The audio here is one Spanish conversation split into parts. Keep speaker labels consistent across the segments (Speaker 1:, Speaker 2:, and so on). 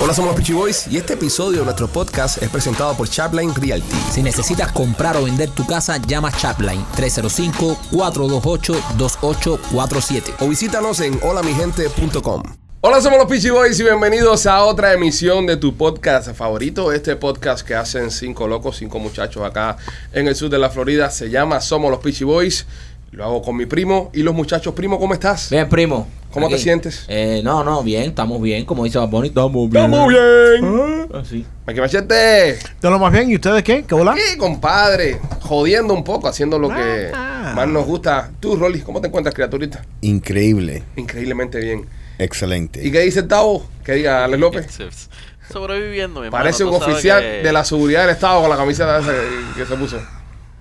Speaker 1: Hola, somos los Peachy Boys y este episodio de nuestro podcast es presentado por Chapline Realty.
Speaker 2: Si necesitas comprar o vender tu casa, llama Chapline 305-428-2847.
Speaker 1: O visítanos en holamigente.com. Hola, somos los Peachy Boys y bienvenidos a otra emisión de tu podcast favorito. Este podcast que hacen cinco locos, cinco muchachos acá en el sur de la Florida se llama Somos los Peachy Boys. Lo hago con mi primo y los muchachos. Primo, ¿cómo estás?
Speaker 2: Bien, primo.
Speaker 1: ¿Cómo te sientes?
Speaker 2: Eh, no, no, bien, estamos bien. Como dice Bad Bunny, Ah, estamos bien.
Speaker 1: ¡Estamos bien!
Speaker 2: Así.
Speaker 1: Mike Machete,
Speaker 3: De lo más bien, ¿y ustedes qué? ¿Qué hola?
Speaker 1: ¿qué, compadre? Jodiendo un poco, haciendo lo que más nos gusta. Tú, Rolly, ¿cómo te encuentras, criaturita?
Speaker 4: Increíble,
Speaker 1: Increíblemente bien. ¿Y
Speaker 4: excelente.
Speaker 1: qué dice el Tavo? ¿Qué diga Alex López?
Speaker 5: Yes. Sobreviviendo, mi
Speaker 1: Parece
Speaker 5: hermano,
Speaker 1: un
Speaker 5: tú sabes
Speaker 1: oficial
Speaker 5: que-
Speaker 1: de la seguridad del Estado con la camiseta esa que, que se puso.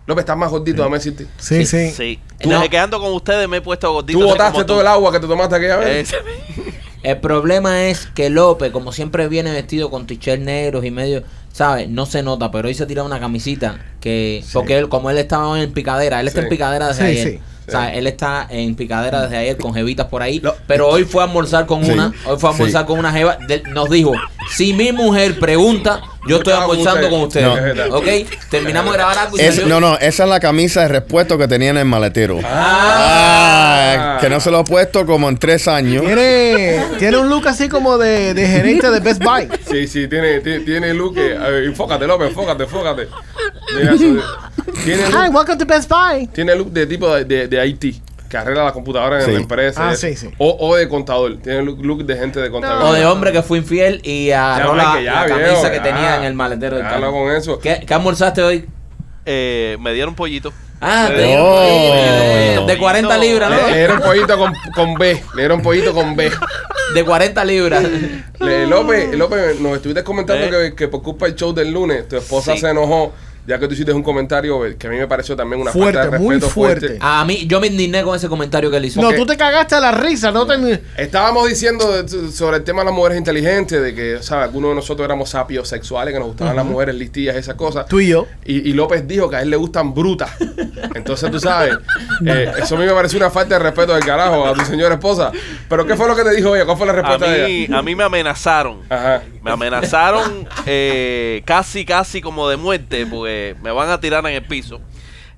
Speaker 1: López, estás más gordito, dame decirte.
Speaker 3: Sí, sí.
Speaker 5: Sí.
Speaker 1: Tú-
Speaker 5: Desde que ando con ustedes me he puesto gordito.
Speaker 1: Tú botaste todo el agua que te tomaste aquella vez.
Speaker 5: agua.
Speaker 2: El problema es que López, como siempre viene vestido con t-shirts negros y medio, ¿sabes? No se nota, pero hoy se tira una camisita que... Porque él, como él estaba en picadera, él está
Speaker 1: Sí.
Speaker 2: en picadera desde
Speaker 3: Sí,
Speaker 2: ayer.
Speaker 3: sí.
Speaker 2: O sea, él está en picadera desde ayer con jevitas por ahí.
Speaker 1: Lo-
Speaker 2: pero hoy fue a almorzar con
Speaker 4: Sí,
Speaker 2: una. Hoy fue a almorzar
Speaker 4: sí.
Speaker 2: con una jeva. de- nos dijo, si mi mujer pregunta, yo estoy
Speaker 1: estaba con
Speaker 2: almorzando con
Speaker 1: ustedes".
Speaker 2: ustedes.
Speaker 1: No.
Speaker 2: ¿Ok? Terminamos de grabar algo y
Speaker 4: Es-
Speaker 2: salió-
Speaker 4: no, no, esa es la camisa de respuesto que tenía en el maletero. Ah, que no se lo he puesto como en tres años.
Speaker 3: Tiene, tiene un look así como de, de gerente de Best Buy.
Speaker 1: Sí, sí, tiene, tiene, tiene look. que- a ver, enfócate, López, enfócate, enfócate. Mira eso. Tiene
Speaker 3: Hi,
Speaker 1: look,
Speaker 3: welcome to Best Buy.
Speaker 1: tiene look de tipo de, de, de IT, que arregla la computadora en
Speaker 4: Sí.
Speaker 1: la empresa.
Speaker 3: Ah,
Speaker 1: eso.
Speaker 3: sí, sí.
Speaker 1: O, o de contador. Tiene look, look de gente de contador.
Speaker 2: O de hombre que fue infiel y agarró
Speaker 1: Mike,
Speaker 2: la,
Speaker 1: que ya,
Speaker 2: la camisa
Speaker 1: viejo,
Speaker 2: que
Speaker 1: ya.
Speaker 2: tenía en el maletero del
Speaker 1: Ya,
Speaker 2: carro.
Speaker 1: no con eso.
Speaker 2: ¿Qué, qué almorzaste hoy?
Speaker 5: Eh, me dieron pollito.
Speaker 2: Ah,
Speaker 5: Me
Speaker 2: te
Speaker 5: dieron
Speaker 2: dieron
Speaker 4: Oh.
Speaker 2: pollito, de 40 libras,
Speaker 1: Le, le
Speaker 2: ¿no?
Speaker 1: dieron pollito con, con B. Le dieron pollito con B.
Speaker 2: De 40 libras.
Speaker 1: Le- López, López, nos estuviste comentando
Speaker 5: Ah. Eh.
Speaker 1: que, que por culpa del show del lunes, tu esposa
Speaker 5: Sí.
Speaker 1: se enojó, ya que tú hiciste un comentario eh, que a mí me pareció también una
Speaker 3: Fuerte,
Speaker 1: falta de
Speaker 3: muy
Speaker 1: respeto fuerte.
Speaker 3: fuerte.
Speaker 2: A mí, yo me indigné con ese comentario que él hizo.
Speaker 3: No,
Speaker 1: Ok.
Speaker 3: tú te cagaste a la risa, no te...
Speaker 1: Estábamos diciendo de- sobre el tema de las mujeres inteligentes, de que, o sea, algunos de nosotros éramos sapios sexuales, que nos gustaban las mujeres listillas, esas cosas.
Speaker 3: Tú y yo.
Speaker 1: Y, y López dijo que a él le gustan brutas. Entonces, tú sabes, eh, eso a mí me parece una falta de respeto del carajo a tu señora esposa. Pero, ¿qué fue lo que te dijo ella? ¿Cuál fue la
Speaker 5: A
Speaker 1: respuesta de
Speaker 5: mí,
Speaker 1: ella?
Speaker 5: a mí me amenazaron.
Speaker 1: Ajá.
Speaker 5: Me amenazaron eh, casi, casi como de muerte, porque me van a tirar en el piso.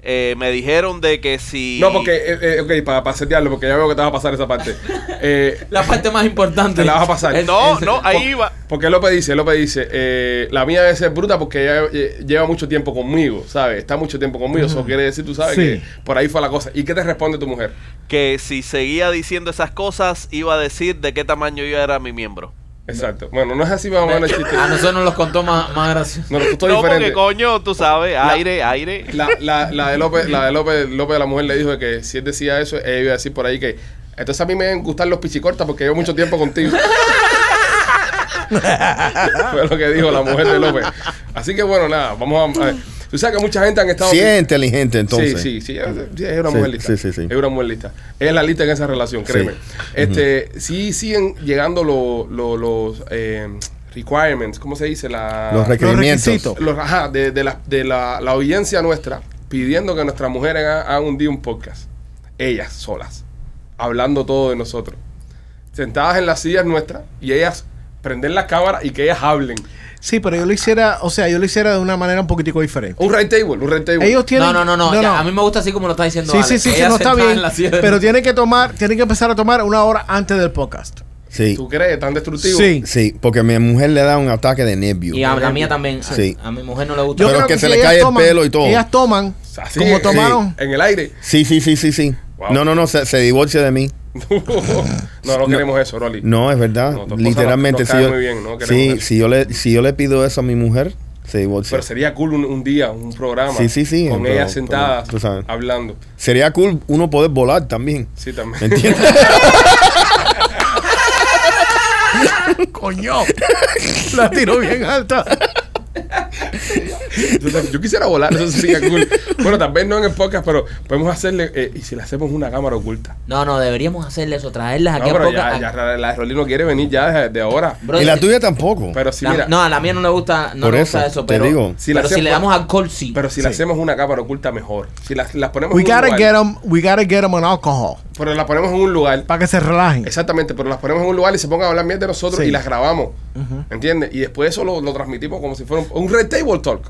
Speaker 5: Eh, me dijeron de que si...
Speaker 1: No, porque, eh, eh, ok, para setearlo, porque ya veo que te vas a pasar esa parte. Eh,
Speaker 2: La parte más importante.
Speaker 1: Te la vas a pasar.
Speaker 2: Es-
Speaker 5: No,
Speaker 2: es-
Speaker 5: no, ahí va.
Speaker 1: Porque López dice, López dice, eh, la mía debe ser bruta porque ella eh, lleva mucho tiempo conmigo, ¿sabes? Está mucho tiempo conmigo, eso quiere decir, tú sabes,
Speaker 3: Sí.
Speaker 1: que por ahí fue la cosa. ¿Y qué te responde tu mujer?
Speaker 5: Que si seguía diciendo esas cosas, iba a decir de qué tamaño yo era mi miembro.
Speaker 1: Exacto. Bueno, no es así más o menos el chiste.
Speaker 2: A nosotros nos los contó más, más gracioso.
Speaker 1: No, no, tú estás
Speaker 5: Ah, No,
Speaker 1: diferente.
Speaker 5: porque coño, tú sabes, aire, aire.
Speaker 1: La, la, la de López, la de López, López de la mujer le dijo que si él decía eso, ella iba a decir por ahí que entonces a mí me deben gustar los pichicortas porque llevo mucho tiempo contigo. Fue lo que dijo la mujer de López. Así que bueno, nada, vamos a, a ver. Tú sabes que mucha gente han estado.
Speaker 4: Sí, es inteligente entonces.
Speaker 1: Sí, sí, sí. Es, es una
Speaker 4: Sí,
Speaker 1: mujer lista.
Speaker 4: sí, sí, sí.
Speaker 1: Es una mujer lista. Es la lista en esa relación, créeme.
Speaker 4: Sí.
Speaker 1: Este, sí siguen llegando lo- lo- los eh, requirements, ¿cómo se dice? La,
Speaker 4: Los requerimientos.
Speaker 3: requisitos.
Speaker 1: los- ajá, de, de la, de la, la audiencia nuestra pidiendo que nuestras mujeres hagan, hagan un día un podcast. Ellas solas. Hablando todo de nosotros. Sentadas en las sillas nuestras y ellas prender la cámara y que ellas hablen.
Speaker 3: Sí, pero yo lo hiciera, o sea, yo lo hiciera de una manera un poquitico diferente.
Speaker 1: Un round table, un round table.
Speaker 3: Ellos tienen...
Speaker 2: No, no, no, no. ya, A mí me gusta así como lo está diciendo.
Speaker 3: Sí,
Speaker 2: Alex.
Speaker 3: sí, sí, sí,
Speaker 2: Ella
Speaker 3: no está
Speaker 2: sentada
Speaker 3: bien.
Speaker 2: en la silla.
Speaker 3: Pero tienen que tomar, tienen que empezar a tomar una hora antes del podcast.
Speaker 4: Sí,
Speaker 1: ¿Tú crees? ¿Tan destructivo?
Speaker 3: Sí.
Speaker 4: sí, porque a mi mujer le da un ataque de nervio.
Speaker 2: Y a la mía también. A-
Speaker 4: Sí.
Speaker 2: A, mi mujer no le gusta.
Speaker 3: Yo
Speaker 4: Pero
Speaker 3: creo
Speaker 4: que se le
Speaker 3: ellas
Speaker 4: cae el pelo y todo.
Speaker 3: Ellas toman,
Speaker 1: Así,
Speaker 3: como
Speaker 1: eh,
Speaker 3: tomaron.
Speaker 1: En el aire.
Speaker 4: Sí, sí, sí, sí, sí.
Speaker 1: Wow.
Speaker 4: No, no, no, se, se divorcia de mí.
Speaker 1: no, no queremos eso, Rolly.
Speaker 4: No, es verdad.
Speaker 1: No, tu esposa
Speaker 4: Literalmente,
Speaker 1: no- nos
Speaker 4: si,
Speaker 1: cae
Speaker 4: yo,
Speaker 1: muy bien, no queremos
Speaker 4: sí,
Speaker 1: eso.
Speaker 4: si, yo le, si yo le pido eso a mi mujer, se divorcia.
Speaker 1: Pero sería cool un, un día, un programa.
Speaker 4: Sí, sí, sí,
Speaker 1: Con
Speaker 4: pero-
Speaker 1: ellas
Speaker 4: pero,
Speaker 1: sentadas,
Speaker 4: tú sabes.
Speaker 1: hablando.
Speaker 4: Sería cool uno poder volar también.
Speaker 1: Sí,
Speaker 4: ¿Me
Speaker 1: también.
Speaker 4: entiendes?
Speaker 3: Coño. La tiró bien alta.
Speaker 1: Yo, te- yo quisiera volar, eso sería cool. Bueno, tal vez no en el podcast, pero podemos hacerle. eh, ¿Y si le hacemos una cámara oculta?
Speaker 2: No, no, deberíamos hacerle eso, traerlas
Speaker 1: No,
Speaker 2: aquí ah. a
Speaker 1: pero
Speaker 2: poca.
Speaker 1: ya,
Speaker 2: a-
Speaker 1: ya Ra- la de Rolly no quiere venir ya desde, de ahora.
Speaker 2: Brother,
Speaker 4: y la tuya tampoco.
Speaker 1: Pero si
Speaker 2: la-
Speaker 1: mira,
Speaker 2: no, a la mía no le gusta, no
Speaker 4: Por
Speaker 2: le
Speaker 4: eso,
Speaker 2: gusta eso,
Speaker 4: te
Speaker 2: pero,
Speaker 4: digo.
Speaker 1: Si la
Speaker 2: pero si le
Speaker 1: hacemos-
Speaker 2: damos alcohol, sí.
Speaker 1: pero si le
Speaker 3: Sí.
Speaker 1: hacemos una cámara oculta mejor. Si las las ponemos
Speaker 3: We
Speaker 1: en un
Speaker 3: gotta
Speaker 1: lugar,
Speaker 3: get them, we gotta get them on alcohol.
Speaker 1: pero las ponemos en un lugar.
Speaker 3: Para que se relajen.
Speaker 1: Exactamente, pero las ponemos en un lugar y se pongan a hablar mierda de nosotros
Speaker 3: Sí.
Speaker 1: y las grabamos. ¿Entiendes? Y después eso lo, lo transmitimos como si fuera un, un red table talk.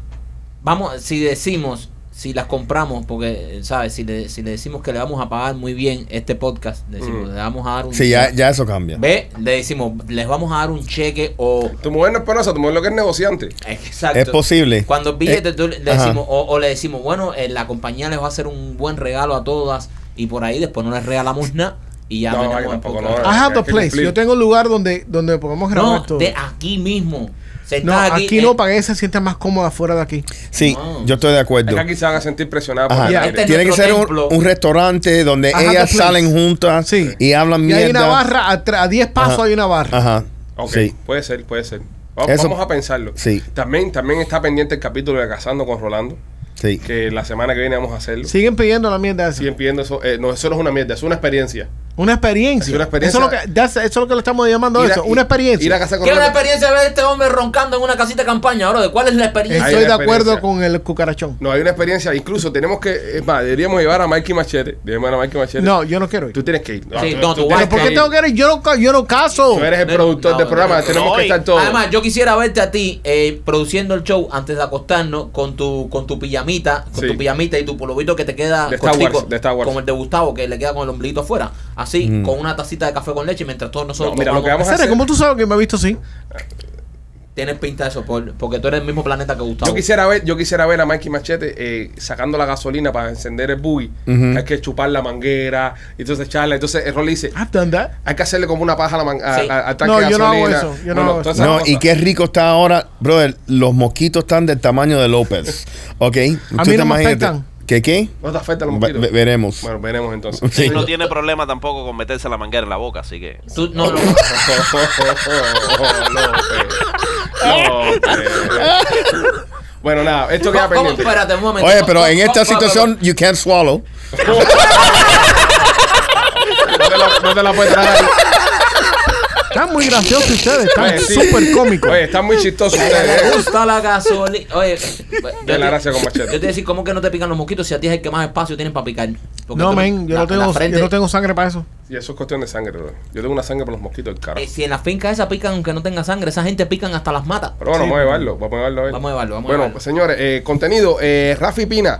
Speaker 2: Vamos, si decimos, si las compramos, porque, ¿sabes? Si le, si le decimos que le vamos a pagar muy bien este podcast, decimos,
Speaker 1: Mm.
Speaker 2: le vamos a dar un.
Speaker 4: sí, ya, ya eso cambia.
Speaker 2: Ve, le decimos, les vamos a dar un cheque o.
Speaker 1: Tu mujer no es penosa, tu mujer lo que es negociante.
Speaker 2: Exacto.
Speaker 4: Es posible.
Speaker 2: Cuando el billete,
Speaker 4: Eh,
Speaker 2: tú le
Speaker 4: ajá.
Speaker 2: decimos, o, o le decimos, bueno, eh, la compañía les va a hacer un buen regalo a todas y por ahí después no les regalamos nada y ya
Speaker 1: No,
Speaker 2: venimos
Speaker 1: vaya,
Speaker 2: al
Speaker 1: tampoco,
Speaker 2: podcast.
Speaker 1: no,
Speaker 3: I have
Speaker 1: hay
Speaker 3: the
Speaker 1: que
Speaker 3: place.
Speaker 1: cumplir.
Speaker 3: Yo tengo un lugar donde, donde podemos grabar
Speaker 2: No,
Speaker 3: todo.
Speaker 2: de aquí mismo.
Speaker 3: Ah, no,
Speaker 2: Sentás
Speaker 3: aquí,
Speaker 2: eh,
Speaker 3: no, para que se sientan más cómodas fuera de aquí.
Speaker 4: Sí,
Speaker 2: Wow.
Speaker 4: yo estoy de
Speaker 1: Es
Speaker 4: acuerdo.
Speaker 1: que aquí se van a sentir presionados.
Speaker 4: Ajá.
Speaker 1: por el
Speaker 3: Ya.
Speaker 1: aire.
Speaker 2: Este-
Speaker 4: Tiene que
Speaker 2: nuestro
Speaker 4: ser un,
Speaker 2: templo.
Speaker 4: un restaurante donde
Speaker 3: Ajá,
Speaker 4: ellas
Speaker 3: the place.
Speaker 4: salen juntas
Speaker 3: Sí.
Speaker 4: y hablan
Speaker 3: Y
Speaker 4: mierda.
Speaker 3: hay una barra, a, tra- a 10 pasos
Speaker 4: Ajá.
Speaker 3: hay una barra.
Speaker 4: Ajá.
Speaker 1: Ok,
Speaker 4: Sí.
Speaker 1: puede ser, puede ser. Va-
Speaker 4: Eso-
Speaker 1: Vamos a pensarlo.
Speaker 4: Sí.
Speaker 1: También, también está pendiente el capítulo de Cazando con Rolando,
Speaker 4: Sí.
Speaker 1: que la semana que viene vamos a hacerlo.
Speaker 3: Siguen pidiendo la mierda esa.
Speaker 1: Siguen pidiendo eso. eh, no, eso no es una mierda, es una experiencia.
Speaker 3: Una experiencia.
Speaker 1: Es una experiencia.
Speaker 3: Eso es lo que, that's- eso es lo que lo estamos llamando
Speaker 1: Ir a-
Speaker 3: eso. Una experiencia.
Speaker 1: Ir a casa con
Speaker 2: ¿Qué es la
Speaker 1: Rolando.
Speaker 2: experiencia de ver a este hombre roncando en una casita de campaña? Ahora, ¿de cuál es la experiencia?
Speaker 1: Hay
Speaker 3: Estoy de
Speaker 1: una
Speaker 3: acuerdo
Speaker 1: experiencia.
Speaker 3: con el cucarachón.
Speaker 1: No, hay una experiencia. Incluso tenemos que. Es más, deberíamos llevar a Mikey Machete. Deberíamos llevar a Mikey Machete.
Speaker 3: No, yo no quiero ir.
Speaker 1: Tú tienes que ir.
Speaker 2: Sí, no, tú vas,
Speaker 1: tienes
Speaker 3: Pero ¿por qué tengo que ir? Yo no, ca- yo no caso.
Speaker 1: Tú eres el
Speaker 2: No,
Speaker 1: productor
Speaker 2: no,
Speaker 1: del
Speaker 2: no,
Speaker 1: programa.
Speaker 2: no, no,
Speaker 1: tenemos
Speaker 5: no,
Speaker 1: que
Speaker 5: hoy.
Speaker 1: estar todos.
Speaker 2: Además, yo quisiera verte a ti eh, produciendo el show antes de acostarnos con tu con tu pijamita, con
Speaker 1: Sí.
Speaker 2: tu pijamita y tu pulovito que te queda
Speaker 1: De Star
Speaker 2: cortico,
Speaker 1: Wars, de Star Wars.
Speaker 2: como el de Gustavo que le queda con el ombliguito afuera, así
Speaker 4: Mm.
Speaker 2: con una tacita de café con leche mientras todos nosotros
Speaker 1: No, mira, lo que vamos
Speaker 2: tomamos-
Speaker 1: a
Speaker 3: Sere,
Speaker 1: hacer-
Speaker 3: ¿Cómo tú sabes que me he visto así?
Speaker 2: tienes pinta de eso por- porque tú eres el mismo planeta que Gustavo.
Speaker 1: Yo quisiera ver, yo quisiera ver a Mikey Machete eh, sacando la gasolina para encender el buggy.
Speaker 4: Ujú.
Speaker 1: Hay que chupar la manguera, y entonces echarla. Entonces el rol dice,
Speaker 3: I've done that.
Speaker 1: hay que hacerle como una paja a la man- a-
Speaker 2: Sí.
Speaker 1: a- al tanque
Speaker 3: No,
Speaker 1: de
Speaker 3: yo no hago
Speaker 1: gasolina".
Speaker 3: eso, yo no hago
Speaker 1: todas
Speaker 3: eso.
Speaker 1: esas
Speaker 4: No,
Speaker 1: cosas.
Speaker 4: y qué rico está ahora, brother. Los mosquitos están del tamaño de López. ¿Ok?
Speaker 3: no
Speaker 4: te
Speaker 3: me
Speaker 4: imaginas-
Speaker 3: afectan.
Speaker 4: ¿Qué qué?
Speaker 1: No te afecta los
Speaker 4: Ve-
Speaker 1: mosquitos.
Speaker 4: ve- veremos.
Speaker 1: Bueno, veremos entonces.
Speaker 4: Sí.
Speaker 5: Y no tiene problema tampoco con meterse la manguera en la boca, así que.
Speaker 2: Tú- no, no.
Speaker 1: Bueno, nada, esto queda
Speaker 2: ¿Cómo- cómo?
Speaker 1: pendiente.
Speaker 2: Espérate un momento.
Speaker 4: Oye, pero
Speaker 2: ¿Cómo-
Speaker 4: en esta
Speaker 2: cómo-
Speaker 4: situación, you can't swallow.
Speaker 1: No te la, no te la puedes tragar.
Speaker 3: Están muy graciosos ustedes. Están
Speaker 1: Oye, sí.
Speaker 3: súper cómicos.
Speaker 1: Oye, están muy chistosos ustedes.
Speaker 2: Me
Speaker 1: ¿eh?
Speaker 2: gusta la gasolina. Oye,
Speaker 1: De la gracia con machete.
Speaker 2: Yo te voy a decir, ¿cómo que no te pican los mosquitos si a ti es el que más espacio tienes para picar? Porque
Speaker 3: No,
Speaker 2: tú-
Speaker 3: men, yo,
Speaker 2: la-
Speaker 3: no
Speaker 2: la
Speaker 3: tengo,
Speaker 2: frente-
Speaker 3: yo no tengo sangre para eso.
Speaker 1: Y eso es cuestión de sangre, bro. Yo tengo una sangre por los mosquitos del carajo.
Speaker 2: eh, si en la finca esa pican aunque no tenga sangre, esa gente pican hasta las matas.
Speaker 1: Pero bueno, vamos a llevarlo, vamos a llevarlo a ver.
Speaker 2: Vamos a llevarlo, vamos a
Speaker 1: bueno,
Speaker 2: llevarlo.
Speaker 1: señores, eh, contenido, eh, Rafi Pina,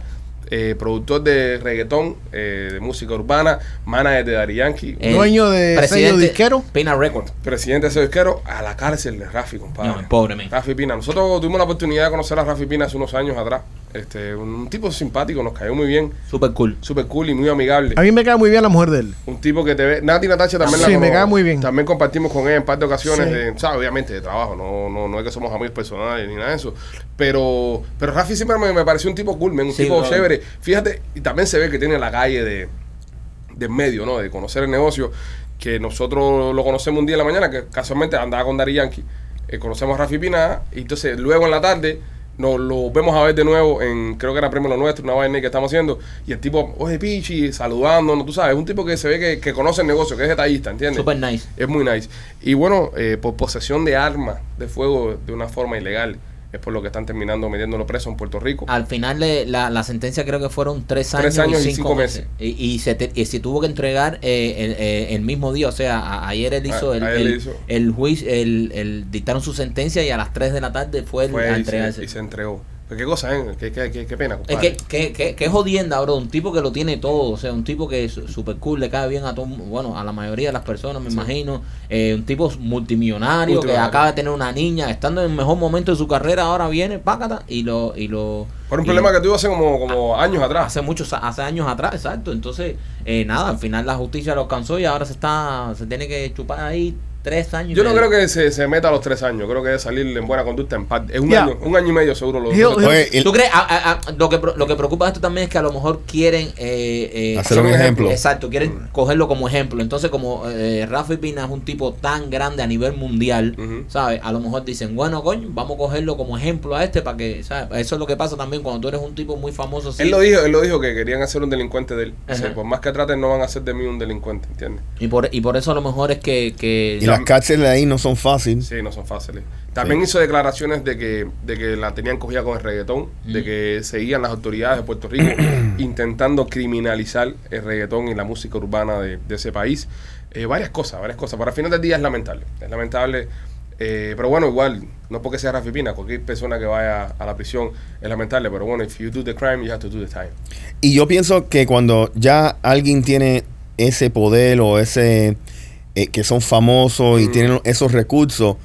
Speaker 1: eh, productor de reggaetón, eh, de música urbana, manager de Dari Yankee,
Speaker 2: El
Speaker 3: Dueño de
Speaker 2: presidente
Speaker 3: sello disquero.
Speaker 2: Pina Records.
Speaker 1: presidente de ese disquero, a la cárcel de Rafi, compadre.
Speaker 2: No, el pobre, men.
Speaker 1: Rafi Pina. Nosotros tuvimos la oportunidad de conocer a Rafi Pina hace unos años atrás. Este, un tipo simpático, nos cayó muy bien,
Speaker 2: Super cool.
Speaker 1: súper cool y muy amigable.
Speaker 3: A mí me cae muy bien la mujer de él.
Speaker 1: Un tipo que te ve. Nati Natacha también
Speaker 3: Sí,
Speaker 1: la
Speaker 3: me
Speaker 1: cono-
Speaker 3: cae muy bien.
Speaker 1: También compartimos con ella en par de ocasiones,
Speaker 3: Sí.
Speaker 1: de- ¿sabes? obviamente de trabajo, no, no, no es que somos amigos personales ni nada de eso. Pero, pero Rafi siempre me, me pareció un tipo cool, man, un
Speaker 2: Sí,
Speaker 1: tipo
Speaker 2: bro.
Speaker 1: chévere. Fíjate, y también se ve que tiene la calle de, de en medio, ¿no? De conocer el negocio, que nosotros lo conocemos un día en la mañana, que casualmente andaba con Dari Yankee, eh, conocemos a Rafi Pina, y entonces luego en la tarde nos lo vemos a ver de nuevo en, creo que era Premio Lo Nuestro, una vaina que estamos haciendo, y el tipo, oye Pichi, saludándonos, tú sabes, es un tipo que se ve que, que conoce el negocio, que es detallista, ¿entiendes?
Speaker 2: Super nice.
Speaker 1: Es muy nice. Y bueno, eh, por posesión de armas de fuego de una forma ilegal, es por lo que están terminando metiéndolo preso en Puerto Rico.
Speaker 2: Al final le- la, la sentencia creo que fueron tres años,
Speaker 1: años y
Speaker 2: y cinco,
Speaker 1: cinco
Speaker 2: meses. Y, y se te- y se tuvo que entregar eh, el, eh, el mismo día, o sea, a- ayer él hizo,
Speaker 1: A-
Speaker 2: el,
Speaker 1: Ah, ayer
Speaker 2: el,
Speaker 1: le hizo.
Speaker 2: el juicio, el, el- dictaron su sentencia y a las 3 de la tarde fue, el
Speaker 1: Fue
Speaker 2: a
Speaker 1: y, se,
Speaker 2: entregarse.
Speaker 1: y se entregó. Pero qué cosa, ¿eh? Qué, qué- qué- qué pena,
Speaker 2: Es
Speaker 1: compadre.
Speaker 2: que, que, que, que jodienda, bro. Un tipo que lo tiene todo. O sea, un tipo que es super cool, le cae bien a todo, bueno, a la mayoría de las personas, me imagino. Eh, un tipo multimillonario,
Speaker 1: Multimillonario.
Speaker 2: que acaba de tener una niña, estando en el mejor momento de su carrera, ahora viene, pácata, y lo. Y lo
Speaker 1: Por un
Speaker 2: y
Speaker 1: problema
Speaker 2: lo-
Speaker 1: que tuvo hace como, como años atrás.
Speaker 2: Hace muchos hace años atrás, exacto. Entonces, eh, nada, al final la justicia lo alcanzó y ahora se está se tiene que chupar ahí Tres años. y
Speaker 1: Yo no
Speaker 2: medio.
Speaker 1: creo que se, se meta a los tres años. Creo que debe salir en buena conducta en parte. Es un,
Speaker 3: Yeah.
Speaker 1: año, un año y medio seguro. Lo,
Speaker 3: He'll- he'll-
Speaker 4: Oye, y-
Speaker 2: ¿Tú crees? A- a- a- lo, que, pro- lo que preocupa de esto también es que a lo mejor quieren. eh, eh,
Speaker 4: hacer un
Speaker 1: Son
Speaker 4: ejemplo.
Speaker 2: Exacto, quieren cogerlo como ejemplo. Entonces, como eh, Rafi Pina es un tipo tan grande a nivel mundial,
Speaker 1: Ujú.
Speaker 2: ¿sabes? A lo mejor dicen, bueno, coño, vamos a cogerlo como ejemplo a este para que, ¿sabes? Eso es lo que pasa también cuando tú eres un tipo muy famoso. sí.
Speaker 1: Él lo dijo, él lo dijo que querían hacer un delincuente de él. Dice,
Speaker 2: Ajá.
Speaker 1: por más que traten, no van a hacer de mí un delincuente, ¿entiendes?
Speaker 2: Y por, y por eso a lo mejor es que... que
Speaker 4: Y las cárceles ahí no son fáciles.
Speaker 1: Sí, no son fáciles. También hizo declaraciones de que, de que la tenían cogida con el reggaetón, de que seguían las autoridades de Puerto Rico intentando criminalizar el reggaetón y la música urbana de, de ese país. Eh, varias cosas, varias cosas. Para el final del día es lamentable. Es lamentable. eh, pero bueno, igual, no porque sea Rafi Pina, cualquier persona que vaya a la prisión es lamentable. Pero bueno, if you do the crime, you have to do the time.
Speaker 4: Y yo pienso que cuando ya alguien tiene ese poder o ese eh, que son famosos y
Speaker 1: Mm.
Speaker 4: tienen esos recursos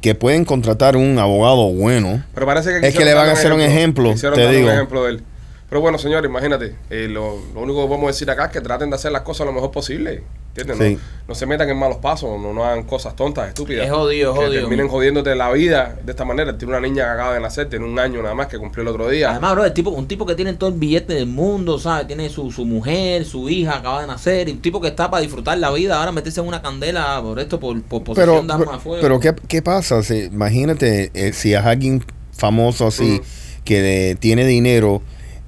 Speaker 4: que pueden contratar un abogado bueno.
Speaker 1: Pero parece que
Speaker 4: Es que
Speaker 1: quisieron
Speaker 4: le van
Speaker 1: dar
Speaker 4: a hacer un ejemplo,
Speaker 1: Quisieron
Speaker 4: te
Speaker 1: dar
Speaker 4: digo.
Speaker 1: un ejemplo de él. Pero bueno, señor, imagínate, eh, lo, lo único que podemos decir acá es que traten de hacer las cosas lo mejor posible. ¿Entiendes? No-
Speaker 4: Sí.
Speaker 1: No, se metan en malos pasos, no, no hagan cosas tontas, estúpidas.
Speaker 2: Es jodido, es
Speaker 1: que
Speaker 2: jodido.
Speaker 1: terminen jodiéndote la vida de esta manera. Tiene una niña que acaba de nacer, tiene un año nada más que cumplió el otro día.
Speaker 2: Además, bro, el tipo, un tipo que tiene todo el billete del mundo, ¿sabes? Tiene su, su mujer, su hija, acaba de nacer, y un tipo que está para disfrutar la vida, ahora meterse en una candela por esto, por, por
Speaker 4: Pero,
Speaker 2: posesión de armas de fuego.
Speaker 4: pero, ¿qué, qué pasa? Si- imagínate eh, si es alguien famoso así,
Speaker 2: Mm.
Speaker 4: que de- tiene dinero,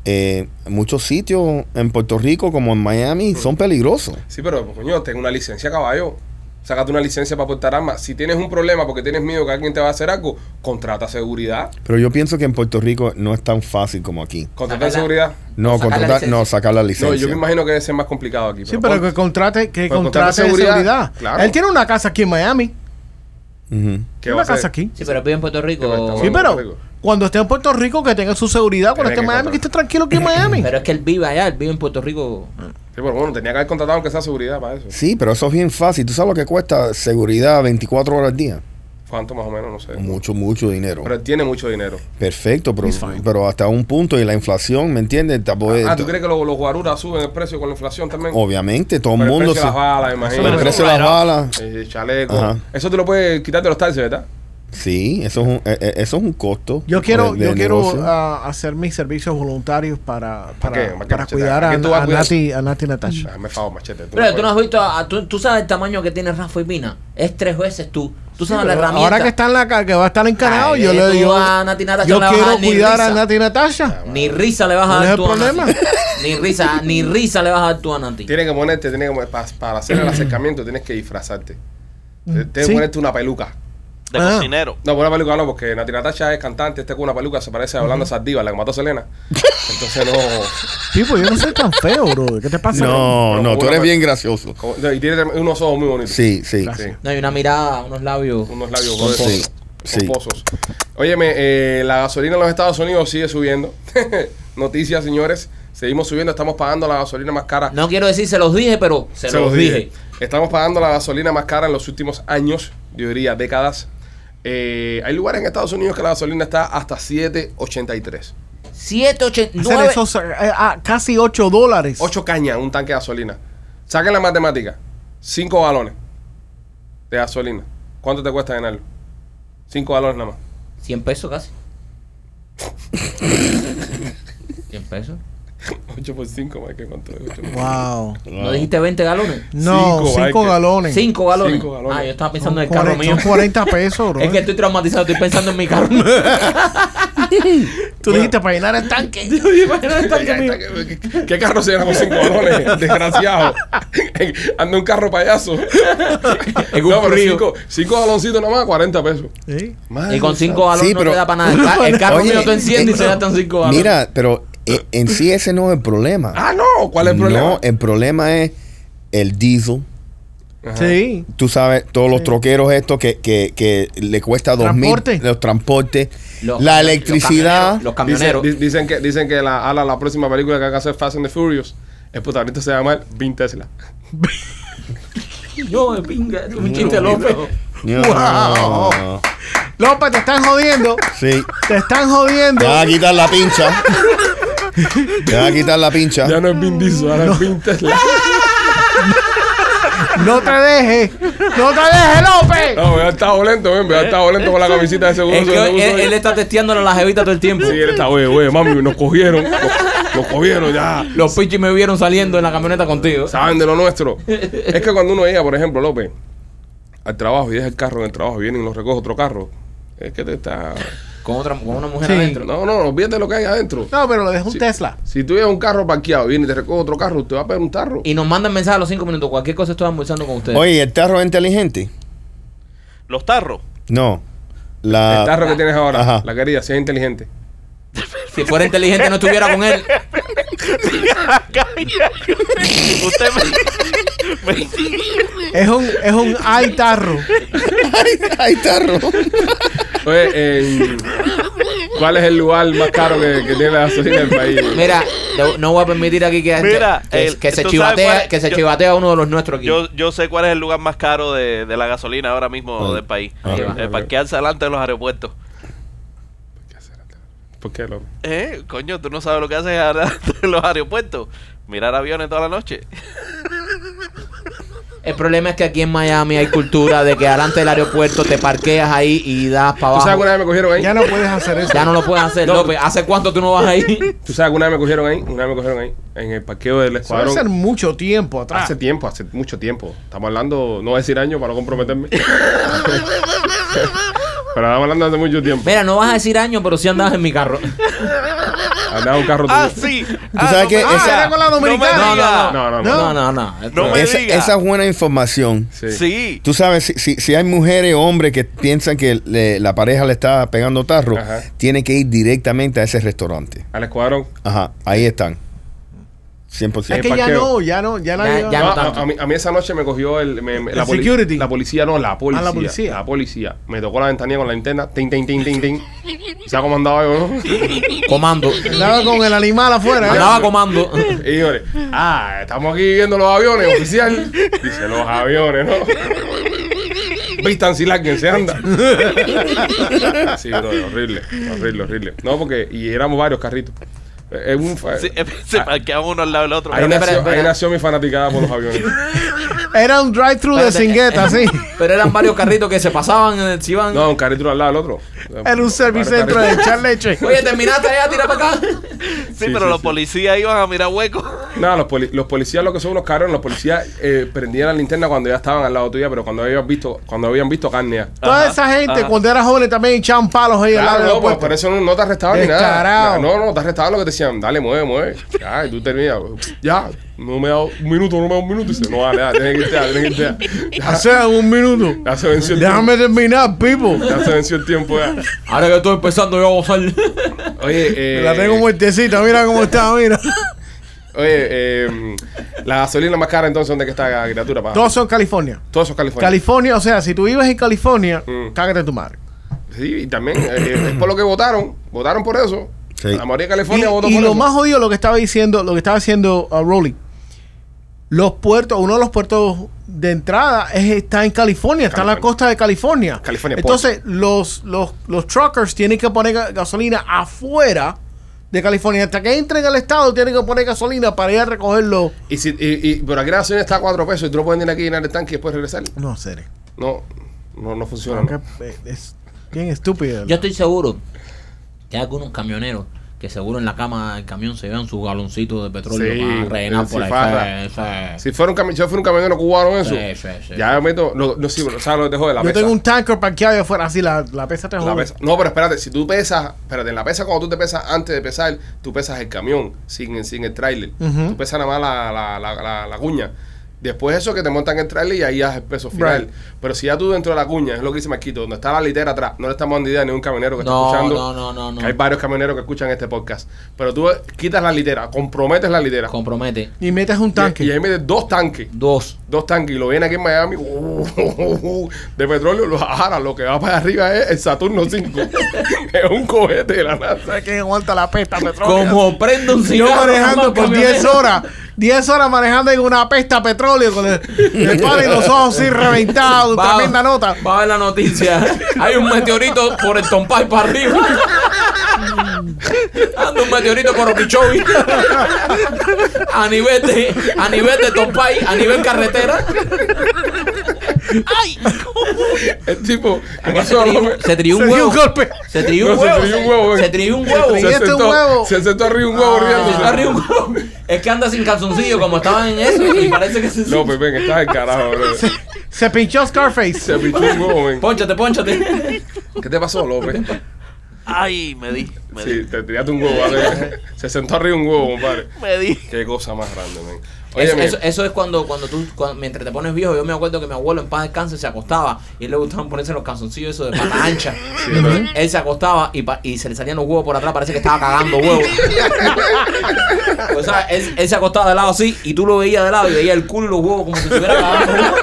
Speaker 4: eh, muchos sitios en Puerto Rico como en
Speaker 2: Mm.
Speaker 4: Miami son peligrosos.
Speaker 1: Sí, pero coño, tengo una licencia, caballo. Sácate una licencia para portar armas. Si tienes un problema porque tienes miedo que alguien te va a hacer algo, contrata seguridad.
Speaker 4: Pero yo pienso que en Puerto Rico no es tan fácil como aquí.
Speaker 1: Contrata
Speaker 2: Sacarla-
Speaker 1: seguridad.
Speaker 4: No,
Speaker 2: Sacar la
Speaker 4: contratar,
Speaker 2: licencia.
Speaker 4: no, sacar la
Speaker 1: No,
Speaker 4: licencia.
Speaker 1: yo me imagino que debe ser más complicado aquí.
Speaker 3: sí, pero
Speaker 1: pon-
Speaker 3: que contrate, que
Speaker 1: pero
Speaker 3: contrate
Speaker 1: contrate
Speaker 3: seguridad.
Speaker 1: seguridad, claro.
Speaker 3: Él tiene una casa aquí en Miami.
Speaker 1: ¿qué
Speaker 4: Ujú.
Speaker 3: Tiene
Speaker 1: va a
Speaker 3: una casa
Speaker 1: hacer?
Speaker 3: aquí.
Speaker 2: Sí, pero vive en Puerto
Speaker 1: Que no
Speaker 2: Rico.
Speaker 1: está
Speaker 3: Sí,
Speaker 1: en Puerto
Speaker 3: pero
Speaker 1: Rico.
Speaker 3: cuando esté en Puerto Rico, que tenga su seguridad. Cuando
Speaker 1: Tiene
Speaker 3: esté en
Speaker 1: que
Speaker 3: Miami, que
Speaker 1: contratar.
Speaker 3: esté tranquilo aquí en Miami.
Speaker 2: Pero es que él vive allá, él vive en Puerto Rico.
Speaker 1: Sí, pero bueno, tenía que haber contratado aunque sea seguridad para eso.
Speaker 4: Sí, pero eso es bien fácil. ¿Tú sabes lo que cuesta seguridad 24 horas al día?
Speaker 1: ¿Cuánto más o menos? No sé.
Speaker 4: Mucho, mucho dinero.
Speaker 1: Pero él tiene mucho dinero.
Speaker 4: Perfecto, pero, pero hasta un punto y la inflación, ¿me entiendes? Tampoco es-
Speaker 1: Ah, ¿tú crees que los, los guaruras suben el precio con la inflación también?
Speaker 4: Obviamente, todo Oh, el
Speaker 1: Pero
Speaker 4: mundo...
Speaker 1: precio de las balas,
Speaker 4: se- el
Speaker 1: imagínate.
Speaker 4: precio de las balas...
Speaker 1: Eh, chaleco.
Speaker 4: Ajá.
Speaker 1: Eso te lo puedes quitar de los taxis, ¿verdad?
Speaker 4: Sí, eso es un, eh, eh, eso es un costo.
Speaker 3: Yo quiero,
Speaker 4: de- de
Speaker 3: yo quiero
Speaker 4: negocio.
Speaker 3: ah, hacer mis servicios voluntarios para,
Speaker 1: qué?
Speaker 3: para,
Speaker 1: ¿Para qué,
Speaker 3: para
Speaker 1: Machete?
Speaker 3: cuidar
Speaker 1: ¿Para
Speaker 3: a,
Speaker 1: qué tú vas a
Speaker 3: a
Speaker 1: cuidar?
Speaker 3: Nati, a Nati Natasha.
Speaker 1: Ah, me fago machete. tú
Speaker 2: Pero tú no
Speaker 1: puedes.
Speaker 2: has visto, a- tú, tú sabes el tamaño que tiene Rafa y Pina. Es tres veces tú. Tú sabes la
Speaker 3: Pero
Speaker 2: herramienta.
Speaker 3: Ahora que está en la ca- que va a estar encarado,
Speaker 2: Ay,
Speaker 3: yo le
Speaker 2: tú
Speaker 3: digo.
Speaker 2: a Nati Natasha
Speaker 3: Yo
Speaker 2: no le vas a
Speaker 3: quiero
Speaker 2: dar ni
Speaker 3: cuidar a
Speaker 2: risa.
Speaker 3: Nati Natasha.
Speaker 2: Ni risa le vas a
Speaker 3: ¿Cuál
Speaker 2: dar
Speaker 3: es
Speaker 2: tú
Speaker 3: el
Speaker 2: a
Speaker 3: problema?
Speaker 2: Nati. Ni risa, ni risa le vas a dar tú a Nati.
Speaker 1: Tienes que ponerte, tienes que, para, para hacer el acercamiento tienes que disfrazarte.
Speaker 2: Mm.
Speaker 1: Te- Tienes
Speaker 3: Sí.
Speaker 1: que ponerte una peluca.
Speaker 5: de
Speaker 3: Ah.
Speaker 5: cocinero.
Speaker 1: No, una peluca no, porque Nati Natasha es cantante, este con una peluca se parece a Yolanda Sardiva, la que mató a Selena. Entonces no.
Speaker 3: Tipo, yo no soy tan feo, bro. ¿Qué te pasa?
Speaker 4: No, no, tú eres bien gracioso.
Speaker 1: como- no, y tiene unos ojos muy bonitos.
Speaker 4: Sí, sí.
Speaker 1: Sí.
Speaker 2: No, hay una mirada, unos labios.
Speaker 1: Unos labios
Speaker 4: Pomposos.
Speaker 1: joder,
Speaker 4: Sí.
Speaker 1: pomposos. Óyeme, eh, la gasolina en los Estados Unidos sigue subiendo. Noticias, señores. Seguimos subiendo. Estamos pagando la gasolina más cara.
Speaker 2: No quiero decir se los dije, pero se, los, dije.
Speaker 1: Estamos pagando la gasolina más cara en los últimos años, yo diría décadas. Eh, hay lugares en Estados Unidos que la gasolina está hasta 7.83.
Speaker 2: 789.
Speaker 3: Hacer esos eh, ah, casi 8 dólares.
Speaker 1: 8 cañas un tanque de gasolina. Saquen la matemática. 5 galones de gasolina. ¿Cuánto te cuesta llenarlo? 5 galones nada más.
Speaker 2: 100 pesos casi. 100 pesos.
Speaker 1: 8 por 5, Mike, ¿cuánto es? 8 por
Speaker 3: Wow.
Speaker 2: ¿No dijiste 20 galones?
Speaker 3: No,
Speaker 1: Cinco,
Speaker 3: 5
Speaker 1: hay que-
Speaker 3: galones.
Speaker 2: 5 galones.
Speaker 1: Cinco galones.
Speaker 2: Ah, yo estaba
Speaker 3: Son
Speaker 2: pensando en el carro
Speaker 3: 40
Speaker 2: mío.
Speaker 3: son 40 pesos, bro.
Speaker 2: Es que estoy traumatizado, estoy pensando en mi carro.
Speaker 3: tú dijiste para llenar el tanque.
Speaker 1: ¿Qué, qué- qué carro se llena con cinco balones? Desgraciado. Anda un carro payaso.
Speaker 2: un
Speaker 1: no, pero
Speaker 2: frío.
Speaker 1: cinco, cinco baloncitos nada más, 40 pesos.
Speaker 3: Sí.
Speaker 1: Madre
Speaker 2: Y con
Speaker 1: santa.
Speaker 2: 5 galones
Speaker 4: Sí,
Speaker 2: no
Speaker 4: pero-
Speaker 2: te da para nada. El ca- El, carro
Speaker 4: Oye,
Speaker 2: mío te enciende y
Speaker 4: eh,
Speaker 2: se gastan 5 galones.
Speaker 4: Mira, pero eh, en sí ese no es el problema.
Speaker 1: Ah, no. ¿Cuál es el problema?
Speaker 4: No, el problema es el diesel.
Speaker 1: Ajá.
Speaker 3: Sí.
Speaker 4: Tú sabes, todos los troqueros estos que, que, que le cuesta dos mil.
Speaker 3: Transporte.
Speaker 4: Los transportes.
Speaker 2: Los-
Speaker 4: la
Speaker 2: los
Speaker 4: electricidad.
Speaker 1: Dicen,
Speaker 2: camioneros, Los camioneros.
Speaker 1: di- dicen que, dicen que la, a la, la próxima película que van a hacer Fast and the Furious, el protagonista se llama Vin Tesla.
Speaker 2: No, de pinga, es un chiste López.
Speaker 4: No.
Speaker 3: Wow. López, te están jodiendo.
Speaker 4: Sí.
Speaker 3: Te están jodiendo.
Speaker 4: Te van a quitar la pincha. Te van a quitar la pincha.
Speaker 1: Ya no es Vin Diesel, ahora es Vin Tesla.
Speaker 3: No te dejes. No te dejes, López.
Speaker 1: No, ya está lento, ven, ya está lento con la camisita de seguro.
Speaker 2: Es que
Speaker 1: Social
Speaker 2: hoy-
Speaker 1: Security.
Speaker 2: él, él está testeándole a la jevita todo el tiempo.
Speaker 1: Sí, él está, oye, oye, mami, nos cogieron. Nos, nos cogieron ya.
Speaker 2: Los pichis me vieron saliendo en la camioneta contigo.
Speaker 1: Saben de lo nuestro. Es que cuando uno llega, por ejemplo, López, al trabajo y deja el carro en el trabajo, viene y nos recoge otro carro. Es que te está.
Speaker 2: Con, otra, con una mujer
Speaker 3: Sí.
Speaker 2: adentro.
Speaker 1: No, no, olvídate lo que hay adentro.
Speaker 3: No, pero lo dejó un
Speaker 1: Sí.
Speaker 3: Tesla.
Speaker 1: Si tú llevas un carro parqueado y viene y te recoge otro carro, usted va a pegar un tarro.
Speaker 2: Y nos mandan mensajes a los cinco minutos. Cualquier cosa estoy almorzando con ustedes.
Speaker 4: Oye, ¿y ¿el tarro es inteligente?
Speaker 5: Los tarros.
Speaker 4: No. La,
Speaker 1: el tarro que tienes ahora,
Speaker 4: Ah. Ajá.
Speaker 1: la querida, si es inteligente.
Speaker 2: Si fuera inteligente no estuviera con él.
Speaker 5: Usted me, me-
Speaker 3: Es un, es un ay tarro.
Speaker 4: Hay tarro.
Speaker 1: Oye, eh, ¿cuál es el lugar más caro que, que tiene la gasolina del país?
Speaker 2: Mira, no- no voy a permitir aquí que,
Speaker 5: Mira,
Speaker 2: que,
Speaker 5: el-
Speaker 2: que se
Speaker 5: tú sabes cuál
Speaker 2: chivatea,
Speaker 5: es-
Speaker 2: que se
Speaker 5: yo-
Speaker 2: chivatea uno de los nuestros aquí.
Speaker 5: yo, yo sé cuál es el lugar más caro de, de la gasolina ahora mismo
Speaker 4: Ah,
Speaker 5: del país.
Speaker 4: ah,
Speaker 5: Eh,
Speaker 1: ok.
Speaker 5: Parquearse delante de los aeropuertos.
Speaker 1: ¿Por qué, López?
Speaker 5: Eh, coño, tú no sabes lo que haces delante de los aeropuertos. Mirar aviones toda la noche.
Speaker 2: El problema es que aquí en Miami hay cultura de que adelante del aeropuerto te parqueas ahí y das para
Speaker 1: ¿Tú
Speaker 2: abajo.
Speaker 1: sabes que una vez me cogieron ahí?
Speaker 3: Ya no puedes hacer eso.
Speaker 2: Ya no lo puedes hacer,
Speaker 1: No.
Speaker 2: López. ¿Hace cuánto tú no vas ahí?
Speaker 1: ¿Tú sabes que una vez me cogieron ahí? Una vez me cogieron ahí, en el parqueo del
Speaker 3: Eso debe
Speaker 1: escuadrón.
Speaker 3: ser mucho tiempo atrás.
Speaker 1: Hace tiempo, hace mucho tiempo. Estamos hablando, no voy a decir años para no comprometerme. Pero estamos hablando hace mucho tiempo.
Speaker 2: Mira, no vas a decir año, pero sí andabas en mi carro.
Speaker 1: Andaba un carro
Speaker 5: Ah,
Speaker 1: tuyo.
Speaker 5: sí. ¿Tú
Speaker 4: sabes que
Speaker 5: me,
Speaker 4: esa-
Speaker 5: digas.
Speaker 4: Ah, era con
Speaker 3: la dominicana.
Speaker 5: No, me digas.
Speaker 1: No, no, no.
Speaker 2: No, no, no.
Speaker 5: No me
Speaker 4: Esa,
Speaker 5: diga.
Speaker 4: esa es buena información.
Speaker 1: Sí.
Speaker 5: Sí.
Speaker 4: Tú sabes, si, si- si hay mujeres o hombres que piensan que le- la pareja le está pegando tarro,
Speaker 1: Ajá.
Speaker 4: tienen que ir directamente a ese restaurante.
Speaker 1: Al escuadrón.
Speaker 4: Ajá, ahí están. 100%.
Speaker 3: Es que
Speaker 1: el
Speaker 3: ya
Speaker 1: parqueo.
Speaker 3: no, ya no, ya no.
Speaker 2: Ya-
Speaker 3: hay-
Speaker 2: ya
Speaker 1: No,
Speaker 2: no
Speaker 1: a,
Speaker 2: tanto.
Speaker 1: a mí, a mí esa noche me cogió el, me- me-
Speaker 3: ¿El
Speaker 1: la, poli-
Speaker 3: security? Ah,
Speaker 1: la policía, no, la policía. la policía.
Speaker 3: policía.
Speaker 1: Me tocó la ventanilla con la linterna. Tin, tin, tin, tin, tin. Se ha comandado yo, ¿no?
Speaker 2: Comando.
Speaker 3: Andaba con el animal afuera. ¿eh?
Speaker 2: Andaba comando.
Speaker 1: Y yo le, ah, estamos aquí viendo los aviones, oficial. Dice, los aviones, ¿no? Vistan si que se anda. sí, bro, horrible, horrible, horrible. No, porque, y éramos varios carritos. Eh, Es un fa-
Speaker 5: Sí, se parqueaban uno al lado del otro.
Speaker 1: ahí,
Speaker 2: Pero,
Speaker 1: nació,
Speaker 2: pero, pero-
Speaker 1: ahí nació mi fanaticada por los aviones.
Speaker 3: Era un drive-thru de cingueta, sí.
Speaker 2: Pero eran varios carritos que se pasaban, eh, se iban.
Speaker 1: No, un carrito al lado del otro.
Speaker 3: Era un servicentro de echar leche.
Speaker 2: Oye, terminaste allá, tira para acá.
Speaker 5: sí,
Speaker 1: sí,
Speaker 5: pero
Speaker 1: sí,
Speaker 5: los
Speaker 1: sí.
Speaker 5: policías iban a mirar huecos.
Speaker 1: No, los, poli- los policías lo que son unos caros, los policías eh, prendían la linterna cuando ya estaban al lado tuya, pero cuando habían visto, cuando habían visto carne ya.
Speaker 3: Toda
Speaker 5: Ajá,
Speaker 3: esa gente,
Speaker 5: ajá.
Speaker 3: cuando era joven, también echaban palos ahí al lado
Speaker 1: Claro,
Speaker 3: del
Speaker 1: no, pues
Speaker 3: aeropuerto.
Speaker 1: por eso no, no te arrestaban ni nada.
Speaker 3: Descarado.
Speaker 1: No, no, te arrestaban lo que te decían, dale, mueve, mueve. Ya, y tú terminas. Ya, no me da un minuto, no me da un minuto. Y dice, no, dale, dale, tienes que irte, ya, tienes que irte. Ya, Ya,
Speaker 3: Hace un minuto.
Speaker 1: ya se venció el tiempo.
Speaker 3: Déjame terminar, Pipo.
Speaker 1: Ya se venció el tiempo ya.
Speaker 2: Ahora que estoy empezando yo a gozar.
Speaker 1: Oye, eh,
Speaker 3: La tengo muertecita, mira cómo está, mira.
Speaker 1: Oye, eh, la gasolina más cara entonces, ¿dónde que está la criatura? Pa?
Speaker 3: Todos son California.
Speaker 1: Todos esos California.
Speaker 3: California, o sea, si tú vives en California,
Speaker 1: Mm.
Speaker 3: cágate tu madre.
Speaker 1: sí, y también eh, es por lo que votaron. Votaron por eso.
Speaker 4: Sí.
Speaker 1: La mayoría de
Speaker 3: Y,
Speaker 1: California votó
Speaker 3: y
Speaker 1: por
Speaker 3: lo
Speaker 1: eso.
Speaker 3: más jodido lo que estaba diciendo, lo que estaba haciendo uh, Rowling. Los puertos, uno de los puertos de entrada es, está en California, está en la
Speaker 1: California.
Speaker 3: costa de California.
Speaker 1: California Port.
Speaker 3: Entonces, los, los, los truckers tienen que poner ga- gasolina afuera de California. Hasta que entren al estado, tienen que poner gasolina para ir a recogerlo.
Speaker 1: Y, si, y, y por aquí la gasolina está a 4 pesos y tú lo puedes venir aquí llenar el tanque y después regresar.
Speaker 3: No, serio.
Speaker 1: No, no, no funciona.
Speaker 3: Aunque,
Speaker 1: no.
Speaker 3: eh, Es bien estúpido.
Speaker 2: Yo estoy seguro que hay algunos camioneros que seguro en la cama del camión se llevan sus galoncitos de petróleo
Speaker 1: Sí,
Speaker 2: para rellenar
Speaker 1: sí,
Speaker 2: por
Speaker 1: farra.
Speaker 2: ahí. Sí, sí.
Speaker 1: Si fuera un, cami- si yo fuera un camionero cubano eso,
Speaker 2: Sí, sí, sí.
Speaker 1: ya yo meto, no, no, sí, o sea, lo dejo de la
Speaker 3: Yo
Speaker 1: pesa.
Speaker 3: tengo un tanker parqueado ahí afuera, así la, la pesa te
Speaker 1: La
Speaker 3: jode.
Speaker 1: pesa- No, pero espérate, si tú pesas, espérate, en la pesa cuando tú te pesas antes de pesar, tú pesas el camión sin, sin el tráiler.
Speaker 3: Ujú.
Speaker 1: Tú pesas nada más la, la, la, la- la cuña. Después eso que te montan el tráiler y ahí haces el peso final.
Speaker 3: Right.
Speaker 1: Pero si ya tú dentro de la cuña, es lo que dice Marquito, donde está la litera atrás, no le estamos dando idea a ningún camionero que
Speaker 2: No,
Speaker 1: está escuchando.
Speaker 2: no, no, no, no.
Speaker 1: que hay varios camioneros que escuchan este podcast. Pero tú eh, quitas la litera, comprometes la litera.
Speaker 2: Compromete.
Speaker 3: Y metes un tanque.
Speaker 1: Y, y ahí metes dos tanques.
Speaker 2: Dos.
Speaker 1: dos tanques y lo ven aquí en Miami uh, de petróleo lo ahora lo que va para arriba es el Saturno 5 es un cohete de la NASA
Speaker 3: ¿Sabes quién aguanta la pesta, petróleo?
Speaker 2: Como prendo un
Speaker 3: Yo
Speaker 2: cigarro.
Speaker 3: manejando
Speaker 2: mamá,
Speaker 3: por
Speaker 2: camionero.
Speaker 3: 10 horas. 10 horas manejando en una pesta a petróleo con el, el palo y los ojos así reventados.
Speaker 2: Va-
Speaker 3: Tremenda nota.
Speaker 2: Va a ver la noticia. Hay un meteorito por el Tompay para arriba. Anda un meteorito por Okeechobee. a nivel de, a nivel de Topay, a nivel carretera.
Speaker 1: El tipo.
Speaker 2: Se trió- Se trió
Speaker 3: Se
Speaker 2: un
Speaker 3: dio
Speaker 2: huevo.
Speaker 3: un golpe.
Speaker 2: Se trió un
Speaker 1: No, se
Speaker 2: huevo.
Speaker 1: trió un huevo, eh.
Speaker 2: Se trió un
Speaker 3: Se
Speaker 2: huevo.
Speaker 3: trió-
Speaker 1: Se
Speaker 3: ¿Y este
Speaker 1: sentó,
Speaker 3: huevo?
Speaker 1: se sentó arriba un huevo
Speaker 3: Ah.
Speaker 1: riéndose.
Speaker 2: Se trió un huevo. Es que anda sin calzoncillo como estaban en eso y parece que se...
Speaker 1: López, ven, estás en carajo, bro.
Speaker 3: Se pinchó Scarface.
Speaker 1: Se pichó un huevo, ven.
Speaker 2: Pónchate, pónchate.
Speaker 1: ¿Qué te pasó, López?
Speaker 5: Ay, me di, me
Speaker 1: Sí,
Speaker 5: di.
Speaker 1: te tiraste un huevo, ¿vale? Se sentó arriba un huevo, compadre.
Speaker 5: Me di.
Speaker 1: Qué cosa más grande, men. Oye,
Speaker 2: Eso,
Speaker 1: men,
Speaker 2: eso- eh. eso es cuando, cuando tú, cuando- mientras te pones viejo, yo me acuerdo que mi abuelo en paz descanse se acostaba y él le gustaban ponerse los calzoncillos esos de pata ancha.
Speaker 1: Sí, ¿verdad?
Speaker 2: Él se acostaba y, pa- y se le salían los huevos por atrás, parece que estaba cagando huevos. o sea, él, él se acostaba de lado así y tú lo veías de lado y veías el culo y los huevos como si estuviera cagando. huevos.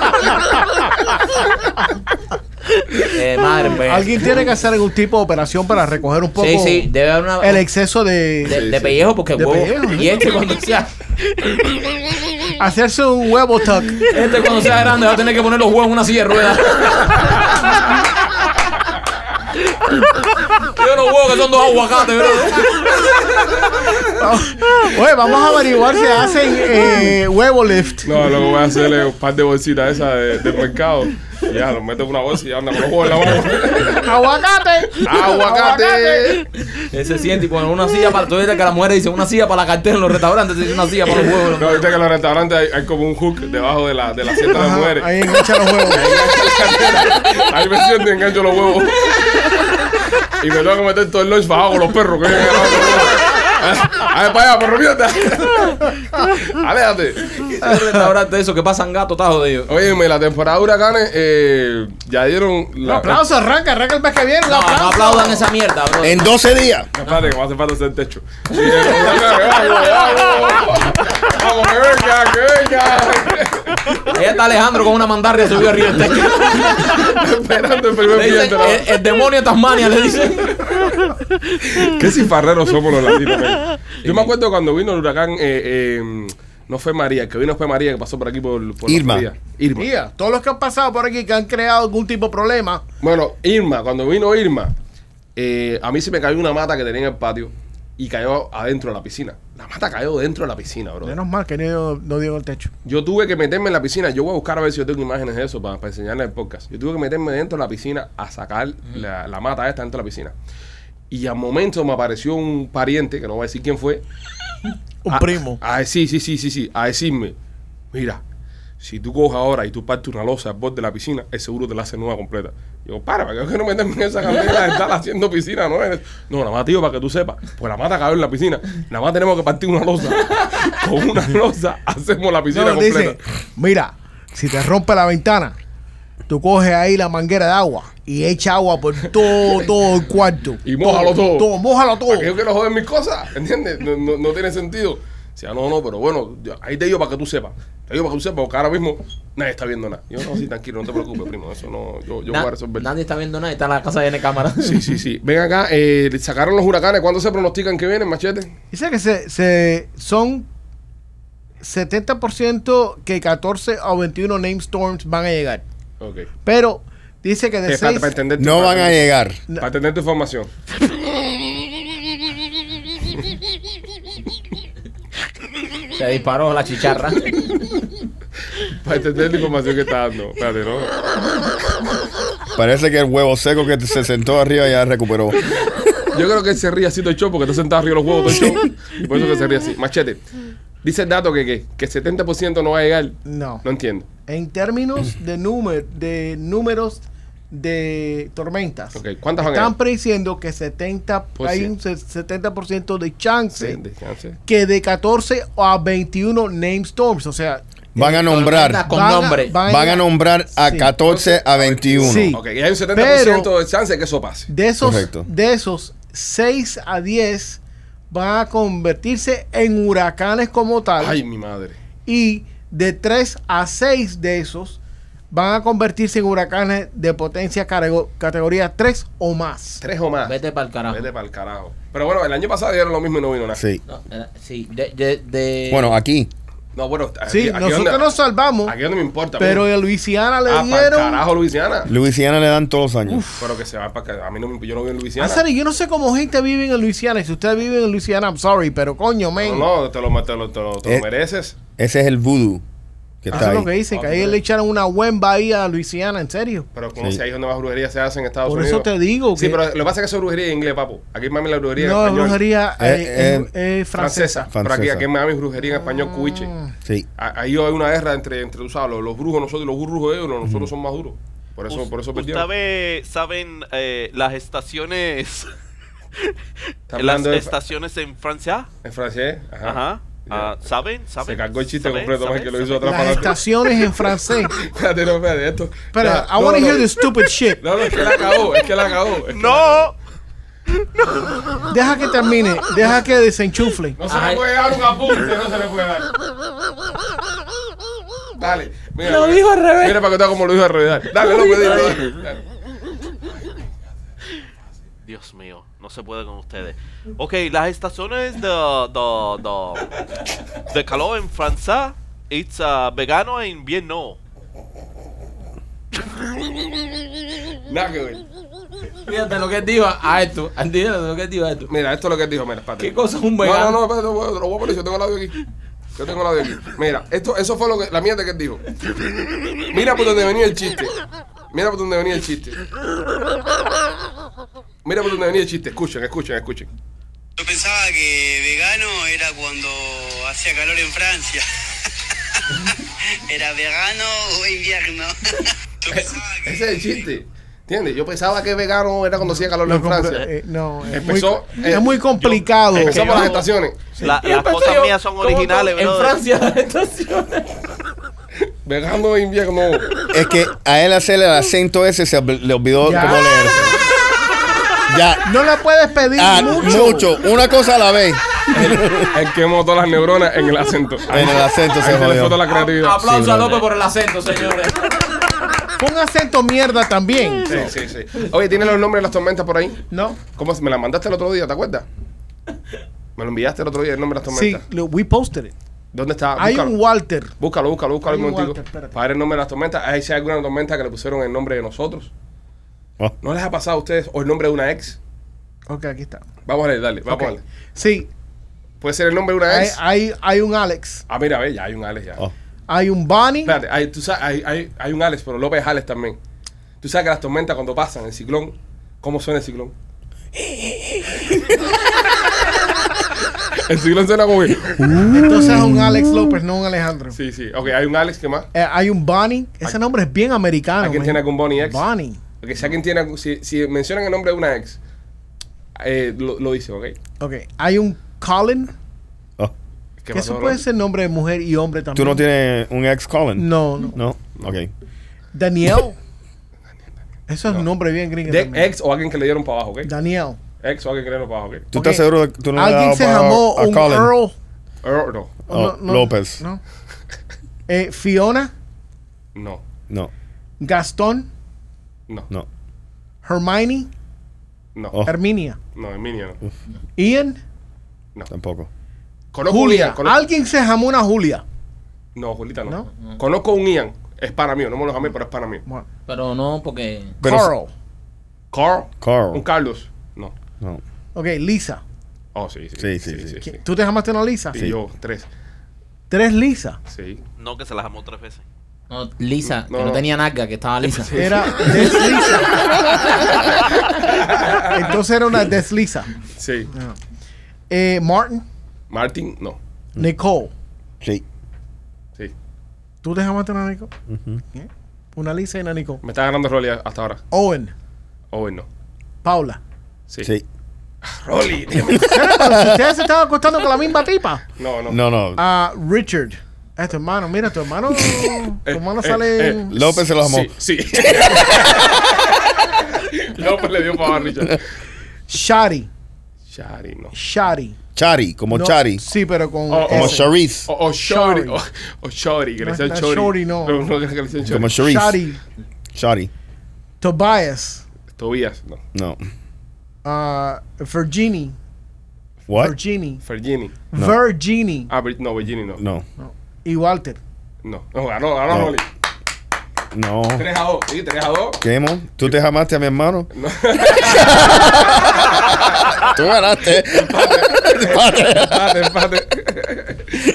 Speaker 2: eh, madre, pues.
Speaker 3: Alguien tiene que hacer algún tipo de operación para recoger un poco
Speaker 2: Sí, sí, debe haber una.
Speaker 3: el exceso
Speaker 2: de,
Speaker 3: de,
Speaker 1: Sí,
Speaker 2: de
Speaker 1: sí.
Speaker 2: pellejo porque
Speaker 3: De
Speaker 2: huevo.
Speaker 3: pellejo.
Speaker 2: Y este cuando sea.
Speaker 3: hacerse un huevo tuck.
Speaker 2: Este cuando sea grande va a tener que poner los huevos en una silla de ruedas. Yo no huevos que son dos aguacates, bro.
Speaker 3: Oye, vamos a averiguar si hacen eh, huevo lift.
Speaker 1: No, lo que voy a hacer es un par de bolsitas esas de, del mercado. Y Ya, lo meto en una bolsa y anda con los huevos en la mano.
Speaker 3: ¡Aguacate!
Speaker 1: ¡Aguacate!
Speaker 2: Él se siente y pone una silla para. Tú ves que la mujer dice una silla para la cartera en los restaurantes, dice una silla para los huevos.
Speaker 1: No, viste que en los restaurantes hay, hay como un hook debajo de la, de la siesta de mujeres.
Speaker 3: Ahí engancha los huevos.
Speaker 1: Ahí me siento y engancho los huevos. Y me tengo que meter todo el lunch bajado con los perros. Que a ver, para allá, perro mierda. Aléjate.
Speaker 2: Los restaurantes esos que pasan gato, está jodido.
Speaker 1: Óyeme, la temporada de huracanes eh, ya dieron
Speaker 3: Un
Speaker 1: la.
Speaker 3: aplauso, arranca, arranca el mes que viene. Un
Speaker 2: No, no
Speaker 3: aplauso.
Speaker 2: aplaudan esa mierda, bro.
Speaker 4: En 12 días.
Speaker 1: Espérate, que me hace falta hacer techo. Sí, eh, vamos, vamos, vamos, que venga, que
Speaker 2: Ahí está Alejandro con una mandarria subió arriba del techo.
Speaker 1: venga. Esperando el
Speaker 2: Le
Speaker 1: primer
Speaker 2: dicen,
Speaker 1: viento.
Speaker 2: el, el demonio de Tasmania le dicen.
Speaker 1: Qué cifarreros somos los latinos. men. Yo me acuerdo cuando vino el huracán, eh, eh, no fue María, el que vino fue María, que pasó por aquí por, por
Speaker 4: Irma.
Speaker 1: la Florida. Irma.
Speaker 3: Mira, todos los que han pasado por aquí que han creado algún tipo de problema.
Speaker 1: Bueno, Irma, cuando vino Irma, eh, a mí se me cayó una mata que tenía en el patio y cayó adentro de la piscina. La mata cayó dentro de la piscina, bro.
Speaker 3: Menos mal que no, no dio en el techo.
Speaker 1: Yo tuve que meterme en la piscina. Yo voy a buscar a ver si yo tengo imágenes de eso para, para enseñarle el podcast. Yo tuve que meterme dentro de la piscina a sacar la, la mata esta dentro de la piscina. Y al momento me apareció un pariente, que no voy a decir quién fue,
Speaker 3: Un
Speaker 1: a-
Speaker 3: primo.
Speaker 1: A, decir, Ah, sí, sí, sí, sí, a decirme, mira, si tú coges ahora y tú partes una losa al borde de la piscina, el seguro te la hace nueva completa. Y Yo, para, ¿para qué no meterme en esa candela de estar haciendo piscina? No, eres? no, nada más, tío, para que tú sepas, pues la mata cayó en la piscina, nada más tenemos que partir una losa. Con una losa hacemos la piscina
Speaker 3: No,
Speaker 1: completa.
Speaker 3: dice, mira, si te rompe la ventana, tú coges ahí la manguera de agua y echa agua por todo, todo el cuarto.
Speaker 1: Y mójalo todo.
Speaker 3: Todo, mójalo todo.
Speaker 1: ¿Para qué yo quiero joder mis cosas? ¿Entiendes? No, no- no tiene sentido. O sea, no, no, pero bueno, yo- ahí te digo para que tú sepas. Te digo para que tú sepas, porque ahora mismo nadie está viendo nada. Yo, no, sí, tranquilo, no te preocupes, primo. Eso no, yo, yo
Speaker 2: Na-
Speaker 1: voy a resolver.
Speaker 2: nadie está viendo nada, está en la casa llena de cámara.
Speaker 1: Sí, sí, sí. Ven acá, eh, sacaron los huracanes. ¿Cuándo se pronostican que vienen, machete?
Speaker 3: Dice que se, se- son 70% que 14 a 21 name storms van a llegar.
Speaker 1: Ok. Eh,
Speaker 3: Pero dice que de
Speaker 1: espérate,
Speaker 3: seis-
Speaker 1: para entender tu-
Speaker 4: No van a llegar.
Speaker 1: Para entender tu información.
Speaker 2: Se disparó la chicharra.
Speaker 1: Para entender la información que está dando. Espérate, ¿no?
Speaker 4: Parece que el huevo seco que se sentó arriba ya recuperó.
Speaker 1: Yo creo que él se ríe así todo el show porque está sentado arriba de los huevos todo el show. Y por eso que se ríe así. Machete, dice el dato que, que, que 70% no va a llegar.
Speaker 3: No.
Speaker 1: No entiendo.
Speaker 3: En
Speaker 1: Mm.
Speaker 3: términos de, número de números de tormentas.
Speaker 1: Ok, ¿cuántas van a
Speaker 3: Están
Speaker 1: llegar?
Speaker 3: prediciendo que 70,
Speaker 1: Por
Speaker 3: hay
Speaker 1: cien.
Speaker 3: un se- 70% de chance
Speaker 1: Sí, descanse.
Speaker 3: que de 14 a 21 name storms, o sea,
Speaker 4: Van a nombrar.
Speaker 2: Con
Speaker 3: van a-
Speaker 2: nombre.
Speaker 3: van a
Speaker 4: Van a
Speaker 3: llegar-
Speaker 4: nombrar a
Speaker 3: Sí.
Speaker 4: 14 a 21.
Speaker 3: Sí.
Speaker 1: Ok, y hay un 70%
Speaker 3: Pero-
Speaker 1: de chance de que eso pase.
Speaker 3: De esos,
Speaker 4: Correcto.
Speaker 3: de esos 6 a 10 van a convertirse en huracanes como tal
Speaker 1: Ay, mi madre.
Speaker 3: y de 3 a 6 de esos van a convertirse en huracanes de potencia cargo- categoría 3 o más.
Speaker 1: Tres o más.
Speaker 2: Vete para el carajo.
Speaker 1: Vete para el carajo. Pero bueno, el año pasado dieron lo mismo y no vino nada.
Speaker 4: Sí.
Speaker 2: No, eh, sí, de, de, de-
Speaker 4: Bueno, aquí.
Speaker 1: No, bueno, aquí,
Speaker 3: Sí,
Speaker 1: aquí
Speaker 3: nosotros
Speaker 1: donde-
Speaker 3: nos salvamos,
Speaker 1: Aquí donde me importa.
Speaker 3: pero
Speaker 1: mira.
Speaker 3: a Luisiana le
Speaker 1: Ah, pa'l
Speaker 3: dieron...
Speaker 1: carajo, Luisiana.
Speaker 4: Luisiana le dan todos los años.
Speaker 1: Pero que se va para acá. A mí no me yo no vivo en Luisiana.
Speaker 3: Azari, yo no sé cómo gente vive en Luisiana. Y si usted vive en Luisiana, I'm sorry, pero coño,
Speaker 1: No,
Speaker 3: man.
Speaker 1: no, te lo, te lo, te lo, te lo
Speaker 4: Eh,
Speaker 1: mereces.
Speaker 4: Ese es el voodoo que
Speaker 3: Eso
Speaker 4: está
Speaker 3: es
Speaker 4: ahí.
Speaker 3: lo que dicen, que
Speaker 1: Ah,
Speaker 3: ahí
Speaker 1: pero-
Speaker 3: le echaron una buena bahía a Luisiana, en serio.
Speaker 1: Pero como
Speaker 4: Sí.
Speaker 1: si ahí es donde más brujería se hace en Estados
Speaker 3: Por
Speaker 1: Unidos.
Speaker 3: eso te digo
Speaker 1: Sí,
Speaker 3: que-
Speaker 1: pero lo que pasa es que eso es brujería en inglés, papo. Aquí en Miami la brujería
Speaker 3: No,
Speaker 1: en
Speaker 3: es
Speaker 1: español.
Speaker 3: brujería
Speaker 4: Eh,
Speaker 3: eh,
Speaker 4: eh,
Speaker 3: eh, eh, francesa. Ah.
Speaker 1: francesa. Pero aquí,
Speaker 4: Francesa.
Speaker 1: aquí en Miami es brujería en español cuiche.
Speaker 4: Sí.
Speaker 1: A- Ahí hay una guerra entre, entre tú sabes, los, los brujos nosotros y los brujos ellos. los-
Speaker 3: Mm.
Speaker 1: Nosotros somos más duros. Por eso, por eso perdieron.
Speaker 5: Ustedes saben eh, las estaciones. eh,
Speaker 1: Está
Speaker 5: las
Speaker 1: hablando de-
Speaker 5: estaciones en Francia.
Speaker 1: en francés. Ajá.
Speaker 5: Ajá.
Speaker 1: Ya.
Speaker 5: Ah, ¿Saben? ¿Saben?
Speaker 1: Se cargó el chiste
Speaker 5: ¿Saben?
Speaker 1: completo, más
Speaker 5: ¿Saben?
Speaker 1: que lo hizo
Speaker 5: ¿Saben?
Speaker 1: otra
Speaker 3: Las
Speaker 1: palabra.
Speaker 3: estaciones en francés.
Speaker 1: Espérate, no, espérate, esto.
Speaker 3: Pero,
Speaker 1: Ya,
Speaker 3: I
Speaker 1: no,
Speaker 3: want to
Speaker 1: no,
Speaker 3: hear this stupid shit.
Speaker 1: No, no, es que la acabó, es que la acabó. es que la-
Speaker 5: ¡No!
Speaker 3: Deja que termine, deja que desenchufle.
Speaker 1: No se le
Speaker 2: Ay.
Speaker 1: puede dar un apunte, no se le puede dar. Dale, mira.
Speaker 2: Lo
Speaker 1: mira.
Speaker 2: dijo al revés.
Speaker 1: Mira para que tú hagas como lo dijo al revés. Dale, Dale, López, dilo, dale. dale.
Speaker 5: Dios mío, no se puede con ustedes. Ok, las estaciones de, de, de, de calor en Francia, it's uh, vegano en invierno.
Speaker 1: Nada que ver.
Speaker 2: Fíjate lo que él dijo a esto. Fíjate lo que él dijo a esto.
Speaker 1: Mira, esto es lo que él dijo, mira, espérate.
Speaker 2: ¿Qué cosa es un
Speaker 1: No, no,
Speaker 2: vegano?
Speaker 1: no, espérate, no, puedo, te lo voy a poner, yo tengo el audio aquí. Yo tengo el audio aquí. Mira, esto, eso fue lo que, la mierda que él dijo. Mira por donde venía el chiste. Mira por donde venía el chiste. Mira por donde venía el chiste. Escuchen, escuchen, escuchen.
Speaker 6: Yo pensaba que vegano era cuando hacía calor en Francia. era verano o invierno. Yo pensaba que-
Speaker 1: Ese es el chiste. ¿Entiendes? Yo pensaba que vegano era cuando hacía calor en Francia.
Speaker 3: Eh, no, es,
Speaker 1: Empezó,
Speaker 3: muy,
Speaker 1: eh,
Speaker 3: es muy complicado.
Speaker 1: Empezó por
Speaker 5: yo-
Speaker 1: las estaciones.
Speaker 5: La-
Speaker 2: Y
Speaker 5: las
Speaker 2: empecé
Speaker 5: cosas
Speaker 2: yo,
Speaker 5: mías son
Speaker 2: como
Speaker 5: originales,
Speaker 2: todo, En
Speaker 5: brother.
Speaker 2: Francia, las estaciones.
Speaker 1: Vegano de invierno.
Speaker 4: Es que a él hacerle el acento ese se ob- le olvidó
Speaker 3: Ya.
Speaker 4: cómo leer. Ya.
Speaker 3: No la puedes pedir
Speaker 4: Ah,
Speaker 3: mucho.
Speaker 4: mucho. Una cosa a la vez.
Speaker 1: El que mató las neuronas en el acento.
Speaker 4: En el acento se
Speaker 1: Ahí se le
Speaker 4: jodió.
Speaker 1: explota la creatividad.
Speaker 2: Aplauso
Speaker 4: Sí,
Speaker 2: a
Speaker 4: brother.
Speaker 2: López por el acento, señores.
Speaker 3: Pon acento mierda también.
Speaker 1: Sí, sí, sí. Oye, ¿tienes los nombres de las tormentas por ahí?
Speaker 3: No.
Speaker 1: ¿Cómo se- me la mandaste el otro día, te acuerdas? Me lo enviaste el otro día el nombre de las
Speaker 3: Sí,
Speaker 1: tormentas.
Speaker 3: lo- we posted it.
Speaker 1: ¿Dónde está?
Speaker 3: Hay
Speaker 1: Búscalo.
Speaker 3: un Walter.
Speaker 1: Búscalo, búscalo, búscalo
Speaker 3: Hay
Speaker 1: un
Speaker 3: un
Speaker 1: momentico.
Speaker 3: Walter, espérate.
Speaker 1: para ver el nombre de las tormentas. Ahí si hay alguna tormenta que le pusieron el nombre de nosotros.
Speaker 4: Oh.
Speaker 1: ¿No les ha pasado a ustedes o el nombre de una ex?
Speaker 3: Ok, aquí está.
Speaker 1: Vamos a leer, dale, vamos
Speaker 3: Ok.
Speaker 1: a leer.
Speaker 3: Sí,
Speaker 1: ¿Puede ser el nombre de una
Speaker 3: hay,
Speaker 1: ex?
Speaker 3: hay, hay un Alex.
Speaker 1: Ah, mira, ve, ya hay un Alex ya.
Speaker 4: Oh.
Speaker 3: Hay un Bunny.
Speaker 1: Espérate, hay, tú sabes, hay, hay- hay un Alex, pero López es Alex también. Tú sabes que las tormentas cuando pasan, el ciclón, ¿cómo suena el ciclón? el ciclón suena como... que-
Speaker 3: Entonces es un Alex López, no un Alejandro.
Speaker 1: Mm. Sí, sí. Ok, hay un Alex, ¿qué más?
Speaker 3: Eh, hay un Bunny. Ese nombre es bien americano.
Speaker 1: ¿Alguien
Speaker 3: man.
Speaker 1: tiene algún Bonnie ex?
Speaker 3: Bunny.
Speaker 1: Ok, si alguien tiene... algún- Si, si mencionan el nombre de una ex, eh, lo, lo dicen, ¿ok?
Speaker 3: Ok, hay un Colin.
Speaker 4: Oh.
Speaker 1: ¿Qué
Speaker 3: Que
Speaker 1: pasó,
Speaker 3: eso
Speaker 1: bro?
Speaker 3: puede ser nombre de mujer y hombre también.
Speaker 4: ¿Tú no tienes un ex Colin?
Speaker 3: No, no.
Speaker 4: No. Ok.
Speaker 3: Daniel. Eso es un nombre bien gringo.
Speaker 1: De
Speaker 3: también.
Speaker 1: ex o alguien que le dieron para abajo, ¿ok?
Speaker 3: Daniel.
Speaker 1: Ex o alguien que le dieron para abajo, ¿ok?
Speaker 4: ¿Tú
Speaker 3: Ok.
Speaker 4: estás seguro de que tú no le has
Speaker 3: Alguien
Speaker 4: dado
Speaker 3: se
Speaker 4: para-
Speaker 3: llamó
Speaker 4: a
Speaker 3: un
Speaker 4: Colin?
Speaker 3: Earl.
Speaker 1: Er, no.
Speaker 4: Oh,
Speaker 3: No, no,
Speaker 4: López. No.
Speaker 3: no. Eh, Fiona,
Speaker 1: No.
Speaker 4: no.
Speaker 3: Gastón,
Speaker 1: No.
Speaker 3: Hermione,
Speaker 1: No.
Speaker 4: Oh.
Speaker 3: Herminia,
Speaker 1: No, Emilia no.
Speaker 3: Ian,
Speaker 4: Tampoco.
Speaker 1: Conozco un
Speaker 3: Julia. Ah,
Speaker 1: Ian, conozco-
Speaker 3: Alguien se llamó una Julia.
Speaker 1: No, Julita no.
Speaker 2: Mm.
Speaker 1: Conozco un Ian. Es para mío. No me lo llamé, pero es para mío.
Speaker 3: Bueno,
Speaker 2: Pero no, porque.
Speaker 4: Pero-
Speaker 3: Carl.
Speaker 1: Carl. Un
Speaker 4: Carl.
Speaker 1: Carlos. No.
Speaker 4: No.
Speaker 3: Ok, Lisa.
Speaker 1: Oh, sí, sí.
Speaker 4: Sí, sí, sí.
Speaker 1: sí.
Speaker 3: ¿Tú ah, te llamaste una Lisa?
Speaker 1: Y yo, tres.
Speaker 3: Tres Lisa.
Speaker 1: Sí.
Speaker 5: No, que se las amó tres veces.
Speaker 2: No, Lisa,
Speaker 1: No,
Speaker 2: Ah, que no
Speaker 1: no.
Speaker 2: tenía nalga, que estaba lisa.
Speaker 3: Era desliza. Entonces era una desliza.
Speaker 1: Sí.
Speaker 3: Eh, Martin,
Speaker 4: Mm.
Speaker 1: Martin, no.
Speaker 3: Nicole.
Speaker 4: Sí.
Speaker 1: Sí.
Speaker 3: ¿Tú te llamaste una Nicole? Bien. Una Lisa y una Nicole.
Speaker 1: Me está ganando Rolly hasta ahora.
Speaker 3: Owen,
Speaker 1: Owen no.
Speaker 3: Paula.
Speaker 1: Sí.
Speaker 4: Sí.
Speaker 1: Rolly, dígame.
Speaker 3: ¿Ustedes se estaban acostando con la misma tipa?
Speaker 1: No, no.
Speaker 4: No, no.
Speaker 3: Ah, Richard. Es tu hermano. Mira, tu hermano. Tu hermano sale.
Speaker 1: eh,
Speaker 4: López se lo llamó.
Speaker 1: Sí, sí. López le dio para abajo a Richard.
Speaker 3: Shari.
Speaker 1: Shari, no.
Speaker 3: Shari.
Speaker 4: Chari, como
Speaker 3: No,
Speaker 4: Chari.
Speaker 3: Sí, pero con.
Speaker 1: Oh,
Speaker 4: Como
Speaker 1: ese.
Speaker 4: Sharice.
Speaker 1: O, o Shori.
Speaker 3: Shari.
Speaker 1: O, o Shori, que le
Speaker 3: No
Speaker 1: decían
Speaker 3: está
Speaker 1: Shori.
Speaker 3: Shori, no.
Speaker 1: No, no, que le decían
Speaker 4: Como
Speaker 1: Shori.
Speaker 4: Sharice. Chari.
Speaker 3: Shari. Tobias.
Speaker 1: Tobías, no.
Speaker 4: No.
Speaker 3: ah, Virginie.
Speaker 4: What?
Speaker 3: Virginie.
Speaker 1: Fergini.
Speaker 4: No.
Speaker 3: Virginie.
Speaker 1: Ah, Vir- no, Virginie no.
Speaker 4: No.
Speaker 3: y Walter.
Speaker 1: No, no, ganó, ganó
Speaker 4: No.
Speaker 1: Rolly.
Speaker 4: No.
Speaker 1: 3 a 2, sí, 3 a 2.
Speaker 4: Kemo, tú te jamaste a mi hermano. tú ganaste.
Speaker 1: Empate, empate.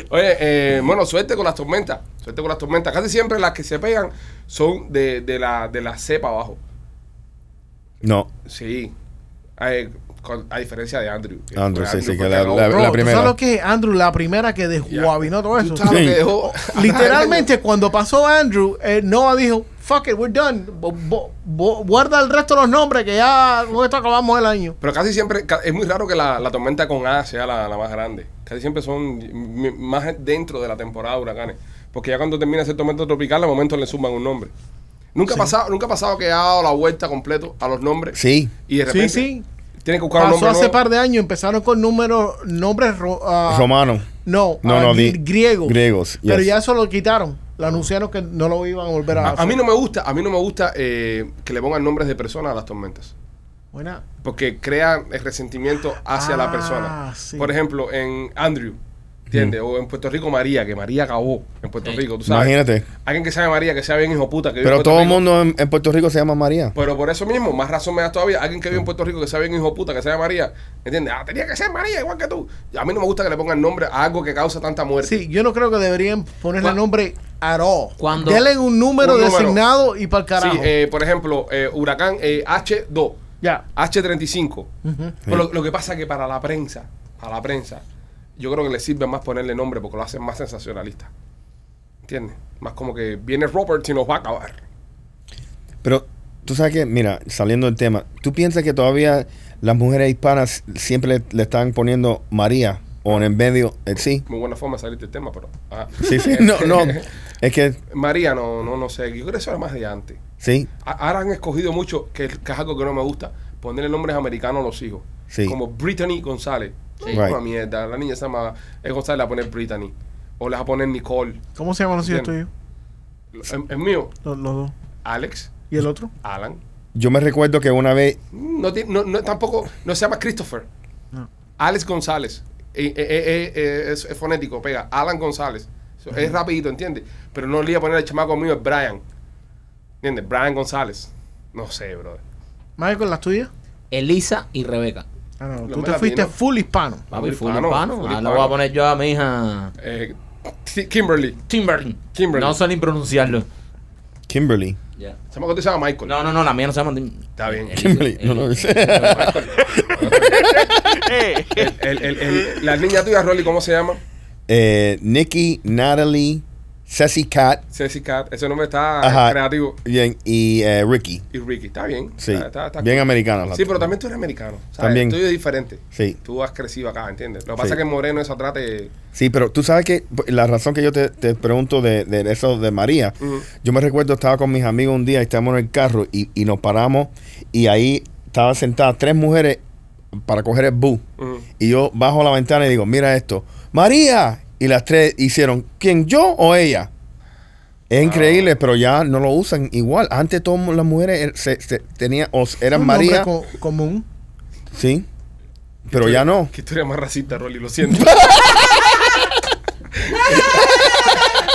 Speaker 1: Oye, eh, bueno, suerte con las tormentas. Suerte con las tormentas. Casi siempre las que se pegan son de, de la, de la cepa abajo.
Speaker 4: no.
Speaker 1: Sí. Ay, con- a diferencia de Andrew.
Speaker 4: Andrew, sí, sí,
Speaker 1: fue
Speaker 4: que la-
Speaker 1: cagado.
Speaker 4: la-
Speaker 1: Bro,
Speaker 3: Bro, ¿tú
Speaker 4: primera.
Speaker 3: ¿Sabes lo que es Andrew? La primera que desguabinó todo eso.
Speaker 1: ¿tú sabes lo que dejó?
Speaker 3: Literalmente, cuando pasó Andrew, eh, Noah dijo: Fuck it, we're done. Bo- bo- bo- guarda el resto de los nombres que ya con esto acabamos el año.
Speaker 1: Pero casi siempre, ca- es muy raro que la, la tormenta con A sea la, la más grande. Casi siempre son m- m- más dentro de la temporada de huracanes. Porque ya cuando termina ese tormenta tropical, al momento le suman un nombre. Nunca, ha pasado, nunca ha pasado que ha dado la vuelta completo a los nombres.
Speaker 4: Sí.
Speaker 1: Y de repente
Speaker 3: Sí, sí.
Speaker 1: tienen que buscar un
Speaker 3: Pasó
Speaker 1: nombre.
Speaker 3: hace
Speaker 1: nuevo.
Speaker 3: par de años, empezaron con números, nombres ro- ah,
Speaker 4: Romano.
Speaker 3: No,
Speaker 4: No,
Speaker 3: ah,
Speaker 4: no,
Speaker 3: gri-
Speaker 4: di-
Speaker 3: griegos.
Speaker 4: griegos,
Speaker 3: Pero
Speaker 4: yes. Ah,
Speaker 3: ya eso lo quitaron. Lo anunciaron que no lo iban a volver a.
Speaker 1: A, a mí no me gusta, a mí no me gusta eh, que le pongan nombres de personas a las tormentas.
Speaker 4: ah.
Speaker 3: Buena.
Speaker 1: porque crea el resentimiento hacia la
Speaker 3: Ah,
Speaker 1: persona.
Speaker 3: sí.
Speaker 1: Por ejemplo, en Andrew, ¿entiendes? O en Puerto Rico, María, que María acabó en Puerto
Speaker 2: Sí.
Speaker 1: Rico, tú sabes.
Speaker 4: Imagínate.
Speaker 1: Alguien que sabe María, que sea bien hijo puta, que vive en
Speaker 4: Pero
Speaker 1: Puerto
Speaker 4: todo el
Speaker 1: Rico.
Speaker 4: mundo en, en Puerto Rico se llama María.
Speaker 1: Pero por eso mismo, más razón me da todavía. Alguien que vive en Puerto Rico, que sea bien hijo puta, que sea María, ¿entiendes? Ah, tenía que ser María, igual que tú. A mí no me gusta que le pongan nombre a algo que causa tanta muerte.
Speaker 3: Sí, yo no creo que deberían ponerle
Speaker 2: Cu-
Speaker 3: nombre a all.
Speaker 2: Cuando-
Speaker 3: Denle un número
Speaker 1: Un número.
Speaker 3: designado y para el carajo.
Speaker 1: Sí, eh, por ejemplo, eh, huracán eh, H2.
Speaker 3: ya.
Speaker 1: H35. Pero
Speaker 4: Sí.
Speaker 1: lo, lo que pasa es que para la prensa, a la prensa, yo creo que le sirve más ponerle nombre porque lo hacen más sensacionalista. ¿Entiendes? Más como que viene Robert y nos va a acabar.
Speaker 4: Pero tú sabes que, mira, saliendo del tema, ¿tú piensas que todavía las mujeres hispanas siempre le, le están poniendo María o en el medio? eh, sí.
Speaker 1: Muy buena forma de salir del tema, pero. ajá.
Speaker 4: Sí, sí. No, no. Es que,
Speaker 1: María, no, no, no sé. Yo creo que eso era más de antes.
Speaker 4: sí.
Speaker 1: A- Ahora han escogido mucho, que, es- que es algo que no me gusta, ponerle nombres americanos a los hijos.
Speaker 4: Sí.
Speaker 1: Como Brittany González.
Speaker 4: Sí.
Speaker 1: Una
Speaker 4: Right.
Speaker 1: mierda. La niña se llama eh, González, la va a poner Brittany. O le va a poner Nicole.
Speaker 3: ¿Cómo se llaman los hijos
Speaker 1: Entiendo.
Speaker 3: tuyos?
Speaker 1: Es es mío,
Speaker 3: Los, los dos.
Speaker 1: Alex,
Speaker 3: ¿Y el otro?
Speaker 1: Alan.
Speaker 4: Yo me recuerdo que una vez
Speaker 1: No, ti- no, no, tampoco, no se llama Christopher.
Speaker 3: No.
Speaker 1: Alex González. Eh, eh, eh, eh, es, es fonético, pega. Alan González. So, Es rapidito, ¿entiendes? Pero no le iba a poner el chamaco mío, es Brian. ¿Entiendes? Brian González. No sé, brother.
Speaker 3: Michael, las tuyas.
Speaker 2: Elisa y Rebeca.
Speaker 3: Ah, no,
Speaker 1: Los
Speaker 3: tú te
Speaker 1: más
Speaker 3: fuiste
Speaker 1: latinos.
Speaker 3: full hispano.
Speaker 2: Papi,
Speaker 1: Full
Speaker 2: full
Speaker 1: hispano,
Speaker 2: hispano.
Speaker 1: full
Speaker 2: Ah, la
Speaker 1: hispano.
Speaker 2: voy a poner yo a mi hija
Speaker 1: Eh, T- Kimberly.
Speaker 2: Timberlin.
Speaker 1: Timberlin.
Speaker 2: No sé ni pronunciarlo.
Speaker 4: Kimberly.
Speaker 1: Se llama que se llama Michael.
Speaker 2: No, no, no, la mía no se llama Tim-
Speaker 1: Está bien.
Speaker 2: Elisa,
Speaker 4: Kimberly. No, no,
Speaker 5: Eh,
Speaker 1: El- el- el- la niña tuya, Rolly, ¿cómo se llama?
Speaker 4: Eh, Nikki, Natalie, Ceci Cat
Speaker 1: Ceci Cat. Ese nombre está eh,
Speaker 4: Ajá.
Speaker 1: creativo.
Speaker 4: bien, y eh, Ricky.
Speaker 1: Y Ricky. Está bien.
Speaker 4: Sí.
Speaker 1: Está- está- está
Speaker 4: bien
Speaker 1: cool.
Speaker 4: americana. la-
Speaker 1: Sí, pero también tú eres americano. ¿sabes?
Speaker 4: También.
Speaker 1: Tú eres diferente.
Speaker 4: Sí.
Speaker 1: Tú has crecido acá, ¿entiendes? Lo que pasa
Speaker 4: Sí.
Speaker 1: es que Moreno esa trate.
Speaker 4: Sí, pero tú sabes que p- la razón que yo te, te pregunto de, de eso de María,
Speaker 1: Ujú.
Speaker 4: yo me recuerdo estaba con mis amigos un día, estábamos en el carro y, y nos paramos y ahí estaban sentadas tres mujeres para coger el bus.
Speaker 1: ujú.
Speaker 4: Y yo bajo la ventana y digo, mira esto, María. Y las tres hicieron, ¿quién yo o ella? Es increíble, pero ya no lo usan igual. Antes todas las mujeres er- se, se- tenían, o s- eran
Speaker 3: Un nombre
Speaker 4: María.
Speaker 3: co- común.
Speaker 4: Sí. Pero ya no.
Speaker 1: Qué historia más racista, Rolly, lo siento.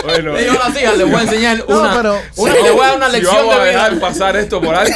Speaker 1: bueno,
Speaker 2: Le digo a las hijas, le voy a enseñar
Speaker 3: No,
Speaker 2: una.
Speaker 3: pero-
Speaker 2: una
Speaker 1: si
Speaker 2: le voy a
Speaker 1: vamos-
Speaker 2: dar una
Speaker 1: si
Speaker 2: lección
Speaker 1: vamos a
Speaker 2: de
Speaker 1: dejar
Speaker 2: vida.
Speaker 1: pasar esto por alto.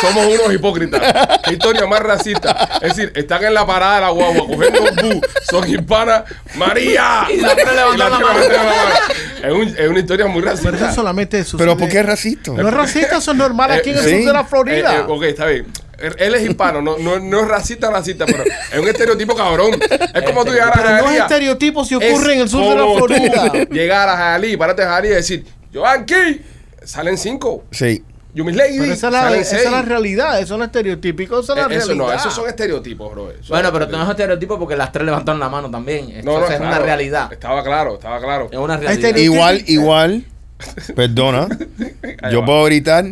Speaker 1: Somos unos hipócritas. Qué historia más racista. Es decir, están en la parada de la guagua cogiendo un bus. Son hispanas. ¡María!
Speaker 2: Y las tres levantan
Speaker 1: Y las
Speaker 2: la
Speaker 1: tres
Speaker 2: mano.
Speaker 1: levantan la mano. Es, un- es una historia muy
Speaker 3: Pero eso
Speaker 1: racista. Eh,
Speaker 3: solamente sucede.
Speaker 4: Pero ¿por qué es racista?
Speaker 3: No es racista, eso es normal aquí en el
Speaker 4: Eh, sí.
Speaker 3: sur de la
Speaker 1: Eh,
Speaker 3: Florida.
Speaker 1: eh, ok, está bien. Él- Él es hispano, no, no, no es racista, racista, pero es un estereotipo cabrón. Es como tú llegar a
Speaker 3: Pero no es
Speaker 1: Jayalía.
Speaker 3: estereotipo si
Speaker 1: Es
Speaker 3: ocurre en el sur de la
Speaker 1: como tú
Speaker 3: Florida.
Speaker 1: Llegar a Jalí, parate a Jalí y decir, yo aquí, salen cinco.
Speaker 4: Sí.
Speaker 1: Yo mis lady,
Speaker 3: Pero esa es, la,
Speaker 1: salen
Speaker 3: esa
Speaker 1: seis.
Speaker 3: es la realidad, eso no es estereotípico, esa es la
Speaker 1: Eh, eso
Speaker 3: realidad.
Speaker 1: no, esos son estereotipos, bro. Eso
Speaker 2: Bueno,
Speaker 1: es
Speaker 2: pero no es
Speaker 1: estereotipo.
Speaker 2: estereotipo porque las tres levantaron la mano también. Entonces
Speaker 1: No, no,
Speaker 2: es una
Speaker 1: claro.
Speaker 2: realidad. Eh,
Speaker 1: Estaba claro, estaba claro.
Speaker 2: Es una
Speaker 3: Este-
Speaker 2: realidad.
Speaker 4: Igual, igual. Perdona.
Speaker 1: Ahí
Speaker 4: Yo
Speaker 1: va.
Speaker 4: puedo gritar.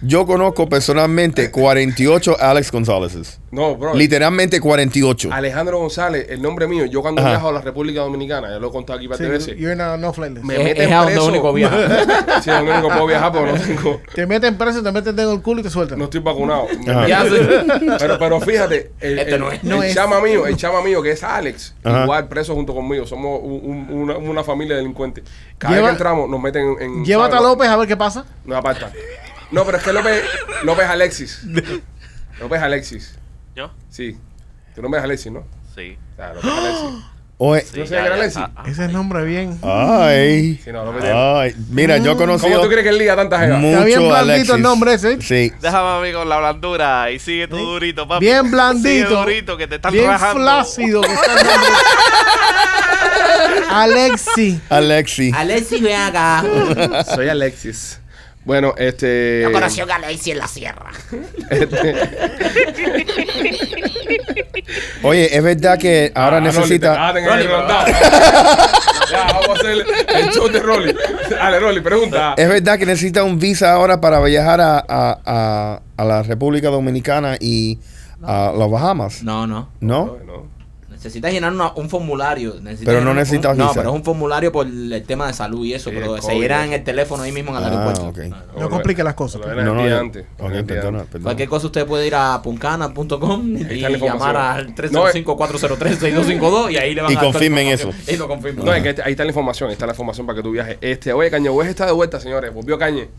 Speaker 4: Yo conozco personalmente 48 Alex González.
Speaker 1: No, bro.
Speaker 4: Literalmente 48.
Speaker 1: Alejandro González, el nombre mío, yo cuando
Speaker 4: Ajá.
Speaker 1: viajo a la República Dominicana, ya lo he contado aquí varias
Speaker 3: Sí,
Speaker 1: veces,
Speaker 3: you're not on flight list.
Speaker 1: me
Speaker 2: Es-
Speaker 1: meten
Speaker 2: es a donde
Speaker 1: preso.
Speaker 2: único viaja.
Speaker 1: sí, es donde único puedo viajar porque no tengo,
Speaker 3: Te meten preso, te meten en el culo y te sueltan.
Speaker 1: no estoy vacunado.
Speaker 4: Ajá.
Speaker 2: Ya sé.
Speaker 1: Pero, pero fíjate, el,
Speaker 2: Este
Speaker 1: el-
Speaker 2: no es.
Speaker 1: el
Speaker 3: No es.
Speaker 1: chama mío, el chama mío que es Alex,
Speaker 4: Ajá.
Speaker 1: igual preso junto conmigo, somos un- un- una, una familia delincuente. Cada
Speaker 3: Lleva-
Speaker 1: vez que entramos nos meten en... en-
Speaker 3: Llévate a
Speaker 1: ¿sabes?
Speaker 3: López a ver qué pasa.
Speaker 1: Nos apartan. No, pero es que López, López Alexis. López Alexis,
Speaker 5: ¿Yo?
Speaker 1: sí. Tu nombre es Alexis, ¿no?
Speaker 5: Sí.
Speaker 1: O sea, López Alexis.
Speaker 4: Oe-
Speaker 5: sí
Speaker 1: ¿No sé qué era Alexis?
Speaker 5: ah, ah.
Speaker 3: Ese es nombre bien.
Speaker 4: Ay.
Speaker 1: Sí, no, López
Speaker 4: Ay. Mira, Ah, yo conocí
Speaker 1: ¿Cómo tú crees que él liga tantas jevas?
Speaker 4: mucho
Speaker 3: Está bien blandito
Speaker 4: Alexis.
Speaker 3: el nombre ese, ¿eh?
Speaker 4: Sí.
Speaker 5: Déjame a mí con la blandura y sigue tú
Speaker 3: Sí.
Speaker 5: durito, papi.
Speaker 3: Bien blandito.
Speaker 5: Sigue durito, que te están
Speaker 3: bien
Speaker 5: rajando.
Speaker 3: flácido que está el nombre. Alexi.
Speaker 4: Alexi.
Speaker 2: Alexi, ven acá.
Speaker 1: Soy Alexis. Bueno, este.
Speaker 2: Yo conocí a un Alexi en la sierra.
Speaker 1: este-
Speaker 4: Oye, es verdad que ahora
Speaker 1: Ah, no,
Speaker 4: necesita.
Speaker 1: Ah, tengo que rondar. Ya, vamos a hacer el show de Rolly. Dale, Rolly, pregunta.
Speaker 4: Es verdad que necesita un visa ahora para viajar a, a, a, a la República Dominicana y a las Bahamas. No.
Speaker 2: No, no.
Speaker 1: No.
Speaker 2: Necesitas llenar una- un formulario. necesitas
Speaker 4: Pero no
Speaker 2: llenar un-
Speaker 4: necesitas
Speaker 2: No,
Speaker 4: visa.
Speaker 2: pero es un formulario por el tema de salud y eso.
Speaker 1: Sí,
Speaker 2: pero
Speaker 1: el
Speaker 2: se
Speaker 1: COVID,
Speaker 2: llena en
Speaker 1: eso.
Speaker 2: el teléfono ahí mismo en el
Speaker 4: Ah,
Speaker 2: aeropuerto.
Speaker 4: ok.
Speaker 2: No, no.
Speaker 3: No complique las cosas.
Speaker 1: Lo
Speaker 4: No,
Speaker 1: no,
Speaker 4: no, yo-
Speaker 1: antes.
Speaker 4: ok,
Speaker 1: el día
Speaker 4: perdona,
Speaker 1: antes.
Speaker 4: perdona.
Speaker 2: Cualquier cosa usted puede ir a puncana.com
Speaker 1: Ahí
Speaker 2: y
Speaker 1: está la información.
Speaker 2: llamar al
Speaker 1: No, eh.
Speaker 2: 305-403-6252 y ahí le van
Speaker 4: Y
Speaker 2: a dar toda la
Speaker 4: confirmen
Speaker 2: información.
Speaker 4: eso.
Speaker 2: Y lo confirman.
Speaker 1: No, es que este- ahí está la información, ahí está la información para que tú viajes. Este, oye, Cañe West está de vuelta, señores. Volvió Cañe.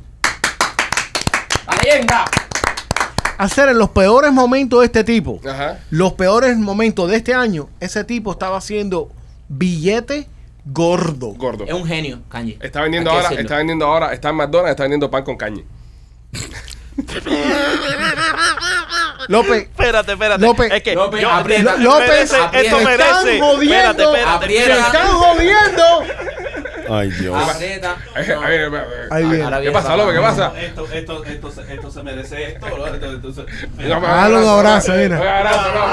Speaker 2: ¡La leyenda!
Speaker 3: Hacer en los peores momentos de este tipo.
Speaker 1: Ajá.
Speaker 3: Los peores momentos de este año, ese tipo estaba haciendo billete gordo.
Speaker 1: Gordo.
Speaker 2: Es un genio, Kanye.
Speaker 1: Está vendiendo
Speaker 2: Hay que
Speaker 1: ahora,
Speaker 2: decirlo.
Speaker 1: está vendiendo ahora, está en McDonald's, está vendiendo pan con caña.
Speaker 3: López,
Speaker 5: Espérate, espérate.
Speaker 3: López.
Speaker 5: Es que
Speaker 2: López,
Speaker 5: yo-
Speaker 2: aprieta.
Speaker 5: merece-
Speaker 3: López,
Speaker 5: esto
Speaker 2: aprieta.
Speaker 5: merece.
Speaker 3: Están jodiendo.
Speaker 5: Espérate, espérate.
Speaker 2: Aprieta.
Speaker 3: ¡me están jodiendo!
Speaker 4: Ay, Dios.
Speaker 1: Ah,
Speaker 2: Aprieta.
Speaker 1: Ahí
Speaker 2: No.
Speaker 1: viene, ahí viene.
Speaker 3: Ahí viene.
Speaker 2: Ahora
Speaker 1: ¿Qué
Speaker 2: viene
Speaker 1: pasa,
Speaker 2: papá.
Speaker 1: López? ¿Qué pasa?
Speaker 7: Esto, esto, esto, se- esto se merece esto, ¿no? Esto- esto se-
Speaker 1: No, me-
Speaker 3: Dale un abrazo,
Speaker 1: me-
Speaker 3: mira.
Speaker 1: Un abrazo, no,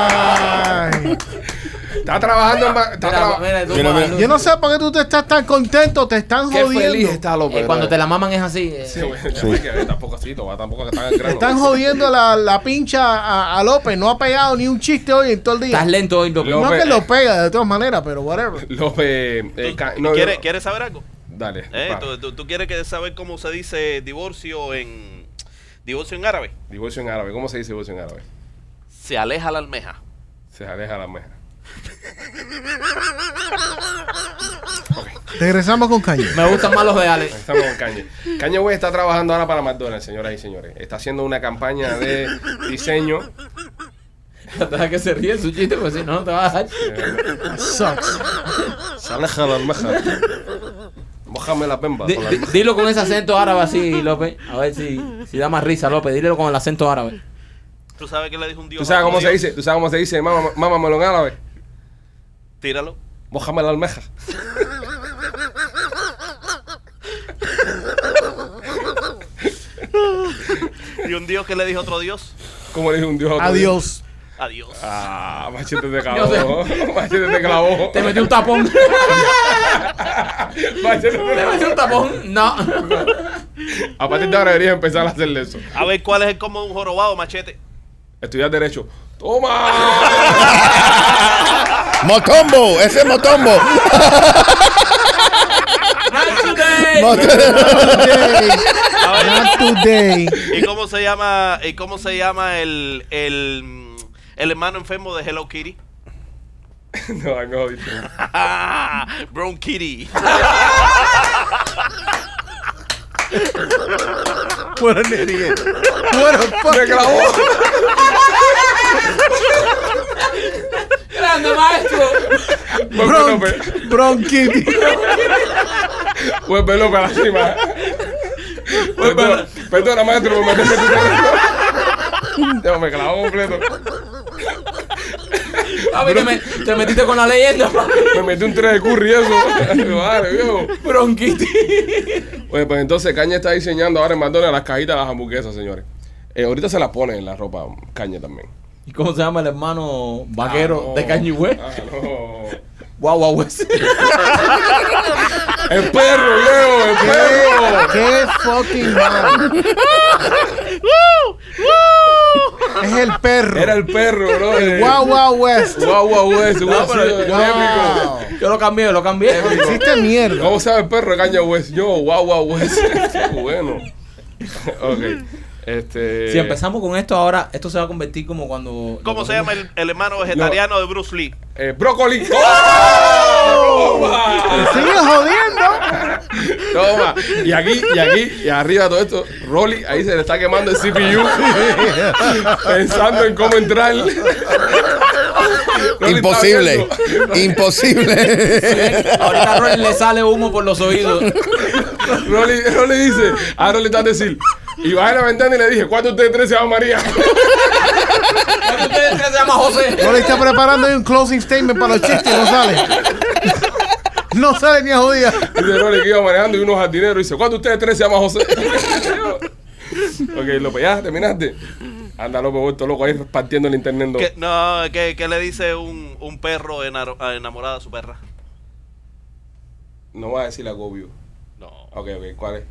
Speaker 3: Ay.
Speaker 1: me- Está trabajando en. ma- Está
Speaker 2: Mira,
Speaker 1: traba-
Speaker 2: mira, tú,
Speaker 4: Mira,
Speaker 2: Juan,
Speaker 4: mira.
Speaker 3: Yo no sé por qué tú te estás tan contento, te están
Speaker 1: Qué
Speaker 3: jodiendo.
Speaker 1: feliz está López.
Speaker 2: eh, cuando
Speaker 1: brother.
Speaker 2: te la maman es así. eh.
Speaker 1: Sí, güey, no hay que ver, Tampoco así, Toba, tampoco que están en grano.
Speaker 3: Están jodiendo la, la pincha a, a López. No ha pegado ni un chiste hoy en todo el día.
Speaker 2: Estás lento hoy, López.
Speaker 1: Lo-
Speaker 3: no
Speaker 1: López.
Speaker 3: que lo pega de todas maneras, pero whatever.
Speaker 1: López. eh, ca- no,
Speaker 5: ¿Quieres,
Speaker 1: no.
Speaker 5: quieres saber algo?
Speaker 1: Dale.
Speaker 5: ¿Eh?
Speaker 1: va.
Speaker 5: ¿Tú, tú, tú quieres que saber cómo se dice divorcio en divorcio en árabe?
Speaker 1: Divorcio en árabe. ¿Cómo se dice divorcio en árabe?
Speaker 5: Se aleja la almeja.
Speaker 1: Se aleja la meja.
Speaker 3: Regresamos con Caño.
Speaker 2: Me gustan más los de Alex.
Speaker 1: Estamos con Kanye. Kanye West está trabajando ahora para McDonald's, señoras y señores. Está haciendo una campaña de diseño.
Speaker 2: Hasta que se ríe su chiste, pues si no, no te vas a dar.
Speaker 3: Sucks.
Speaker 1: Se aleja la almeja. Mójame la pemba.
Speaker 2: Di-
Speaker 1: con la
Speaker 2: di-
Speaker 1: almeja.
Speaker 2: dilo con ese acento árabe así, López. A ver si, si da más risa, López. Dilo con el acento árabe.
Speaker 5: ¿Tú sabes qué le dijo un dios?
Speaker 1: ¿Tú
Speaker 5: a
Speaker 1: sabes
Speaker 5: otro
Speaker 1: cómo se
Speaker 5: dios?
Speaker 1: dice? ¿Tú sabes cómo se dice? Mamá, mamá melón árabe.
Speaker 5: Tíralo.
Speaker 1: Mójame la almeja.
Speaker 5: ¿Y un dios que le dijo a otro dios?
Speaker 1: Como le dijo un dios. a otro dios?
Speaker 3: Adiós.
Speaker 5: Adiós.
Speaker 1: Ah, machete te
Speaker 2: Yo sé.
Speaker 1: clavó. Machete te clavó.
Speaker 2: Te metí un tapón.
Speaker 1: Machete te
Speaker 2: Te metí un tapón. No.
Speaker 1: A partir de ahora deberías empezar a hacerle eso.
Speaker 5: A ver cuál es el como de un jorobado, machete.
Speaker 1: Estudiar Derecho. ¡Toma!
Speaker 4: Motombo, ese es Motombo.
Speaker 2: Not today.
Speaker 5: A ver,
Speaker 3: Not today.
Speaker 5: ¿Y cómo se llama, y cómo se llama el, el, mm, el hermano enfermo de Hello Kitty?
Speaker 1: no, no, viste.
Speaker 5: Ah, Brown Kitty.
Speaker 4: What an idiot.
Speaker 3: What a fuck.
Speaker 1: ¡Me clavó!
Speaker 2: Grande maestro.
Speaker 1: Vuelve López.
Speaker 3: Bron- Bronquiti.
Speaker 1: Vuelve López a Pues, la cima. Perdona, perdona, maestro, por meterme tu teléfono. Ya me clavó completo.
Speaker 2: Papi, te, me- te metiste con la leyenda, papi.
Speaker 1: Me metí un 3 de curry eso. Vale, viejo.
Speaker 2: Bronquitis.
Speaker 1: Oye, pues entonces Caña está diseñando ahora en McDonald's las cajitas de las hamburguesas, señores. Eh, ahorita se las pone en la ropa Caña también.
Speaker 2: ¿Y cómo se llama el hermano vaquero
Speaker 1: Ah, no.
Speaker 2: de Kanye West?
Speaker 1: Ah, no.
Speaker 2: Guau, guau, West.
Speaker 1: El perro, viejo, el perro.
Speaker 3: Qué fucking mal. Es el perro.
Speaker 1: Era el perro, bro. El
Speaker 3: Wow Wow West.
Speaker 1: Wow, wow, West. hubiera
Speaker 8: No, pero-
Speaker 1: sido épico.
Speaker 3: Wow.
Speaker 8: Yo lo cambié, lo cambié.
Speaker 3: Hiciste mierda.
Speaker 1: ¿Cómo sabe el perro de Caña West? Yo, wow, wow, West. Qué bueno. ok. Este.
Speaker 8: Si empezamos con esto ahora, esto se va a convertir como cuando.
Speaker 5: ¿Cómo se llama el, el hermano vegetariano de Bruce Lee?
Speaker 1: Eh, ¡Brócoli! ¡Toma!
Speaker 3: Sigue jodiendo.
Speaker 1: Toma. Y aquí, y aquí, y arriba todo esto. Rolly, ahí se le está quemando el CPU. pensando en cómo entrar. Rolly está
Speaker 4: Imposible.
Speaker 1: viendo.
Speaker 4: Imposible.
Speaker 8: Ahorita a Rolly le sale humo por los oídos.
Speaker 1: Rolly, Rolly dice, a Rolly está a decir. Y bajé la ventana y le dije, ¿cuánto ustedes tres se llama María?
Speaker 8: ¿Cuál de ustedes tres se llama José?
Speaker 3: No le está preparando ahí un closing statement para los chistes y no sale. No sale ni a jodida.
Speaker 1: Dice Rolly que iba manejando y unos jardineros dice, ¿cuánto ustedes tres se llama José? ok, López, ya terminaste. Anda, López, vuelto loco ahí partiendo el internet. en dos.
Speaker 5: ¿Qué, no, ¿qué, qué le dice un, un perro ena- enamorado de su perra?
Speaker 1: No va a decir agobio.
Speaker 5: No.
Speaker 1: Ok, ok, ¿cuál es?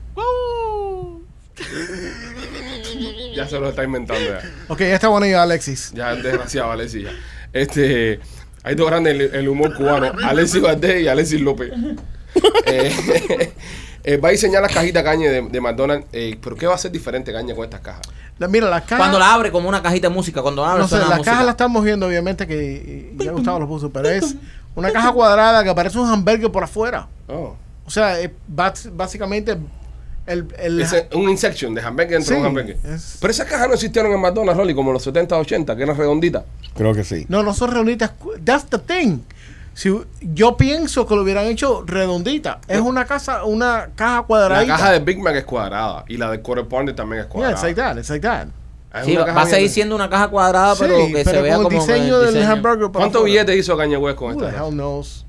Speaker 1: ya se lo está inventando ya.
Speaker 3: Ok, ya está bueno ya, Alexis.
Speaker 1: Ya, desgraciado, Alexis. ya. Este. Hay dos grandes en el, el humor cubano: Alexis Valdés y Alexis López. Eh, eh, va a diseñar las cajitas caña de, de McDonald's. eh, ¿Pero qué va a ser diferente caña con estas cajas?
Speaker 3: La- mira, las cajas.
Speaker 8: Cuando la abre como una cajita de música, cuando la abre
Speaker 3: no sé,
Speaker 8: suena
Speaker 3: las
Speaker 8: música.
Speaker 3: cajas las estamos viendo, obviamente, que y- y ya Gustavo lo puso, pero es una caja cuadrada que parece un hamburger por afuera.
Speaker 1: Oh.
Speaker 3: O sea, es bas- básicamente el. el
Speaker 1: Es un Inception de hamburger dentro de un
Speaker 3: Sí,
Speaker 1: hamburger.
Speaker 3: es-
Speaker 1: Pero esas cajas no existieron en McDonald's, Rolly, como en los 70, 80, que eran redonditas.
Speaker 4: Creo que sí.
Speaker 3: No, no son redonditas. That's the thing. Si, yo pienso que lo hubieran hecho redondita. Es una casa, una caja
Speaker 1: La
Speaker 3: cuadradita.
Speaker 1: caja de Big Mac es cuadrada y la de Quarter Pounder también es
Speaker 3: Yeah,
Speaker 1: cuadrada.
Speaker 3: it's like that, it's like that.
Speaker 1: Es
Speaker 8: Sí,
Speaker 1: una
Speaker 8: va
Speaker 1: caja
Speaker 8: va a seguir
Speaker 1: bien-
Speaker 8: siendo una caja cuadrada, Ah, pero
Speaker 3: sí,
Speaker 8: que se
Speaker 3: pero
Speaker 8: vea
Speaker 3: con
Speaker 8: como
Speaker 3: el diseño del hamburger. para
Speaker 1: ¿Cuántos
Speaker 3: afuera.
Speaker 1: billetes hizo Kanye West con
Speaker 3: Who
Speaker 1: esta
Speaker 3: the
Speaker 1: caja?
Speaker 3: hell knows?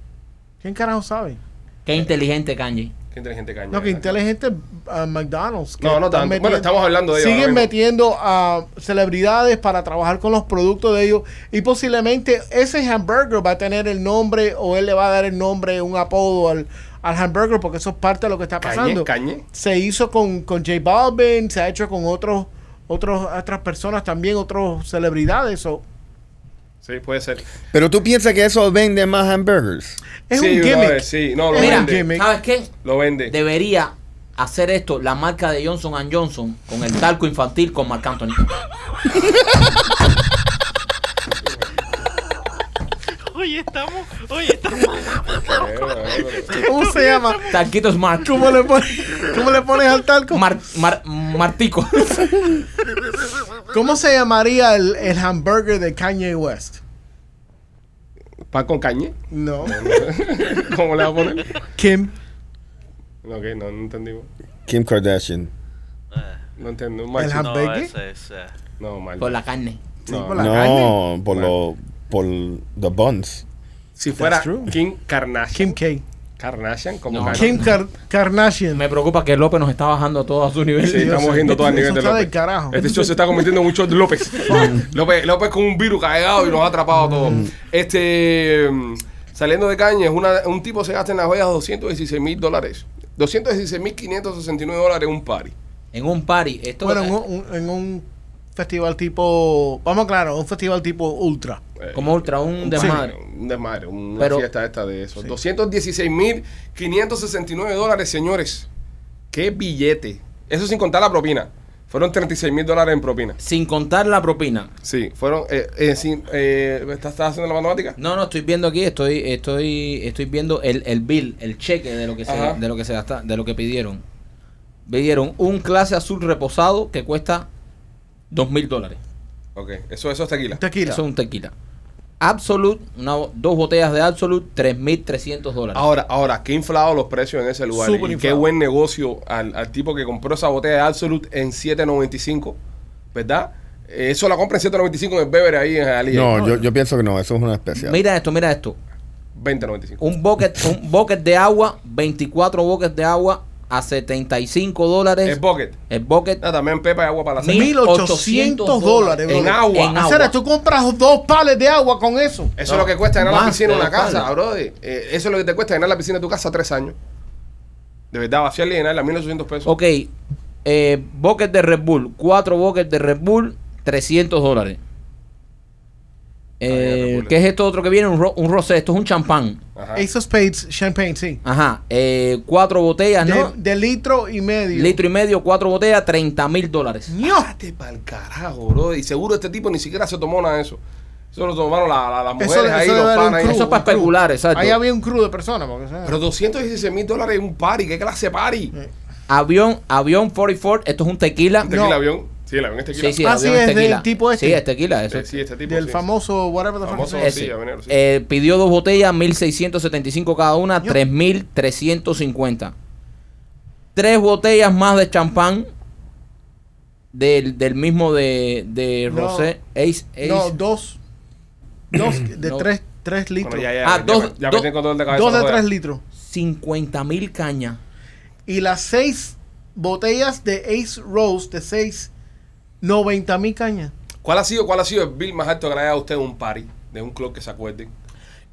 Speaker 3: ¿Quién carajo sabe?
Speaker 8: Qué inteligente, Kanye.
Speaker 1: Qué inteligente Kanye.
Speaker 3: No, que inteligente uh, McDonald's. que
Speaker 1: No, no
Speaker 3: están
Speaker 1: tanto. Bueno, estamos hablando de ellos
Speaker 3: Siguen
Speaker 1: ahora mismo.
Speaker 3: metiendo a celebridades para trabajar con los productos de ellos y posiblemente ese hamburger va a tener el nombre o él le va a dar el nombre, un apodo al, al hamburger porque eso es parte de lo que está
Speaker 1: Kanye,
Speaker 3: pasando.
Speaker 1: Kanye.
Speaker 3: Se hizo con, con J Balvin, se ha hecho con otros, otros, otras personas también, otros celebridades. o
Speaker 1: Sí, puede ser.
Speaker 4: Pero tú piensas que eso vende más hamburgers.
Speaker 3: es
Speaker 1: sí,
Speaker 3: un
Speaker 1: brother,
Speaker 3: gimmick.
Speaker 1: sí, no, lo
Speaker 3: Es un
Speaker 8: Mira,
Speaker 1: vende.
Speaker 3: gimmick.
Speaker 8: ¿sabes qué?
Speaker 1: Lo vende.
Speaker 8: Debería hacer esto la marca de Johnson Johnson con el talco infantil con Marc Anthony.
Speaker 5: Oye, estamos, oye, estamos.
Speaker 3: ¿Cómo se llama?
Speaker 8: Talquito Smart.
Speaker 3: ¿Cómo le, pones, ¿Cómo le pones al talco?
Speaker 8: Mar- Mar- Martico.
Speaker 3: ¿Cómo se llamaría el, el hamburger de Kanye West?
Speaker 1: ¿Pan con Kanye?
Speaker 3: No.
Speaker 1: ¿Cómo le va a poner?
Speaker 3: Kim.
Speaker 1: Ok, no, no entendimos.
Speaker 4: Kim Kardashian.
Speaker 1: No entiendo. Macho.
Speaker 3: El
Speaker 1: no,
Speaker 3: ham-
Speaker 5: No,
Speaker 3: ¿Becky?
Speaker 5: ese es. eh,
Speaker 1: mal.
Speaker 8: Con la carne.
Speaker 3: Sí,
Speaker 1: No,
Speaker 3: por la carne.
Speaker 4: No, por lo por the buns.
Speaker 1: Si fuera
Speaker 3: That's true.
Speaker 1: Kim Kardashian.
Speaker 3: Kim K.
Speaker 1: Kardashian, como
Speaker 8: No.
Speaker 1: Kanye.
Speaker 3: Kim Kar- Kardashian.
Speaker 8: Me preocupa que López nos está bajando todo a su nivel.
Speaker 1: Sí, estamos yendo todo al nivel de
Speaker 3: Eso está
Speaker 1: López.
Speaker 3: del carajo. Mm.
Speaker 1: Este show se está convirtiendo en un show de López. López. López con un virus cargado y nos ha atrapado a todos. Este, mm, saliendo de cañas, una- un tipo se gasta en Las Vegas 216 mil dólares. 216 mil 569 dólares en un party.
Speaker 8: En un party. Esto
Speaker 3: Bueno, en
Speaker 8: eh,
Speaker 3: un, un- en un festival tipo. Vamos claro, un festival tipo ultra.
Speaker 1: Eh,
Speaker 8: como ultra, un desmadre.
Speaker 1: Sí, un desmadre, una
Speaker 8: Pero-
Speaker 1: fiesta esta de eso. 216 mil 569 dólares, señores. Qué billete. Eso sin contar la propina. Fueron 36 mil dólares en propina.
Speaker 8: Sin contar la propina.
Speaker 1: Sí, fueron. Eh, eh, sin- eh, ¿estás, estás haciendo la matemática?
Speaker 8: No, no, estoy viendo aquí, estoy, estoy, estoy viendo el, el bill, el cheque de lo que se,
Speaker 1: Ajá.
Speaker 8: de lo que se gasta, de lo que pidieron. Pidieron un clase azul reposado que cuesta dos mil dólares.
Speaker 1: Ok, eso, eso es tequila.
Speaker 3: Tequila.
Speaker 8: Eso es un tequila. Absolute, una, dos botellas de Absolute, 3.300 dólares.
Speaker 1: Ahora, ahora, qué inflados los precios en ese lugar.
Speaker 3: Súper
Speaker 1: y qué
Speaker 3: inflado.
Speaker 1: buen negocio al, al tipo que compró esa botella de Absolute en 7.95, ¿verdad? Eh, Eso la compra en 7.95 en el Beber ahí en Jalía.
Speaker 4: No, yo, yo pienso que no, eso es una especial.
Speaker 8: Mira esto, mira esto.
Speaker 1: 20.95.
Speaker 8: Un bucket, un bucket de agua, 24 buckets de agua a 75
Speaker 3: Uh,
Speaker 8: dólares.
Speaker 1: Es bucket.
Speaker 8: El bucket
Speaker 1: Ah, también pepa y agua para la
Speaker 8: Mil-
Speaker 1: cena.
Speaker 3: 1800 dólares,
Speaker 1: En
Speaker 3: brother.
Speaker 1: agua.
Speaker 8: En
Speaker 3: Acera,
Speaker 8: agua.
Speaker 3: Ah, tú compras dos pales de agua con eso.
Speaker 1: Eso es
Speaker 8: No,
Speaker 1: lo que cuesta llenar la
Speaker 8: más
Speaker 1: piscina en
Speaker 8: de
Speaker 1: una
Speaker 8: dos
Speaker 1: casa,
Speaker 8: palos.
Speaker 1: brother. Eh, eso es lo que te cuesta llenar la piscina de tu casa tres años. De verdad, vaciarla y llenarla, 1.800 pesos.
Speaker 8: Ok, eh, bucket de Red Bull, cuatro buckets de Red Bull, 300 dólares.
Speaker 1: bien,
Speaker 8: Eh,
Speaker 1: República.
Speaker 8: ¿Qué es esto otro que viene? Un, ro- un rosé. Esto es un champán.
Speaker 1: Ajá.
Speaker 3: Ace of Spades, champagne, sí.
Speaker 8: Ajá. Eh, cuatro botellas,
Speaker 3: De,
Speaker 8: ¿no?
Speaker 3: de litro y medio.
Speaker 8: Litro y medio, cuatro botellas, 30 mil dólares.
Speaker 1: Vete pa'l carajo, bro. Y seguro este tipo ni siquiera se tomó nada de eso. Eso lo tomaron la- la- las
Speaker 3: Eso-
Speaker 1: mujeres ahí,
Speaker 3: eso
Speaker 1: los
Speaker 3: debe haber un
Speaker 1: panas ahí.
Speaker 8: Eso es
Speaker 3: club.
Speaker 8: para especular, exacto.
Speaker 3: Ahí había un crew de personas. Porque, o sea,
Speaker 1: Pero 216 mil dólares en un party. ¿Qué clase de party?
Speaker 3: Mm.
Speaker 8: Avión, avión 44. Esto es un tequila.
Speaker 1: Tequila
Speaker 3: No.
Speaker 1: avión. Sí, Este el avión es tequila.
Speaker 8: Sí, sí,
Speaker 3: Ah,
Speaker 8: avión
Speaker 3: sí, es del
Speaker 8: tequila.
Speaker 3: tipo este.
Speaker 8: Sí, es tequila. Eso
Speaker 1: Eh, sí, este tipo.
Speaker 3: del
Speaker 1: sí.
Speaker 3: famoso whatever the fuck
Speaker 1: Famoso,
Speaker 3: it is.
Speaker 1: sí,
Speaker 8: Ese.
Speaker 1: habanero, sí.
Speaker 8: Eh, pidió dos botellas, 1.675 cada una,
Speaker 3: Yo-
Speaker 8: 3.350. Tres botellas más de champán del, del mismo de, de
Speaker 3: No.
Speaker 8: Rosé. Ace, Ace.
Speaker 3: No, dos. Dos de
Speaker 8: No.
Speaker 3: tres, tres litros.
Speaker 1: Bueno, ya, ya,
Speaker 8: Ah,
Speaker 1: ya,
Speaker 8: dos-
Speaker 1: me- ya
Speaker 8: dos-
Speaker 1: me tengo dolor de cabeza.
Speaker 3: dos de
Speaker 1: joder.
Speaker 3: tres litros.
Speaker 8: 50.000 cañas.
Speaker 3: Y las seis botellas de Ace Rose de seis, 90 mil cañas.
Speaker 1: ¿Cuál ha sido, cuál ha sido el bill más alto que le haya dado usted en un party? De un club que se acuerden.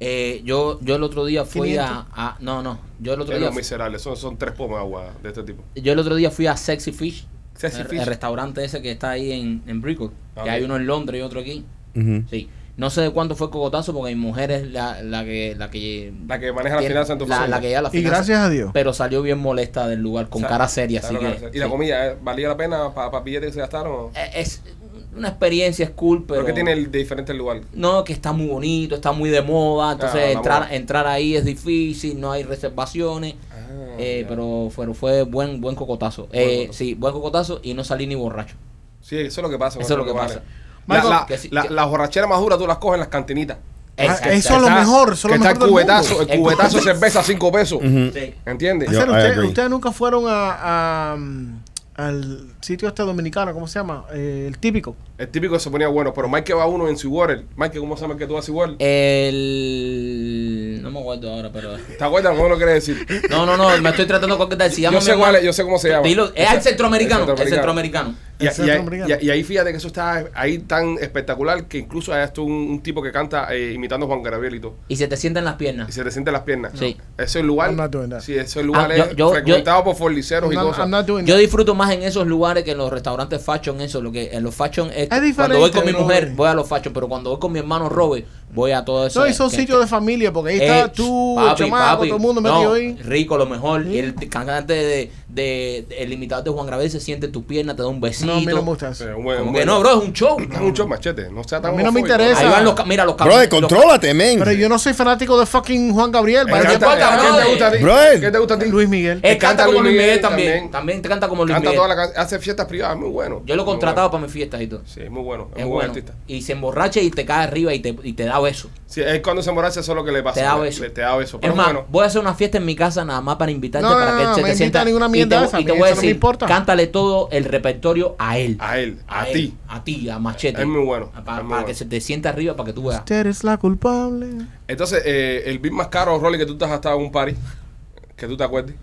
Speaker 8: Eh, yo, yo el otro día fui a,
Speaker 3: 500.
Speaker 8: a- No, no. Yo el otro
Speaker 1: Es
Speaker 8: día...
Speaker 1: los miserables. Son, son tres pomas de agua de este tipo.
Speaker 8: Yo el otro día fui a Sexy Fish.
Speaker 1: Sexy
Speaker 8: el,
Speaker 1: Fish.
Speaker 8: el restaurante ese que está ahí en, en Brickell,
Speaker 1: Ok.
Speaker 8: Que hay uno en Londres y otro aquí.
Speaker 4: Ujú.
Speaker 8: Sí. No sé de cuánto fue el cocotazo porque mi mujer es la, la que... La que,
Speaker 1: La que maneja la
Speaker 8: tiene-
Speaker 1: finanza en tu
Speaker 8: la,
Speaker 1: oficina.
Speaker 8: la que lleva la
Speaker 3: Y
Speaker 8: finanza.
Speaker 3: gracias a Dios.
Speaker 8: Pero salió bien molesta del lugar, con
Speaker 1: Sa-
Speaker 8: cara seria,
Speaker 1: Sabe
Speaker 8: así
Speaker 1: lo
Speaker 8: que...
Speaker 1: que hace. ¿Y la
Speaker 8: sí.
Speaker 1: comida? eh? ¿Valía la pena para billetes que se gastaron? o?
Speaker 8: Eh, Es una experiencia, es cool, pero...
Speaker 1: ¿Pero qué tiene el de diferente lugar?
Speaker 8: No, que está muy bonito, está muy de moda, entonces
Speaker 1: Ah, la moda. Ah,
Speaker 8: entrar, entrar ahí es difícil, no hay reservaciones, eh,
Speaker 1: ya.
Speaker 8: pero fue, fue buen buen cocotazo. Eh,
Speaker 1: cocotazo.
Speaker 8: Sí, buen cocotazo y no salí ni borracho.
Speaker 1: Sí, eso es lo que pasa. con
Speaker 8: Eso es lo
Speaker 1: estos
Speaker 8: que
Speaker 1: lugares.
Speaker 8: pasa.
Speaker 1: La-
Speaker 3: Michael,
Speaker 1: la-
Speaker 8: que si-
Speaker 1: la-
Speaker 8: que-
Speaker 1: Las borracheras más duras tú las coges en las cantinitas.
Speaker 3: Ah,
Speaker 8: Exacto.
Speaker 3: eso es lo
Speaker 1: Está-
Speaker 3: mejor, eso es
Speaker 1: que
Speaker 3: lo
Speaker 1: está
Speaker 3: mejor
Speaker 1: el
Speaker 3: del
Speaker 1: cubetazo,
Speaker 3: mundo.
Speaker 1: el cubetazo de cerveza a cinco pesos.
Speaker 4: Ujú.
Speaker 8: Sí.
Speaker 1: ¿Entiendes?
Speaker 4: Yo-
Speaker 3: Hacer,
Speaker 4: I
Speaker 3: usted-
Speaker 4: agree.
Speaker 3: ustedes nunca fueron a, a, mm, al sitio este dominicano, ¿cómo se llama? Eh, el típico.
Speaker 1: El típico se ponía bueno, pero Mike va uno en Seawater. Mike, ¿cómo se llama el que tú vas a Seawater?
Speaker 8: El... No me acuerdo ahora, pero...
Speaker 3: Eh,
Speaker 1: ¿Te acuerdas? ¿Cómo lo quieres decir?
Speaker 8: No, no, no, me estoy tratando de concretar. Si
Speaker 1: Yo
Speaker 8: llámame
Speaker 1: sé,
Speaker 8: más-
Speaker 1: cuál es, yo sé cómo se llama.
Speaker 8: Dilo, es el centroamericano, el centroamericano.
Speaker 1: Y,
Speaker 3: El
Speaker 1: y-
Speaker 3: centroamericano.
Speaker 1: y- y ahí fíjate que eso está ahí tan espectacular que incluso hay hasta un, un tipo que canta eh, imitando a Juan Gabriel y todo.
Speaker 8: Y se te sientan las
Speaker 1: Y
Speaker 8: piernas.
Speaker 1: se te sienten las piernas.
Speaker 8: Sí.
Speaker 1: Eso es el
Speaker 3: I'm not
Speaker 1: lugar.
Speaker 3: doing that.
Speaker 1: Sí, eso es lugar
Speaker 8: Ah,
Speaker 1: es
Speaker 8: yo- yo- yo-
Speaker 1: frecuentado por forliceros
Speaker 3: I'm
Speaker 1: y
Speaker 3: not-
Speaker 1: cosas.
Speaker 3: I'm not doing
Speaker 8: Yo
Speaker 3: that.
Speaker 8: disfruto más en esos lugares que en los restaurantes fashion, eso, lo que en los fashion es,
Speaker 3: Es
Speaker 8: cuando voy con mi
Speaker 3: diferente,
Speaker 8: mujer,
Speaker 3: brother.
Speaker 8: voy a los fashion, pero cuando voy con mi hermano Robert, voy a todo eso.
Speaker 3: No, y son
Speaker 8: que-
Speaker 3: sitios
Speaker 8: que-
Speaker 3: de familia, porque ahí está
Speaker 8: Eh,
Speaker 3: tú,
Speaker 8: papi,
Speaker 3: el chamaco,
Speaker 8: papi,
Speaker 3: todo el mundo
Speaker 8: no,
Speaker 3: metido ahí.
Speaker 8: Rico, lo mejor. Y el t- cantante de, de- de- el imitador de Juan Gravel se siente en tu pierna, te da un besito.
Speaker 3: No, a mí no me gusta eso.
Speaker 1: Sí, un buen-
Speaker 8: Como
Speaker 1: un
Speaker 8: que
Speaker 1: buen-
Speaker 8: no, bro, es un show.
Speaker 1: Es un show machete. No sea tan
Speaker 3: A mí no me
Speaker 1: homofóbico.
Speaker 3: interesa.
Speaker 8: Ahí van los, ca- mira, los cam-
Speaker 4: Brother,
Speaker 8: los-
Speaker 4: contrólate, men.
Speaker 3: Pero yo no soy fanático de fucking Juan Gabriel.
Speaker 1: Me
Speaker 3: vaya
Speaker 1: encanta-
Speaker 8: importa,
Speaker 1: ¿a
Speaker 8: brother.
Speaker 1: ¿Qué te gusta a ti?
Speaker 4: Brother.
Speaker 1: ¿Qué te gusta a ti?
Speaker 3: Luis Miguel.
Speaker 8: Él canta,
Speaker 1: Eh, Canta
Speaker 8: como
Speaker 1: Luis
Speaker 8: Luis Miguel
Speaker 1: Miguel
Speaker 8: también.
Speaker 1: también.
Speaker 8: También, te canta como Luis
Speaker 1: Canta
Speaker 8: Miguel.
Speaker 1: toda la can- hace fiestas privadas, muy bueno.
Speaker 8: Yo lo
Speaker 1: Muy
Speaker 8: contrataba
Speaker 1: bueno.
Speaker 8: para mis fiestas y todo.
Speaker 1: Sí, es muy bueno, es, muy
Speaker 8: Es
Speaker 1: buen
Speaker 8: bueno.
Speaker 1: artista.
Speaker 8: Y se emborracha y te cae arriba y te, y te da beso.
Speaker 1: Sí, es cuando se emborracha, eso es lo que le pasa.
Speaker 8: Te da
Speaker 1: le-
Speaker 8: beso.
Speaker 1: le- te da beso. Pero
Speaker 8: es más,
Speaker 1: bueno,
Speaker 8: voy a hacer una fiesta en mi casa nada más para invitarte
Speaker 3: No, no,
Speaker 8: para que
Speaker 3: no,
Speaker 8: él se
Speaker 3: no
Speaker 8: te
Speaker 3: me invita
Speaker 8: sienta.
Speaker 3: a ninguna mierda
Speaker 8: y te,
Speaker 3: esa,
Speaker 8: y te
Speaker 3: a mí
Speaker 8: voy a
Speaker 3: eso no me
Speaker 8: decir,
Speaker 3: importa.
Speaker 8: cántale todo el repertorio a él.
Speaker 1: a él, a,
Speaker 8: él,
Speaker 1: ti.
Speaker 8: A ti, a Machete.
Speaker 1: Es muy bueno,
Speaker 8: Pa-
Speaker 1: es
Speaker 8: Para,
Speaker 1: muy
Speaker 8: que
Speaker 1: bueno.
Speaker 8: se te sienta arriba para que tú veas.
Speaker 3: Usted es la culpable.
Speaker 1: Entonces, eh, el beat más caro, Rolly, que tú te has gastado en un party, que tú te acuerdes.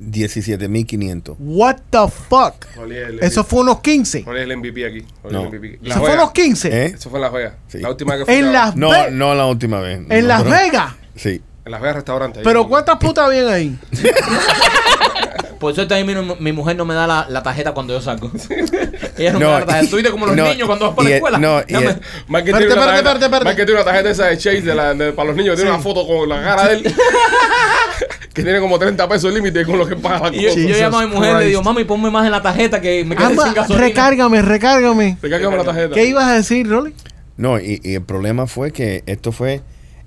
Speaker 4: 17.500.
Speaker 3: What the fuck.
Speaker 1: Rolly es el
Speaker 3: Eso
Speaker 1: MVP.
Speaker 3: fue unos 15.
Speaker 1: Rolly es el MVP aquí. Rolly
Speaker 4: No.
Speaker 1: es el MVP. La
Speaker 3: Eso fue
Speaker 1: Joya.
Speaker 3: unos 15.
Speaker 4: ¿Eh?
Speaker 1: Eso fue en Las Vegas.
Speaker 4: Sí.
Speaker 1: La última vez que fui
Speaker 3: En
Speaker 1: a-
Speaker 3: Las
Speaker 4: No,
Speaker 3: Vegas.
Speaker 4: no la última vez.
Speaker 3: En
Speaker 4: No,
Speaker 3: Las
Speaker 4: pero-
Speaker 3: Vegas.
Speaker 4: Sí.
Speaker 1: en Las Vegas restaurante. ahí
Speaker 3: Pero
Speaker 1: en-
Speaker 3: ¿cuántas putas habían ahí?
Speaker 8: Por eso también mi, mi mujer no me da la, la tarjeta cuando yo salgo. Ella no, me da
Speaker 4: No,
Speaker 8: la tarjeta. Tú viste como los
Speaker 4: no,
Speaker 8: niños cuando vas para
Speaker 4: y
Speaker 8: la
Speaker 4: el-
Speaker 8: escuela.
Speaker 4: no, y e-
Speaker 8: Ya
Speaker 4: el-
Speaker 8: me-
Speaker 1: Mike
Speaker 3: Espérate,
Speaker 1: tiene, una
Speaker 3: espérate,
Speaker 1: tarjeta-
Speaker 3: espérate, espérate.
Speaker 1: Mike tiene una tarjeta esa de Chase de la- de- para los niños. Tiene una foto con la cara de él. que tiene como 30 pesos el límite con lo que paga la
Speaker 8: Y yo,
Speaker 1: cosa.
Speaker 8: yo
Speaker 3: Jesus
Speaker 8: llamo a mi mujer y le digo,
Speaker 3: Christ.
Speaker 8: mami, ponme más en la tarjeta que
Speaker 1: Ah.
Speaker 8: me quedé
Speaker 3: Amba,
Speaker 8: sin gasolina.
Speaker 3: recárgame, recárgame.
Speaker 1: Te cargamos la tarjeta.
Speaker 3: ¿Qué ibas a decir, Rolly?
Speaker 4: No, y, y el problema fue que esto fue.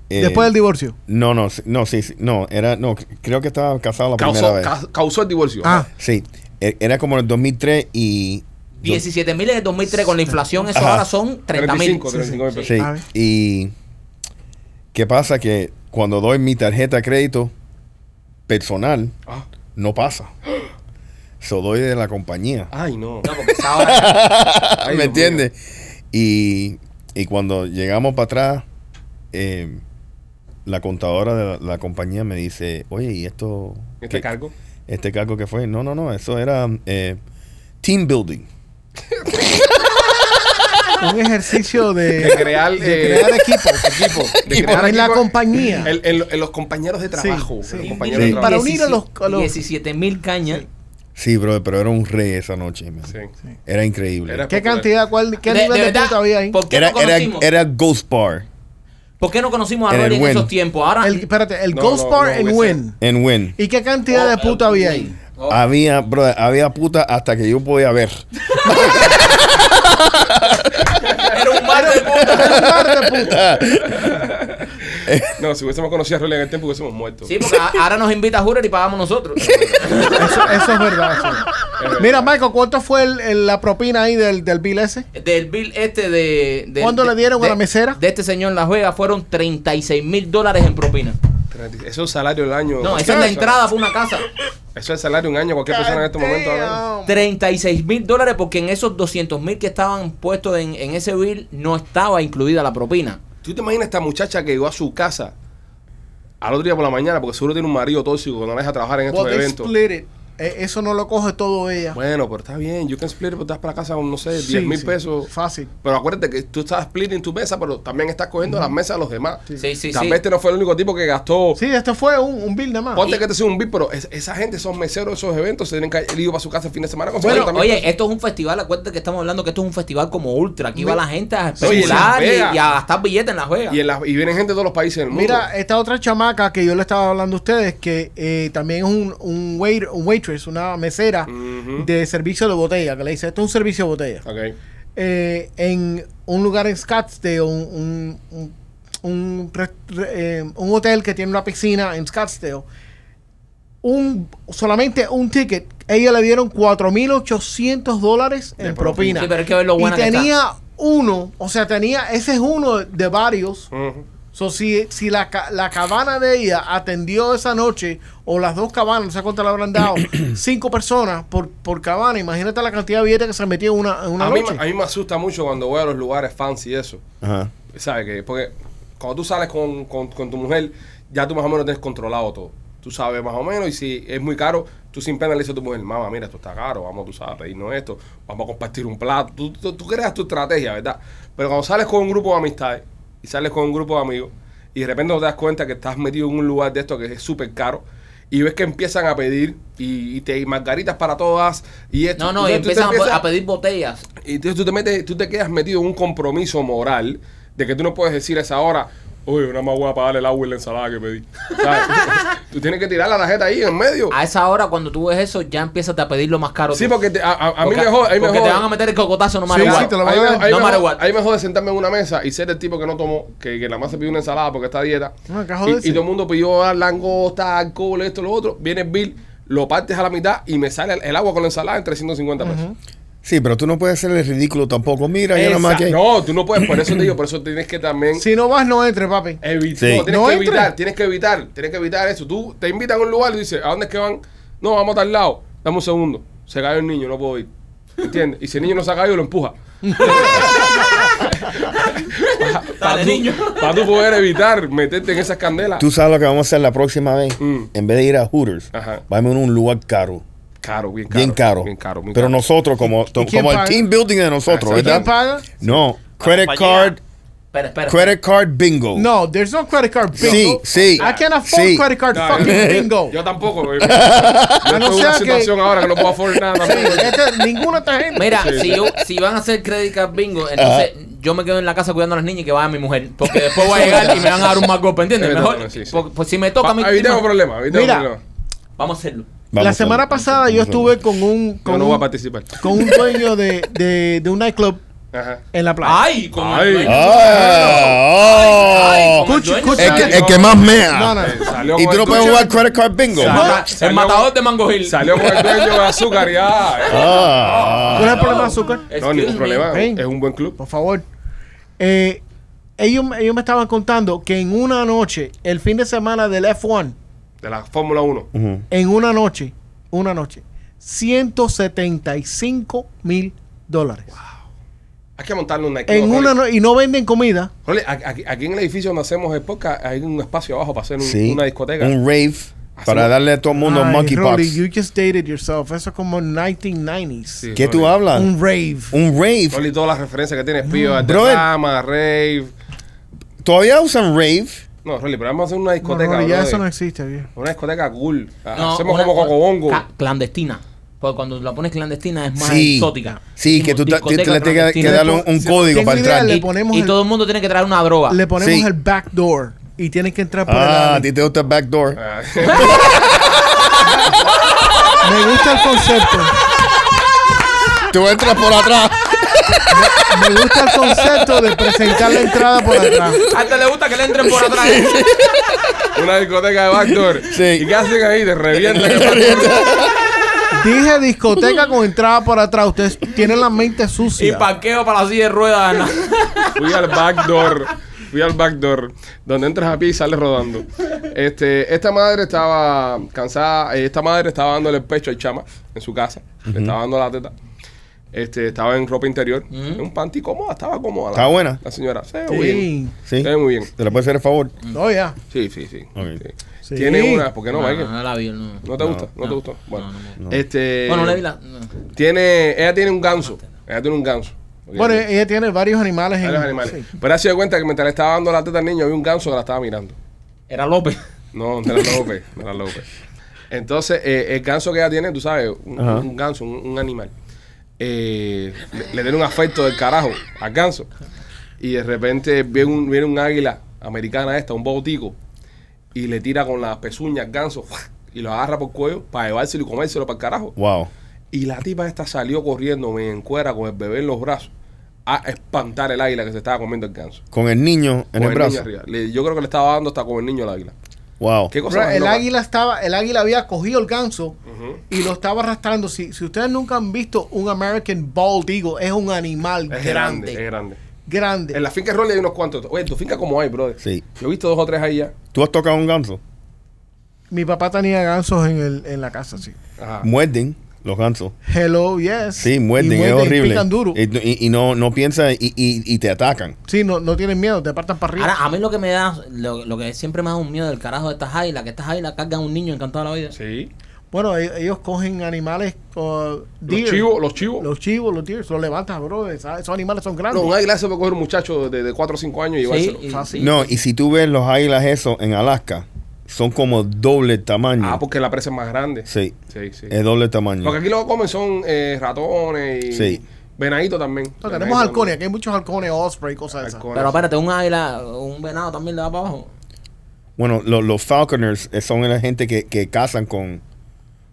Speaker 4: eh,
Speaker 3: Después del divorcio.
Speaker 4: No, no, sí, no, sí, sí, no, era, no, creo que estaba casado la primera
Speaker 1: Causó,
Speaker 4: vez.
Speaker 1: ca- causó el divorcio.
Speaker 3: Ah,
Speaker 4: Sí, e- era como en el 2003 y.
Speaker 8: 17 mil en el 2003 con la inflación, eso
Speaker 4: Ajá.
Speaker 8: ahora son 30 mil.
Speaker 1: 35, 35 mil pesos.
Speaker 4: Sí,
Speaker 3: A ver.
Speaker 4: y. ¿Qué pasa? Que cuando doy mi tarjeta de crédito personal,
Speaker 1: Ah.
Speaker 4: no pasa. So doy de la compañía.
Speaker 1: Ay, no.
Speaker 8: No, porque está ahora.
Speaker 1: Ay,
Speaker 4: ¿Me
Speaker 1: Dios
Speaker 4: entiendes? Y, y cuando llegamos para atrás, eh, la contadora de la, la compañía me dice, oye, ¿y esto?
Speaker 1: Este
Speaker 4: qué-
Speaker 1: cargo.
Speaker 4: este cargo que fue? No, no, no, eso era eh, team building.
Speaker 3: Ah, un ejercicio
Speaker 1: De
Speaker 3: de,
Speaker 1: crear,
Speaker 3: de
Speaker 1: eh,
Speaker 3: crear equipos.
Speaker 1: equipo. De
Speaker 3: Equipo.
Speaker 1: crear
Speaker 3: En la
Speaker 1: equipo
Speaker 3: compañía.
Speaker 1: En, en lo- en los compañeros de trabajo.
Speaker 3: Sí,
Speaker 1: en los
Speaker 3: sí.
Speaker 1: compañeros de
Speaker 4: Sí.
Speaker 1: trabajo.
Speaker 3: Para unir a los- a los-
Speaker 8: 17 mil cañas
Speaker 4: Sí, bro, pero era un rey esa noche. man.
Speaker 1: Sí.
Speaker 4: Era increíble.
Speaker 1: Era-
Speaker 4: Era,
Speaker 3: ¿Qué cantidad, cuál, qué
Speaker 2: De-
Speaker 3: nivel
Speaker 2: de
Speaker 3: de,
Speaker 2: verdad,
Speaker 3: puta había ahí?
Speaker 2: ¿Por qué,
Speaker 4: era,
Speaker 2: no conocimos,
Speaker 4: era Ghost Bar
Speaker 2: ¿Por qué no conocimos a
Speaker 4: Era el
Speaker 2: Rolly en
Speaker 4: buen.
Speaker 2: esos tiempos? Ahora,
Speaker 3: El, espérate, el
Speaker 1: No,
Speaker 3: Ghost
Speaker 1: no,
Speaker 3: Bar
Speaker 1: no,
Speaker 3: en
Speaker 1: ese-
Speaker 3: Wynn.
Speaker 4: en Wynn.
Speaker 3: ¿Y qué cantidad de puta había ahí?
Speaker 4: Había, bro, había puta hasta que yo podía ver.
Speaker 2: era un bar de puta.
Speaker 1: No, si hubiésemos conocido a Rolly en el tiempo hubiésemos muerto.
Speaker 2: Sí, porque a- ahora nos invita a Juror y pagamos nosotros.
Speaker 3: Eso, eso es verdad. sí.
Speaker 1: verdad.
Speaker 3: Mira, Michael, ¿cuánto fue el- el- la propina ahí del, del bill ese?
Speaker 2: Del bill este de... de
Speaker 3: ¿Cuánto
Speaker 2: de-
Speaker 3: le dieron a
Speaker 2: de-
Speaker 3: la mesera?
Speaker 2: De este señor en Las Vegas fueron 36 mil dólares en propina.
Speaker 1: Eso es un salario del año.
Speaker 2: No, esa es la entrada para una casa.
Speaker 1: Eso es salario un año cualquier persona en este momento. ahora.
Speaker 2: 36 mil dólares porque en esos 200 mil que estaban puestos en, en ese bill no estaba incluida la propina.
Speaker 1: ¿Tú te imaginas esta muchacha que llegó a su casa al otro día por la mañana porque seguro tiene un marido tóxico que no la deja trabajar en estos
Speaker 3: Well, they
Speaker 1: eventos?
Speaker 3: split it. Eh, Eso no lo coge todo ella.
Speaker 1: Bueno, pero está bien. You can split it, pero estás para la casa con, no sé, 10
Speaker 3: Sí,
Speaker 1: mil
Speaker 3: sí.
Speaker 1: pesos.
Speaker 3: Fácil.
Speaker 1: Pero acuérdate que tú estás splitting tu mesa, pero también estás cogiendo las mesas de los demás.
Speaker 2: Sí, sí,
Speaker 1: Tal
Speaker 2: sí.
Speaker 1: vez este no fue el único tipo que gastó.
Speaker 3: Sí, este fue un, un bill nada más.
Speaker 1: Ponte que te sea un beat, pero es- esa gente, esos meseros, esos eventos, se tienen que ir para su casa el fin de semana con
Speaker 2: Bueno,
Speaker 1: 50.000
Speaker 3: pues-
Speaker 2: oye, esto es un festival, acuérdate que estamos hablando que esto es un festival como ultra. Aquí va la gente a
Speaker 1: Oye, en Las
Speaker 2: especular y,
Speaker 1: Vegas.
Speaker 2: y a gastar billetes en Las Vegas.
Speaker 1: Y, en las- y vienen gente de todos los países del mundo.
Speaker 3: Mira, eh, esta otra chamaca que yo le estaba hablando a ustedes, que eh, también es un, un, wait- un waitress, una mesera
Speaker 1: Ujú.
Speaker 3: de servicio de botella, que le dice, esto es un servicio de botella.
Speaker 1: Ok.
Speaker 3: Eh, en un lugar en Scottsdale, un, un, un, un re- re- eh, un hotel que tiene una piscina en Scottsdale, un, solamente un ticket, ella le dieron 4.800 dólares en propina.
Speaker 2: Sí, pero hay que ver lo buena
Speaker 3: y
Speaker 2: que está.
Speaker 3: tenía uno, o sea, tenía, ese es uno de varios.
Speaker 1: Ujú.
Speaker 3: So, si, si la, ca- la cabana de ella atendió esa noche, o las dos cabanas, no sé cuánto le habrán dado, cinco personas por, por cabana, imagínate la cantidad de billetes que se metió en una, en una
Speaker 1: A mí,
Speaker 3: noche.
Speaker 1: me- a mí me asusta mucho cuando voy a los lugares fancy y eso.
Speaker 4: Ajá.
Speaker 1: ¿Sabes qué? Porque cuando tú sales con, con- con tu mujer, ya tú más o menos tienes controlado todo. Tú sabes más o menos, y si es muy caro, tú sin pena le dices a tu mujer, mamá, mira, esto está caro, vamos, tú sabes, a pedirnos esto, vamos a compartir un plato. Tú, tú, tú creas tu estrategia, ¿verdad? Pero cuando sales con un grupo de amistades y sales con un grupo de amigos, y de repente no te das cuenta que estás metido en un lugar de esto que es súper caro, y ves que empiezan a pedir, y, y te y margaritas para todas, y esto.
Speaker 2: no, no, y
Speaker 1: Entonces tú te
Speaker 2: empiezan a po-
Speaker 1: empiezas-
Speaker 2: a pedir botellas.
Speaker 1: y entonces tú te, metes, tú te quedas metido en un compromiso moral de que tú no puedes decir a esa hora, uy, una más voy a pagar el agua y la ensalada que pedí. ¿Sabes? tú tienes que tirar la tarjeta ahí en medio.
Speaker 2: A esa hora, cuando tú ves eso, ya empiezas a pedir lo más caro.
Speaker 1: Sí,
Speaker 2: tú.
Speaker 1: porque te- a, a- a mí
Speaker 2: Porque-
Speaker 1: me jode. a mí me
Speaker 2: porque te
Speaker 1: jode.
Speaker 2: van a meter el cocotazo no matter
Speaker 3: Sí,
Speaker 2: what.
Speaker 3: sí, te lo
Speaker 1: Ahí me- ahí
Speaker 2: no
Speaker 1: me
Speaker 2: matter
Speaker 1: jode-
Speaker 2: what.
Speaker 1: ahí me jode sentarme en una mesa y ser el tipo que no tomó, que, que la más se pidió una ensalada porque está a dieta.
Speaker 3: No, qué
Speaker 1: y,
Speaker 3: joderse.
Speaker 1: y todo el mundo pidió ah, langosta, alcohol, esto, lo otro. Viene el bill, lo partes a la mitad y me sale el, el agua con la ensalada en 350 pesos.
Speaker 4: Sí, pero tú no puedes ser el ridículo tampoco. Mira, yo nada más
Speaker 1: Esa-
Speaker 4: que.
Speaker 1: No, tú no puedes, por eso te digo, por eso tienes que también
Speaker 3: Si no vas, no entre, papi.
Speaker 1: Evi-
Speaker 4: Sí.
Speaker 1: no, tienes
Speaker 3: No
Speaker 1: que
Speaker 3: entre.
Speaker 1: evitar, tienes que evitar, tienes que evitar eso. Tú te invitan a un lugar y dices, ¿a dónde es que van? No, vamos a tal lado. Dame un segundo. Se cae un niño, no puedo ir. ¿Entiendes? Y si el niño no se ha caído, lo empuja.
Speaker 2: Dale, niño.
Speaker 1: Para tú poder evitar meterte en esas candelas.
Speaker 4: Tú sabes lo que vamos a hacer la próxima vez.
Speaker 1: Mm.
Speaker 4: En vez de ir a Hooters,
Speaker 1: Ajá.
Speaker 4: vamos a un lugar caro.
Speaker 1: Caro, bien caro.
Speaker 4: Bien caro.
Speaker 1: Bien caro, bien
Speaker 4: pero
Speaker 1: caro.
Speaker 4: nosotros, como, to-
Speaker 3: quién
Speaker 4: como el
Speaker 3: paga?
Speaker 4: team building de nosotros,
Speaker 1: Ah, ¿y
Speaker 4: ¿verdad?
Speaker 3: ¿Quién paga?
Speaker 4: No. Credit
Speaker 5: compañía.
Speaker 4: card,
Speaker 2: Espera, espera.
Speaker 4: credit card bingo.
Speaker 3: No, there's no credit card bingo.
Speaker 4: Uh. Sí, sí.
Speaker 3: I can't afford
Speaker 4: Sí.
Speaker 3: credit card
Speaker 1: No,
Speaker 3: fucking bingo.
Speaker 1: Yo tampoco. baby. Yo estoy en
Speaker 3: no
Speaker 1: una
Speaker 3: sea que-
Speaker 1: situación ahora que no puedo afordar nada. tampoco.
Speaker 3: Este- ninguna esta gente.
Speaker 2: Mira,
Speaker 1: Sí.
Speaker 2: si, yo, si van a hacer credit card bingo, entonces yo me quedo en la casa cuidando a las niñas y que vaya mi mujer. Porque después voy a llegar y me van a dar un más golpe, ¿entiendes?
Speaker 1: Sí,
Speaker 2: Mejor.
Speaker 1: no, sí, sí.
Speaker 2: por- por Pues si me toca a mí.
Speaker 1: Pa- evitemos problemas, evitemos
Speaker 3: Mira,
Speaker 1: problemas.
Speaker 2: Vamos a hacerlo.
Speaker 4: Vamos
Speaker 3: la
Speaker 4: a-
Speaker 3: semana pasada yo
Speaker 4: vamos a-
Speaker 3: estuve con un
Speaker 1: Yo
Speaker 3: con,
Speaker 1: no voy a
Speaker 3: un,
Speaker 1: participar.
Speaker 3: con un dueño de, de, de un nightclub
Speaker 1: Ajá.
Speaker 3: en la playa.
Speaker 2: ¡Ay! Con
Speaker 1: Ay.
Speaker 2: el-
Speaker 4: ¡Ah!
Speaker 2: ay, con el
Speaker 3: Escucha,
Speaker 2: dueño.
Speaker 3: escucha.
Speaker 4: El, que- el que más mea.
Speaker 3: No, no,
Speaker 1: Eh, salió
Speaker 4: Y
Speaker 1: con
Speaker 4: tú no
Speaker 1: el
Speaker 4: puedes
Speaker 1: dueño-
Speaker 4: jugar credit card bingo.
Speaker 2: Mata- el
Speaker 1: Salió-
Speaker 2: matador de Mango Hill.
Speaker 1: Salió con el dueño de azúcar y ya. eh.
Speaker 4: Ah.
Speaker 3: ¿Cuál es el problema de azúcar?
Speaker 1: No, ningún
Speaker 2: Excuse me.
Speaker 1: problema.
Speaker 3: Ven.
Speaker 1: Es un buen club.
Speaker 3: Por favor. Eh, ellos, ellos me estaban contando que en una noche, el fin de semana del F1,
Speaker 1: De la Fórmula 1.
Speaker 4: Ujú.
Speaker 3: en una noche, una noche, 175 mil dólares.
Speaker 1: Hay que montarle un nightclub.
Speaker 3: en una
Speaker 1: Rolly.
Speaker 3: no- y no venden comida.
Speaker 1: Rolly, a- aquí, aquí en el edificio donde hacemos el podcast hay un espacio abajo para hacer un-
Speaker 4: Sí.
Speaker 1: una discoteca.
Speaker 4: Un rave para darle a todo el mundo
Speaker 3: Ay, Rolly,
Speaker 4: monkeypox.
Speaker 3: you just dated yourself. Eso es como 1990s.
Speaker 1: Sí,
Speaker 4: ¿Qué tú
Speaker 1: Rolly.
Speaker 4: hablas?
Speaker 3: Un rave.
Speaker 4: Un rave.
Speaker 1: Rolly, todas las referencias que tienes, pío, de
Speaker 4: Brother.
Speaker 1: drama, rave.
Speaker 4: Todavía usan rave.
Speaker 1: No, Rolly, pero vamos a hacer una
Speaker 3: No,
Speaker 1: discoteca.
Speaker 3: Rolly, ya
Speaker 1: brother.
Speaker 3: eso no existe, viejo.
Speaker 1: Una discoteca cool. Ah,
Speaker 2: No,
Speaker 1: Hacemos
Speaker 2: una-
Speaker 1: como Coco Bongo.
Speaker 2: ca- Clandestina. Porque cuando la pones clandestina es más
Speaker 4: Sí.
Speaker 2: exótica.
Speaker 4: Sí, que tú, ta-
Speaker 2: Discoteca
Speaker 4: tú le tienes que
Speaker 2: clandestina.
Speaker 4: darle un, un
Speaker 1: Sí.
Speaker 4: código
Speaker 3: Tengo
Speaker 4: para
Speaker 3: idea,
Speaker 4: entrar.
Speaker 3: le
Speaker 2: Y-
Speaker 3: ponemos
Speaker 2: y,
Speaker 3: el-
Speaker 2: todo el mundo tiene que traer una
Speaker 8: Ah.
Speaker 2: droga.
Speaker 3: Le ponemos
Speaker 4: Sí.
Speaker 3: el backdoor y tienen que entrar por
Speaker 4: Ah, a
Speaker 3: el
Speaker 4: ti
Speaker 3: ano.
Speaker 4: te gusta el backdoor.
Speaker 1: Ah,
Speaker 3: Me gusta el concepto.
Speaker 4: Tú entras por atrás.
Speaker 3: Me gusta el concepto de presentar la entrada por atrás.
Speaker 2: Hasta este le gusta que le entren por atrás.
Speaker 1: Una discoteca de backdoor.
Speaker 4: Sí.
Speaker 1: ¿Y qué hacen ahí? Te revientan.
Speaker 3: Dije discoteca con entrada por atrás. Ustedes tienen la mente sucia.
Speaker 2: Y parqueo para la silla de ruedas. ¿no?
Speaker 1: Fui al backdoor. Fui al backdoor. Donde entras a pie y sales rodando. Este, esta madre estaba cansada. eh, Esta madre estaba dándole el pecho al chama en su casa. Le estaba dando la teta. Este, estaba en ropa interior. En un panty cómoda. Estaba cómoda.
Speaker 4: Está
Speaker 1: la,
Speaker 4: buena.
Speaker 1: La señora. Se ve
Speaker 3: Sí.
Speaker 1: bien. Se
Speaker 4: Sí.
Speaker 1: ve muy bien.
Speaker 4: Te la puedes hacer el favor.
Speaker 3: No, ya.
Speaker 1: Sí, sí, sí.
Speaker 4: Ok.
Speaker 1: Sí.
Speaker 3: Sí.
Speaker 1: Tiene una. ¿Por qué no, Michael?
Speaker 2: no la vi, no.
Speaker 1: ¿No te gusta? ¿No, te
Speaker 2: No.
Speaker 1: gustó? Bueno,
Speaker 2: No, no
Speaker 1: este.
Speaker 2: Bueno, le vi la. no.
Speaker 1: Tiene, ella tiene un ganso. Ella tiene un ganso.
Speaker 3: Bueno, ella tiene varios animales. en-
Speaker 1: Hay los Mm. animales.
Speaker 3: sí.
Speaker 1: Pero ha sido cuenta que mientras le estaba dando la teta al niño, había un ganso que la estaba mirando.
Speaker 2: Era López.
Speaker 1: No, no era López. no era López. Entonces, eh, el ganso que ella tiene, tú sabes, un,
Speaker 4: Ajá.
Speaker 1: un ganso, un, un animal. eh, le, le tiene un afecto del carajo al ganso. Y de repente viene un, viene un águila americana esta, un botico, y le tira con las pezuñas al ganso y lo agarra por el cuello para llevárselo y comérselo para el carajo.
Speaker 4: Wow.
Speaker 1: Y la tipa esta salió corriendo me encuera con el bebé en los brazos a espantar el águila que se estaba comiendo el ganso.
Speaker 4: Con el niño
Speaker 1: Con
Speaker 4: en el,
Speaker 1: niño
Speaker 4: brazo. Oh.
Speaker 1: arriba. Le- yo creo que le estaba dando hasta con el niño el águila.
Speaker 4: Wow.
Speaker 1: ¿Qué cosa
Speaker 3: Bro,
Speaker 1: más
Speaker 3: el
Speaker 1: loca?
Speaker 3: águila estaba, el águila había cogido el ganso
Speaker 1: Ujú.
Speaker 3: y lo estaba arrastrando. Si, si ustedes nunca han visto un American Bald Eagle, es un animal
Speaker 1: Es
Speaker 3: grande,
Speaker 1: grande, es grande.
Speaker 3: grande.
Speaker 1: En la finca de Rolly hay unos cuantos. Oye, tu finca como hay, brother.
Speaker 4: Sí.
Speaker 1: Yo he visto dos o tres ahí ya.
Speaker 4: ¿Tú has tocado un ganso?
Speaker 3: Mi papá tenía gansos en, el, en la casa, sí.
Speaker 1: Ajá.
Speaker 4: Muerden los gansos.
Speaker 3: Hello, yes.
Speaker 4: Sí,
Speaker 3: Y
Speaker 4: muerden, es
Speaker 3: y
Speaker 4: horrible. Eh,
Speaker 3: pican duro.
Speaker 4: Y, y- y no, no piensan y, y- y te atacan.
Speaker 3: Sí, no, no tienen miedo, te apartan para arriba.
Speaker 2: Ahora, a mí lo que me da, lo, lo que siempre me da un miedo del carajo de estas águilas, que estas águilas cargan a un niño encantado de la vida.
Speaker 1: Sí.
Speaker 3: Bueno, e- ellos cogen animales uh, deer.
Speaker 1: Los chivos, los chivos.
Speaker 3: Los chivos, los deer, los levantas, bro. esa- Esos animales son
Speaker 1: No,
Speaker 3: grandes.
Speaker 1: un águila se puede coger un muchacho de, de 4 o 5 años y llevárselo.
Speaker 2: Sí, y-
Speaker 3: Fácil.
Speaker 2: sí.
Speaker 4: No, y si tú ves los águilas esos en Alaska, son como doble tamaño.
Speaker 1: Ah, porque la presa es más grande.
Speaker 4: Sí,
Speaker 1: Sí, sí.
Speaker 4: es doble tamaño.
Speaker 1: Porque aquí lo que comen son eh, ratones y
Speaker 4: Sí.
Speaker 1: venadito también.
Speaker 3: No,
Speaker 1: Venadito,
Speaker 3: tenemos halcones, aquí hay muchos halcones, osprey, cosas de esas.
Speaker 1: halcones.
Speaker 2: Pero espérate, un águila, un venado también le da para abajo.
Speaker 4: Bueno, lo- los falconers eh, son la gente que, que cazan con...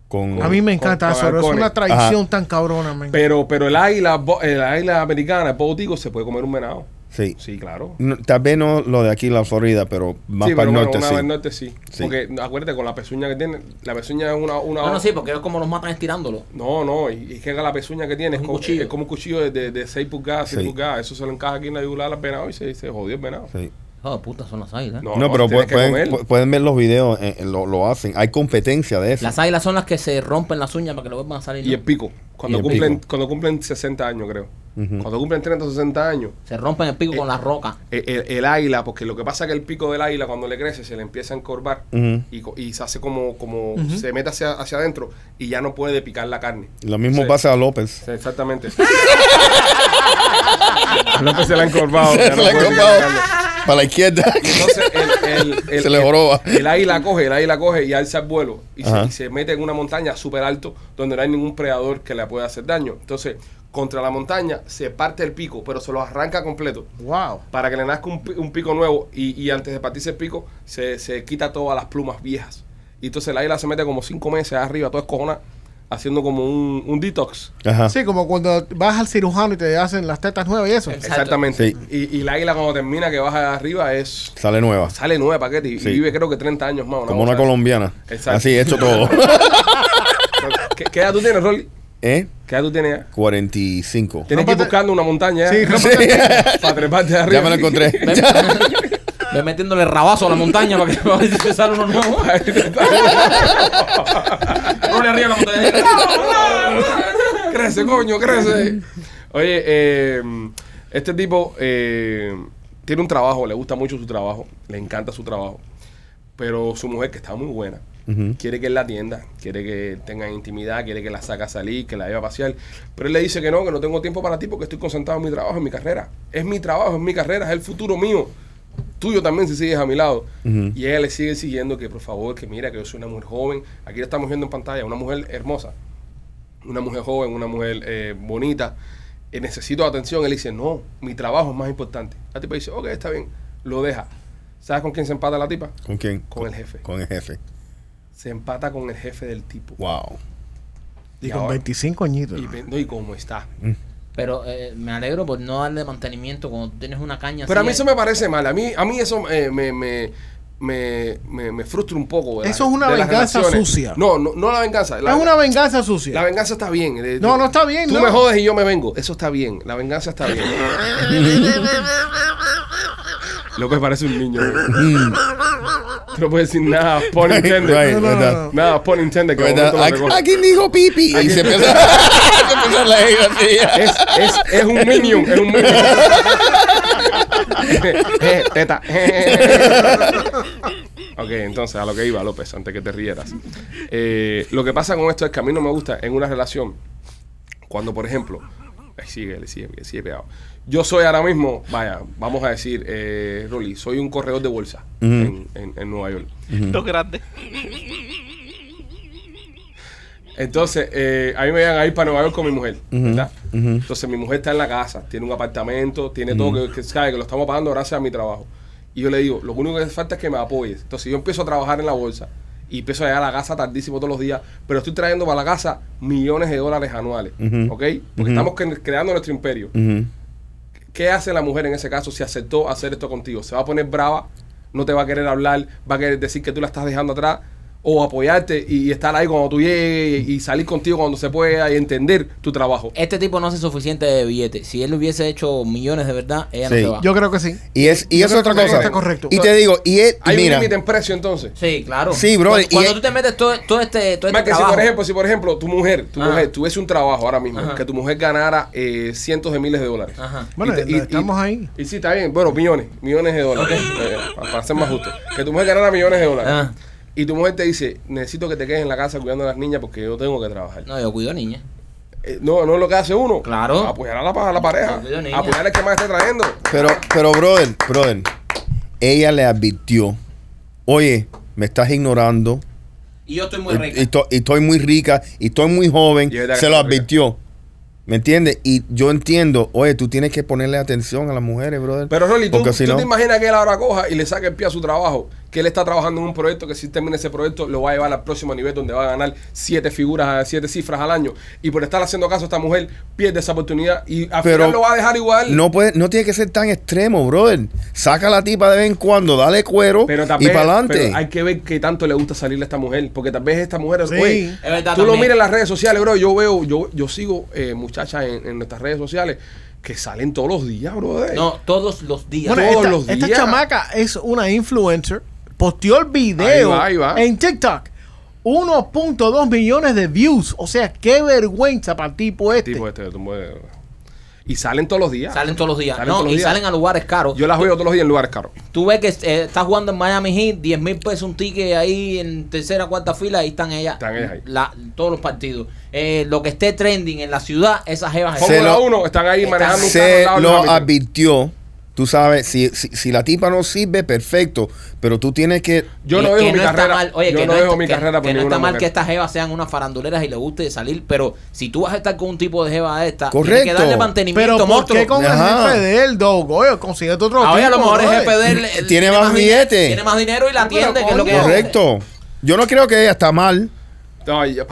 Speaker 4: con
Speaker 3: A mí me
Speaker 1: Con-
Speaker 3: encanta
Speaker 1: con
Speaker 3: eso, pero es
Speaker 1: halcones.
Speaker 3: una tradición tan cabrona, man.
Speaker 1: Pero, pero el águila, bo- el águila americana, el botico, se puede comer un venado.
Speaker 4: Sí.
Speaker 1: Sí, claro.
Speaker 4: No, tal vez no lo de aquí en la Florida, pero más
Speaker 1: sí, pero
Speaker 4: para el
Speaker 1: bueno,
Speaker 4: norte
Speaker 1: una
Speaker 4: sí.
Speaker 1: vez norte sí.
Speaker 4: Sí.
Speaker 1: Porque acuérdate con la pezuña que tiene, la pezuña es una, una
Speaker 2: Bueno, Ah, sí, porque es como los matan estirándolo.
Speaker 1: No, no, y, y que la pezuña que tiene es
Speaker 2: Un
Speaker 1: como,
Speaker 2: cuchillo.
Speaker 1: es como un cuchillo de, de, 6 pulgadas, 6
Speaker 4: Sí.
Speaker 1: pulgadas. Eso se lo encaja aquí en la yugular al venado y se, se jodió el venado.
Speaker 4: Sí.
Speaker 2: Joder, puta, son las águilas. ¿eh?
Speaker 4: No, pero
Speaker 1: tienes
Speaker 4: pu-
Speaker 1: que
Speaker 4: pueden,
Speaker 1: comerlo.
Speaker 4: pu- pueden ver los videos, eh, eh, lo, lo hacen. Hay competencia de eso.
Speaker 2: Las águilas son las que se rompen las uñas para que lo vuelvan a salir. ¿no?
Speaker 1: Y el pico. Cuando,
Speaker 4: Y el
Speaker 1: cumplen,
Speaker 4: pico.
Speaker 1: cuando cumplen 60 años, creo.
Speaker 4: Ujú.
Speaker 1: Cuando cumplen 30 o 60 años,
Speaker 2: Se rompen el pico con las rocas.
Speaker 1: el, el- el águila, porque lo que pasa es que el pico del águila cuando le crece se le empieza a encorvar
Speaker 4: Ujú.
Speaker 1: y, co- y se hace como, como se mete hacia, hacia adentro y ya no puede picar la carne.
Speaker 4: Lo mismo
Speaker 1: Sí.
Speaker 4: pasa a López.
Speaker 1: Sí, Exactamente. López se la ha encorvado. ya
Speaker 4: Se
Speaker 1: no
Speaker 4: le ha
Speaker 1: puede
Speaker 4: escapado
Speaker 1: picarle.
Speaker 4: para la izquierda.
Speaker 1: Y entonces el, el, el,
Speaker 4: Se le
Speaker 1: el-
Speaker 4: joroba.
Speaker 1: el águila coge, el águila coge y alza el vuelo y se,
Speaker 4: Ajá.
Speaker 1: y se mete en una montaña súper alto donde no hay ningún predador que le pueda hacer daño. Entonces, contra la montaña se parte el pico, pero se lo arranca completo
Speaker 3: Wow.
Speaker 1: para que le nazca un, pi- un pico nuevo y, y antes de partirse el pico se, se quita todas las plumas viejas. Y entonces el águila se mete como cinco meses arriba, toda escojona, haciendo como un, un detox.
Speaker 4: Ajá.
Speaker 3: Sí, como cuando vas al cirujano y te hacen las tetas nuevas y eso.
Speaker 2: Exacto.
Speaker 1: Exactamente.
Speaker 4: Sí.
Speaker 1: Y, y el águila cuando termina que baja arriba es...
Speaker 4: Sale nueva.
Speaker 1: Sale nueve paquetes y, y
Speaker 4: Sí.
Speaker 1: vive creo que 30 años más.
Speaker 4: Como una
Speaker 1: cosa así.
Speaker 4: colombiana.
Speaker 1: Exacto.
Speaker 4: Así, hecho todo.
Speaker 1: ¿Qué, qué edad tú tienes, Rolly?
Speaker 4: ¿Eh?
Speaker 1: ¿Qué edad tú tienes?
Speaker 4: 45.
Speaker 1: Tienes que ir buscando una montaña
Speaker 3: Sí,
Speaker 1: ¿eh? para treparte arriba.
Speaker 4: Ya me lo encontré.
Speaker 2: Ve, ve metiéndole rabazo a la montaña para que a ver si se sale uno nuevo. Ponle arriba la montaña.
Speaker 1: crece, coño, crece. Oye, eh, este tipo eh, tiene un trabajo, le gusta mucho su trabajo, le encanta su trabajo. Pero su mujer, que está muy buena,
Speaker 4: Ujú.
Speaker 1: quiere que él la atienda, quiere que tengan intimidad, quiere que la saca a salir, que la lleve a pasear. Pero él le dice que no, que no tengo tiempo para ti porque estoy concentrado en mi trabajo, en mi carrera. Es mi trabajo, es mi carrera, es el futuro mío. Tuyo también si sigues a mi lado.
Speaker 4: Ujú.
Speaker 1: Y ella le sigue siguiendo que por favor, que mira, que yo soy una mujer joven. Aquí la estamos viendo en pantalla, una mujer hermosa una mujer joven, una mujer eh, bonita, eh, necesito atención. Él dice, no, mi trabajo es más importante. La tipa dice, ok, está bien, lo deja. ¿Sabes con quién se empata la tipa?
Speaker 4: ¿Con quién?
Speaker 1: Con el jefe.
Speaker 4: Con el jefe.
Speaker 1: Se empata con el jefe del tipo.
Speaker 4: Wow.
Speaker 3: Y
Speaker 1: Y
Speaker 3: con
Speaker 1: ahora-
Speaker 3: 25 añitos.
Speaker 1: Y, ve- no, y cómo está.
Speaker 2: Pero eh, me alegro por no darle mantenimiento cuando tú tienes una caña
Speaker 1: Pero a
Speaker 2: así,
Speaker 1: mí eso me parece mal. A mí, a mí eso eh, me, me, me, me- me frustra un poco. de
Speaker 3: Eso
Speaker 1: las-
Speaker 3: es una
Speaker 1: de las
Speaker 3: venganza
Speaker 1: relaciones.
Speaker 3: sucia.
Speaker 1: No, no, no la venganza. La,
Speaker 3: es una venganza sucia.
Speaker 1: la venganza está bien. Eh,
Speaker 3: No,
Speaker 1: tú-
Speaker 3: no está bien,
Speaker 1: Tú
Speaker 3: no.
Speaker 1: me jodes y yo me vengo. Eso está bien. La venganza está bien. Lo que parece un niño. Mm. Tú no puedes decir nada por
Speaker 4: Right,
Speaker 1: intended.
Speaker 3: No, no,
Speaker 4: ¿verdad?
Speaker 3: no, no.
Speaker 1: Nada por intended. que de
Speaker 4: ¿Verdad?
Speaker 1: momento lo
Speaker 4: Aquí,
Speaker 1: recoge.
Speaker 4: aquí dijo pipi. Y se empieza, se empieza a leer así.
Speaker 1: Es, es, es un minion, es un minion. Eh, Teta. ok, entonces a lo que iba, López, antes que te rieras. Eh, lo que pasa con esto es que a mí no me gusta en una relación, cuando por ejemplo, eh, sigue, le sigue, le sigue pegado. Yo soy ahora mismo, vaya, vamos a decir, eh, Rolly, soy un corredor de bolsa en, en- en Nueva York.
Speaker 5: Lo grande.
Speaker 1: Entonces, eh, a mí me iban a ir para Nueva York con mi mujer, ¿verdad? Entonces, mi mujer está en la casa, tiene un apartamento, tiene todo que, que sabe que lo estamos pagando gracias a mi trabajo. Y yo le digo, lo único que hace falta es que me apoyes. Entonces, yo empiezo a trabajar en la bolsa y empiezo a llegar a la casa tardísimo todos los días, pero estoy trayendo para la casa millones de dólares anuales,
Speaker 4: Ujú.
Speaker 1: ¿ok? Porque
Speaker 4: Ujú.
Speaker 1: estamos cre- creando nuestro imperio.
Speaker 4: Ujú.
Speaker 1: ¿Qué hace la mujer en ese caso si aceptó hacer esto contigo? ¿Se va a poner brava? ¿No te va a querer hablar? ¿Va a querer decir que tú la estás dejando atrás? ¿O apoyarte y, y estar ahí cuando tú llegues y, y salir contigo cuando se pueda y entender tu trabajo?
Speaker 2: Este tipo no hace suficiente de billetes. Si él hubiese hecho millones de verdad, ella
Speaker 4: Sí.
Speaker 2: no se va.
Speaker 3: Yo creo que sí.
Speaker 4: Y es, y
Speaker 3: Yo
Speaker 4: es
Speaker 3: creo
Speaker 4: otra
Speaker 3: que
Speaker 4: cosa.
Speaker 3: está correcto.
Speaker 4: Y te digo, y es,
Speaker 1: Hay
Speaker 4: mira,
Speaker 1: un límite en precio entonces.
Speaker 2: Sí, claro.
Speaker 4: Sí, bro,
Speaker 2: Cuando,
Speaker 4: y-
Speaker 2: cuando tú te metes todo, todo este, todo este
Speaker 1: Más que si
Speaker 2: trabajo,
Speaker 1: por ejemplo, si por ejemplo tu mujer, tu
Speaker 2: Ajá.
Speaker 1: mujer tuviese un trabajo ahora mismo,
Speaker 2: Ajá.
Speaker 1: que tu mujer ganara eh, cientos de miles de dólares.
Speaker 2: Ajá.
Speaker 3: Bueno, eh,
Speaker 1: te-
Speaker 3: estamos ahí.
Speaker 1: Y sí, está bien. Bueno, millones, millones de dólares. eh, para, para ser más justo. Que tu mujer ganara millones de dólares.
Speaker 2: Ah.
Speaker 1: Y tu mujer te dice, necesito que te quedes en la casa cuidando a las niñas porque yo tengo que trabajar.
Speaker 2: No, yo cuido niña.
Speaker 1: Eh, no, no es lo que hace uno.
Speaker 2: Claro.
Speaker 1: Apoyar a la, pa- a la pareja.
Speaker 2: Yo cuido niñas.
Speaker 1: Apoyar al que más esté trayendo.
Speaker 4: pero, pero, brother, brother, ella le advirtió, oye, me estás ignorando,
Speaker 2: Y yo estoy muy
Speaker 4: y, y to- y estoy muy rica, y estoy muy joven,
Speaker 1: Y es verdad que
Speaker 4: se lo
Speaker 1: está rica.
Speaker 4: advirtió. ¿Me entiendes? Y yo entiendo, oye, tú tienes que ponerle atención a las mujeres, brother.
Speaker 1: Pero Rolly, tú,
Speaker 4: porque si
Speaker 1: tú
Speaker 4: no,
Speaker 1: te imaginas que él ahora coja y le saque el pie a su trabajo. Que él está trabajando en un proyecto que si termina ese proyecto lo va a llevar al próximo nivel donde va a ganar siete figuras, siete cifras al año. Y por estar haciendo caso a esta mujer, pierde esa oportunidad y al
Speaker 4: Pero
Speaker 1: final lo va a dejar igual.
Speaker 4: no, puede, no tiene que ser tan extremo, brother. Saca a la tipa de vez en cuando, dale cuero
Speaker 1: Pero
Speaker 4: y
Speaker 1: también
Speaker 4: para adelante.
Speaker 1: pero hay que ver qué tanto le gusta salirle a esta mujer. Porque tal vez esta mujer.
Speaker 3: Sí.
Speaker 1: oye,
Speaker 3: Es
Speaker 2: verdad
Speaker 1: tú lo
Speaker 2: también.
Speaker 1: miras en las redes sociales, bro. Yo veo, yo, yo sigo eh, muchachas en, en nuestras redes sociales que salen todos los días, bro.
Speaker 2: No, todos los días.
Speaker 3: Bueno,
Speaker 1: todos
Speaker 3: esta,
Speaker 1: los
Speaker 3: esta
Speaker 1: días.
Speaker 3: chamaca es una influencer. Posteó el video
Speaker 1: Ahí va, ahí va.
Speaker 3: en TikTok. 1.2 millones de views. O sea, qué vergüenza para el tipo este.
Speaker 1: Tipo este, tú mueres. y salen todos los días.
Speaker 2: Salen todos los días.
Speaker 1: Salen
Speaker 2: no,
Speaker 1: todos los
Speaker 2: y
Speaker 1: días.
Speaker 2: salen a lugares caros.
Speaker 1: Yo las veo todos los días en lugares caros.
Speaker 2: Tú ves que eh, estás jugando en Miami Heat, 10 mil pesos un ticket ahí en tercera, cuarta fila, ahí están ellas.
Speaker 1: Están ellas ahí.
Speaker 2: la- todos los partidos. Eh, lo que esté trending en la ciudad, esas jevas.
Speaker 4: Se
Speaker 1: Fórmula
Speaker 4: lo-
Speaker 1: 1 están ahí
Speaker 2: Están-
Speaker 1: manejando un carro al
Speaker 4: se
Speaker 1: lado de
Speaker 4: lo
Speaker 1: Hamilton.
Speaker 4: advirtió. Tú sabes, si, si, si la tipa no sirve, perfecto. Pero tú tienes que.
Speaker 1: Yo no
Speaker 2: Que-
Speaker 1: dejo
Speaker 2: que
Speaker 1: mi
Speaker 2: está
Speaker 1: carrera.
Speaker 2: mal, oye,
Speaker 1: yo
Speaker 2: que
Speaker 1: no dejo
Speaker 2: está-
Speaker 1: mi
Speaker 2: que-
Speaker 1: carrera por
Speaker 2: que no
Speaker 1: ninguna
Speaker 2: está mal
Speaker 1: mujer.
Speaker 2: que estas jevas sean unas faranduleras y les guste salir, pero si tú vas a estar con un tipo de jeva de esta, tienes que
Speaker 4: Correcto.
Speaker 2: darle
Speaker 3: Pero
Speaker 2: mantenimiento,
Speaker 3: ¿por
Speaker 2: monstruo.
Speaker 3: qué con
Speaker 4: Ajá.
Speaker 3: el jefe de él, Doug? Oye, consíguete otro
Speaker 2: Ah, oye, a lo mejor el
Speaker 3: brother.
Speaker 2: jefe de él eh,
Speaker 4: Tiene más
Speaker 2: dinero-
Speaker 4: billete.
Speaker 2: Tiene más dinero y la
Speaker 3: Ah, pero
Speaker 2: atiende, que es lo que
Speaker 3: coño.
Speaker 4: Correcto. Yo no creo que ella está mal.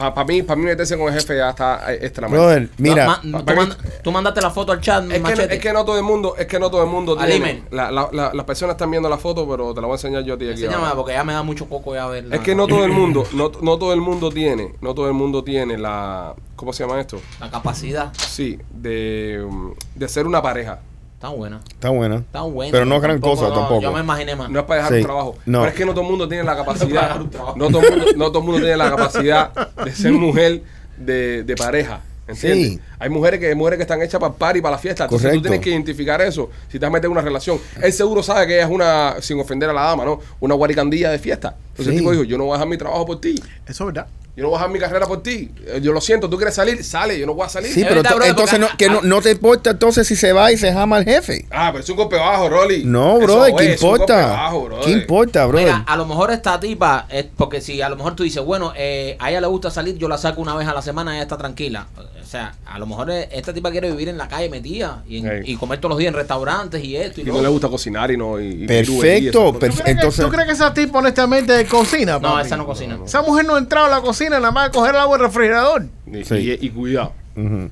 Speaker 1: para mí, para mí meterse con el jefe ya está eh, extra mal.
Speaker 4: Brother, mira.
Speaker 2: Ma- ma- tú, mand- tú mandaste la foto al chat,
Speaker 1: Es que, no,
Speaker 2: machete.
Speaker 1: es que no todo el mundo, es que no todo el mundo
Speaker 2: Al
Speaker 1: tiene.
Speaker 2: email.
Speaker 1: La, la- la- las personas están viendo la foto, pero te la voy a enseñar yo a ti aquí.
Speaker 2: Enséñame,
Speaker 1: ahora.
Speaker 2: porque ya me da mucho coco ya verla.
Speaker 1: Es que no todo el mundo, no, no todo el mundo tiene, no todo el mundo tiene la, ¿cómo se llama esto?
Speaker 2: La capacidad
Speaker 1: Sí, de, um, de ser una pareja.
Speaker 2: está buena.
Speaker 4: Está buena.
Speaker 2: Está buena.
Speaker 4: Pero no gran
Speaker 2: Yo
Speaker 4: cosa
Speaker 2: me
Speaker 4: tampoco.
Speaker 2: imaginé más.
Speaker 1: No es para dejar
Speaker 4: Sí,
Speaker 1: un trabajo.
Speaker 4: no.
Speaker 1: Pero es que no todo el mundo tiene la capacidad. No todo el mundo, no todo el mundo tiene la capacidad de ser mujer de, de pareja. ¿Entiendes?
Speaker 4: Sí.
Speaker 1: Hay mujeres que mujeres que están hechas para el party, para la fiesta. Entonces tú
Speaker 4: Correcto.
Speaker 1: tienes que identificar eso si te has metido en una relación. Él seguro sabe que ella es una, sin ofender a la dama, ¿no? Una guaricandilla de fiesta. Entonces
Speaker 4: Sí.
Speaker 1: el tipo dijo, yo no voy a dejar mi trabajo por ti.
Speaker 3: Eso es verdad.
Speaker 1: Yo no voy a dejar mi carrera por ti. Eh, Yo lo siento, tú quieres salir, sale, yo no voy a salir.
Speaker 4: Sí,
Speaker 2: Es
Speaker 4: pero
Speaker 2: verdad,
Speaker 4: ento-
Speaker 2: bro,
Speaker 4: entonces
Speaker 2: porque-
Speaker 4: no, que no, no te importa entonces si se va y se jama el jefe.
Speaker 1: Ah, pero es un golpe bajo, Rolly.
Speaker 4: No,
Speaker 1: Eso
Speaker 4: brother, ¿qué
Speaker 1: es, es un golpe
Speaker 4: importa?
Speaker 1: bajo, brother.
Speaker 4: ¿Qué importa, Ah, brother?
Speaker 2: Mira, a lo mejor esta tipa, es porque si a lo mejor tú dices, bueno, eh, a ella le gusta salir, yo la saco una vez a la semana, ella está tranquila. O sea, a lo mejor eh, esta tipa quiere vivir en la calle metida y, en-
Speaker 1: Hey.
Speaker 2: y comer todos los días en restaurantes y esto y,
Speaker 1: Y
Speaker 2: lo
Speaker 1: no le
Speaker 2: otro.
Speaker 1: gusta cocinar y no. y- y tú- y esas cosas.
Speaker 4: Perfecto,
Speaker 3: ¿Tú
Speaker 4: perfecto.
Speaker 3: crees,
Speaker 4: Pues Entonces,
Speaker 3: que, ¿Tú crees que esa tipa honestamente cocina?
Speaker 2: No,
Speaker 3: papi?
Speaker 2: esa no cocina.
Speaker 3: Esa mujer no ha entrado a la cocina nada más a coger el agua del refrigerador.
Speaker 1: Y,
Speaker 4: Sí.
Speaker 1: y- y cuidado.
Speaker 4: Ujú.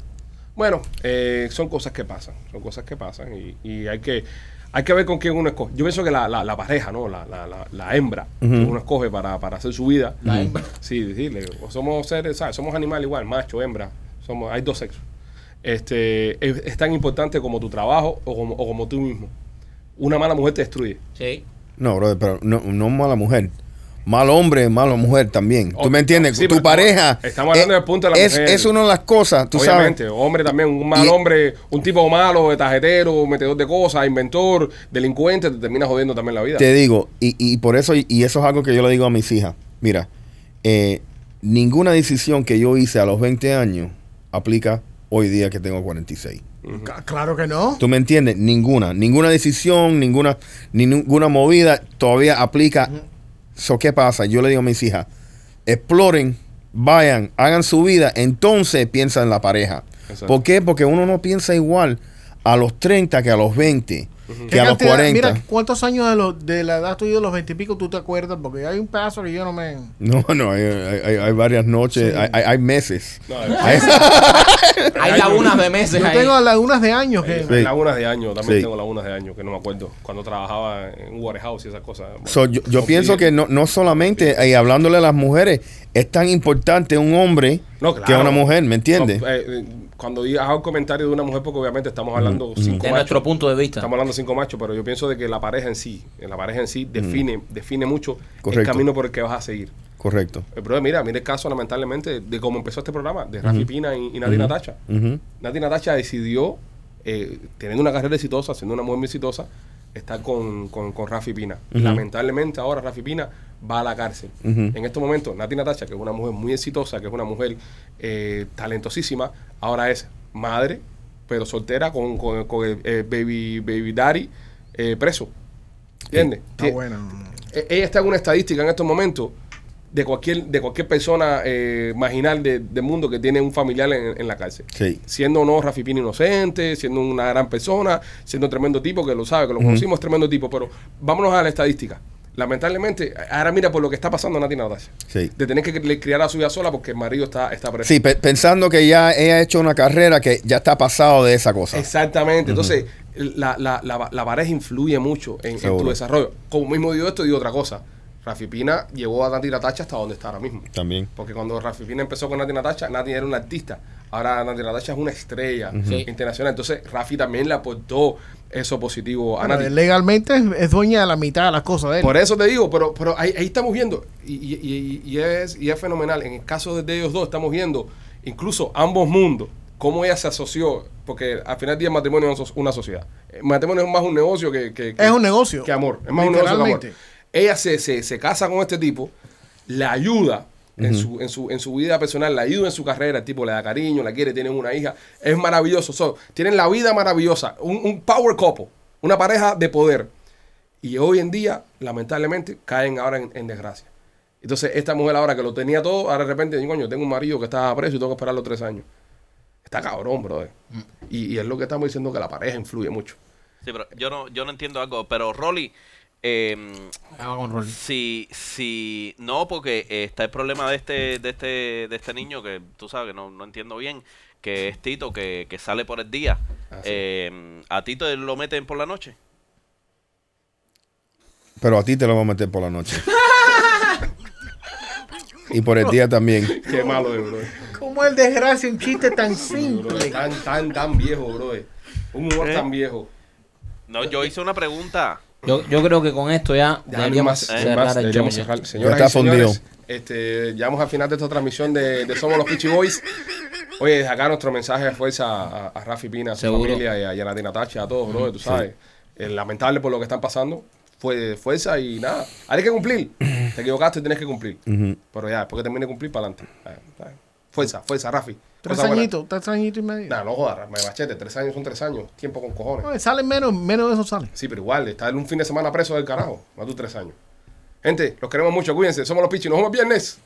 Speaker 1: Bueno, eh, son cosas que pasan, son cosas que pasan y, y hay que hay que ver con quién uno escoge. Yo pienso que la, la- la pareja, ¿no? La, la- la- la hembra que uno escoge para, para hacer su vida. La hembra. Sí, decirle, somos seres, ¿sabes? Somos animales igual, macho, hembra. Somos, hay dos sexos. Este, es, es tan importante como tu trabajo o como, o como tú mismo. Una mala mujer te destruye.
Speaker 2: Sí.
Speaker 4: no, brother, pero no, no mala mujer. Mal hombre, mala mujer también. ¿Tú
Speaker 1: Oh,
Speaker 4: me entiendes?
Speaker 1: sí,
Speaker 4: tu
Speaker 1: pero
Speaker 4: pareja.
Speaker 1: estamos hablando
Speaker 4: es-
Speaker 1: del punto de la
Speaker 4: es,
Speaker 1: mujer.
Speaker 4: Es una de las cosas, tú
Speaker 1: Obviamente,
Speaker 4: sabes.
Speaker 1: hombre también, un mal
Speaker 4: Y-
Speaker 1: hombre, un tipo malo, tajetero, metedor de cosas, inventor, delincuente, te termina jodiendo también la vida.
Speaker 4: Te digo, y, y por eso, y eso es algo que yo le digo a mis hijas. Mira, eh, ninguna decisión que yo hice a los 20 años aplica hoy día que tengo 46.
Speaker 3: Ca- Claro que no.
Speaker 4: ¿Tú me entiendes? Ninguna. Ninguna decisión, ninguna, ni- ninguna movida todavía aplica. So, ¿Qué pasa? Yo le digo a mis hijas, exploren, vayan, hagan su vida, entonces piensa en la pareja.
Speaker 1: Exacto.
Speaker 4: ¿Por qué? Porque uno no piensa igual a los 30 que a los 20, que
Speaker 3: ¿Qué
Speaker 4: a los
Speaker 3: cantidad-
Speaker 4: 40.
Speaker 3: Mira, ¿cuántos años de, los- de la edad tuya, de los veintipico, tú te acuerdas? Porque hay un pedazo que yo no me...
Speaker 4: No, no, hay, hay- hay- hay varias noches, hay, hay- hay meses.
Speaker 1: No,
Speaker 4: Hay-
Speaker 2: Hay lagunas de meses
Speaker 3: Yo
Speaker 2: ahí.
Speaker 3: tengo lagunas de años
Speaker 1: Eh,
Speaker 3: que...
Speaker 4: Sí.
Speaker 1: Lagunas de año, también
Speaker 4: Sí.
Speaker 1: tengo lagunas de año, que no me acuerdo. Cuando trabajaba en un warehouse y esas cosas.
Speaker 4: So, yo yo
Speaker 1: No,
Speaker 4: pienso
Speaker 1: sí.
Speaker 4: que no, no solamente, y hablándole a las mujeres, es tan importante un hombre
Speaker 1: No,
Speaker 4: que
Speaker 1: claro.
Speaker 4: una mujer, ¿me entiendes?
Speaker 1: No, eh, eh, cuando hago un comentario de una mujer, porque obviamente estamos
Speaker 4: Mm,
Speaker 1: hablando cinco
Speaker 2: De
Speaker 1: machos.
Speaker 2: nuestro punto de vista.
Speaker 1: Estamos hablando cinco machos, pero yo pienso de que la pareja en sí, la pareja en sí define, define mucho el
Speaker 4: Mm. Correcto.
Speaker 1: camino por el que vas a seguir.
Speaker 4: Correcto.
Speaker 1: Eh, brother, mira, mira el caso lamentablemente de cómo empezó este programa, de Rafi Pina y, y Nati Natacha.
Speaker 4: Ujú.
Speaker 1: Nati Natacha decidió, eh, teniendo una carrera exitosa, siendo una mujer muy exitosa, estar con, con, con Rafi Pina. Lamentablemente ahora Rafi Pina va a la cárcel. En estos momentos, Nati Natacha, que es una mujer muy exitosa, que es una mujer eh, talentosísima, ahora es madre, pero soltera con, con, con el eh, baby, baby daddy eh, preso. ¿Entiendes?
Speaker 3: Está
Speaker 1: Tie-
Speaker 3: Ah, bueno.
Speaker 1: eh, ella está en una estadística en estos momentos de cualquier de cualquier persona eh, marginal de- del mundo que tiene un familiar en, en la cárcel.
Speaker 4: Sí.
Speaker 1: Siendo o no Rafi Pina inocente, siendo una gran persona, siendo un tremendo tipo que lo sabe, que lo conocimos, tremendo tipo. Pero vámonos a la estadística. Lamentablemente, ahora mira por lo que está pasando Nati Natasha.
Speaker 4: Sí.
Speaker 1: De tener que cri- criar a su hija sola porque el marido está, está preso.
Speaker 4: Sí, pe- pensando que ya ella ha hecho una carrera que ya está pasado de esa cosa.
Speaker 1: Exactamente. Entonces, la, la, la, la pareja influye mucho en, en tu
Speaker 4: Seguro.
Speaker 1: desarrollo. Como mismo digo esto, digo otra cosa. Rafi Pina llevó a Nati Natacha hasta donde está ahora mismo.
Speaker 4: También.
Speaker 1: Porque cuando Rafi Pina empezó con Nati Natacha, Nati era una artista. Ahora Nati Natacha es una estrella
Speaker 2: Sí.
Speaker 1: internacional. Entonces, Rafi también le aportó eso positivo a
Speaker 3: Bueno,
Speaker 1: Nati.
Speaker 3: legalmente es, es dueña de la mitad de las cosas de él.
Speaker 1: Por eso te digo, pero, pero ahí, ahí estamos viendo, y, y- y- y es, y es fenomenal, en el caso de, de ellos dos estamos viendo incluso ambos mundos, cómo ella se asoció, porque al final del día el matrimonio es una so- una sociedad. El matrimonio es más un negocio que... que- que-
Speaker 3: Es un negocio.
Speaker 1: Que amor, es más un negocio que amor.
Speaker 3: Literalmente.
Speaker 1: Ella se, se, se casa con este tipo, la ayuda. En su, en, su, en su vida personal, la ayuda en su carrera, el tipo le da cariño, la quiere, tienen una hija, es maravilloso, so, tienen la vida maravillosa, un, un power couple, una pareja de poder. Y hoy en día, lamentablemente, caen ahora en, en desgracia. Entonces, esta mujer ahora que lo tenía todo, ahora de repente, dice, coño, tengo un marido que está preso y tengo que esperar los tres años. Está cabrón, brother.
Speaker 3: Mm.
Speaker 1: Y, y es lo que estamos diciendo, que la pareja influye mucho.
Speaker 5: Sí, pero yo no, yo no entiendo algo, pero Rolly, eh,
Speaker 2: Ah, con Rolly.
Speaker 5: si, si, no, porque eh, está el problema de este, de este, de este niño que tú sabes que no, no entiendo bien, que es Tito, que, que sale por el día.
Speaker 1: Ah, sí.
Speaker 5: Eh, a Tito lo meten por la noche.
Speaker 4: Pero a ti te lo voy a meter por la noche. y por el día también.
Speaker 1: Qué malo es, brother.
Speaker 3: ¿Cómo el desgracia un chiste tan simple?
Speaker 1: Brother, Tan, tan, tan viejo, brother. Un
Speaker 3: ¿Eh?
Speaker 1: humor tan viejo.
Speaker 5: No, yo hice una pregunta.
Speaker 2: Yo, yo creo que con esto ya,
Speaker 1: Ya
Speaker 2: deberíamos
Speaker 1: no hay más,
Speaker 8: ¿eh?
Speaker 2: cerrar
Speaker 1: no hay más,
Speaker 2: el
Speaker 1: deberíamos
Speaker 2: show ya.
Speaker 1: cerrar. Señoras
Speaker 4: está
Speaker 1: y señores,
Speaker 4: fundido.
Speaker 1: este, llegamos al final de esta transmisión de, de Somos los Pitchy Boys. Oye, desde acá nuestro mensaje de fuerza a, a Rafi Pina, a su
Speaker 2: Seguro.
Speaker 1: familia y a, y a Natina Tachi, a todos, brother, tú sabes. Eh, lamentable por lo que están pasando. Fue fuerza y nada. Hay que cumplir. Te equivocaste y tienes que cumplir.
Speaker 4: Ujú.
Speaker 1: Pero ya, después que termine de cumplir, para adelante. Ah, está bien. Fuerza, fuerza, Rafi.
Speaker 3: Tres
Speaker 1: Cosa buena.
Speaker 3: añitos, tres añitos y medio.
Speaker 1: Nah, no jodas, me machete. Tres años son tres años. Tiempo con cojones.
Speaker 3: No, salen menos, menos de eso salen.
Speaker 1: Sí, pero igual, está en un fin de semana preso del carajo. Más de tres años. Gente, los queremos mucho, cuídense. Somos los pichis. Nos vemos viernes.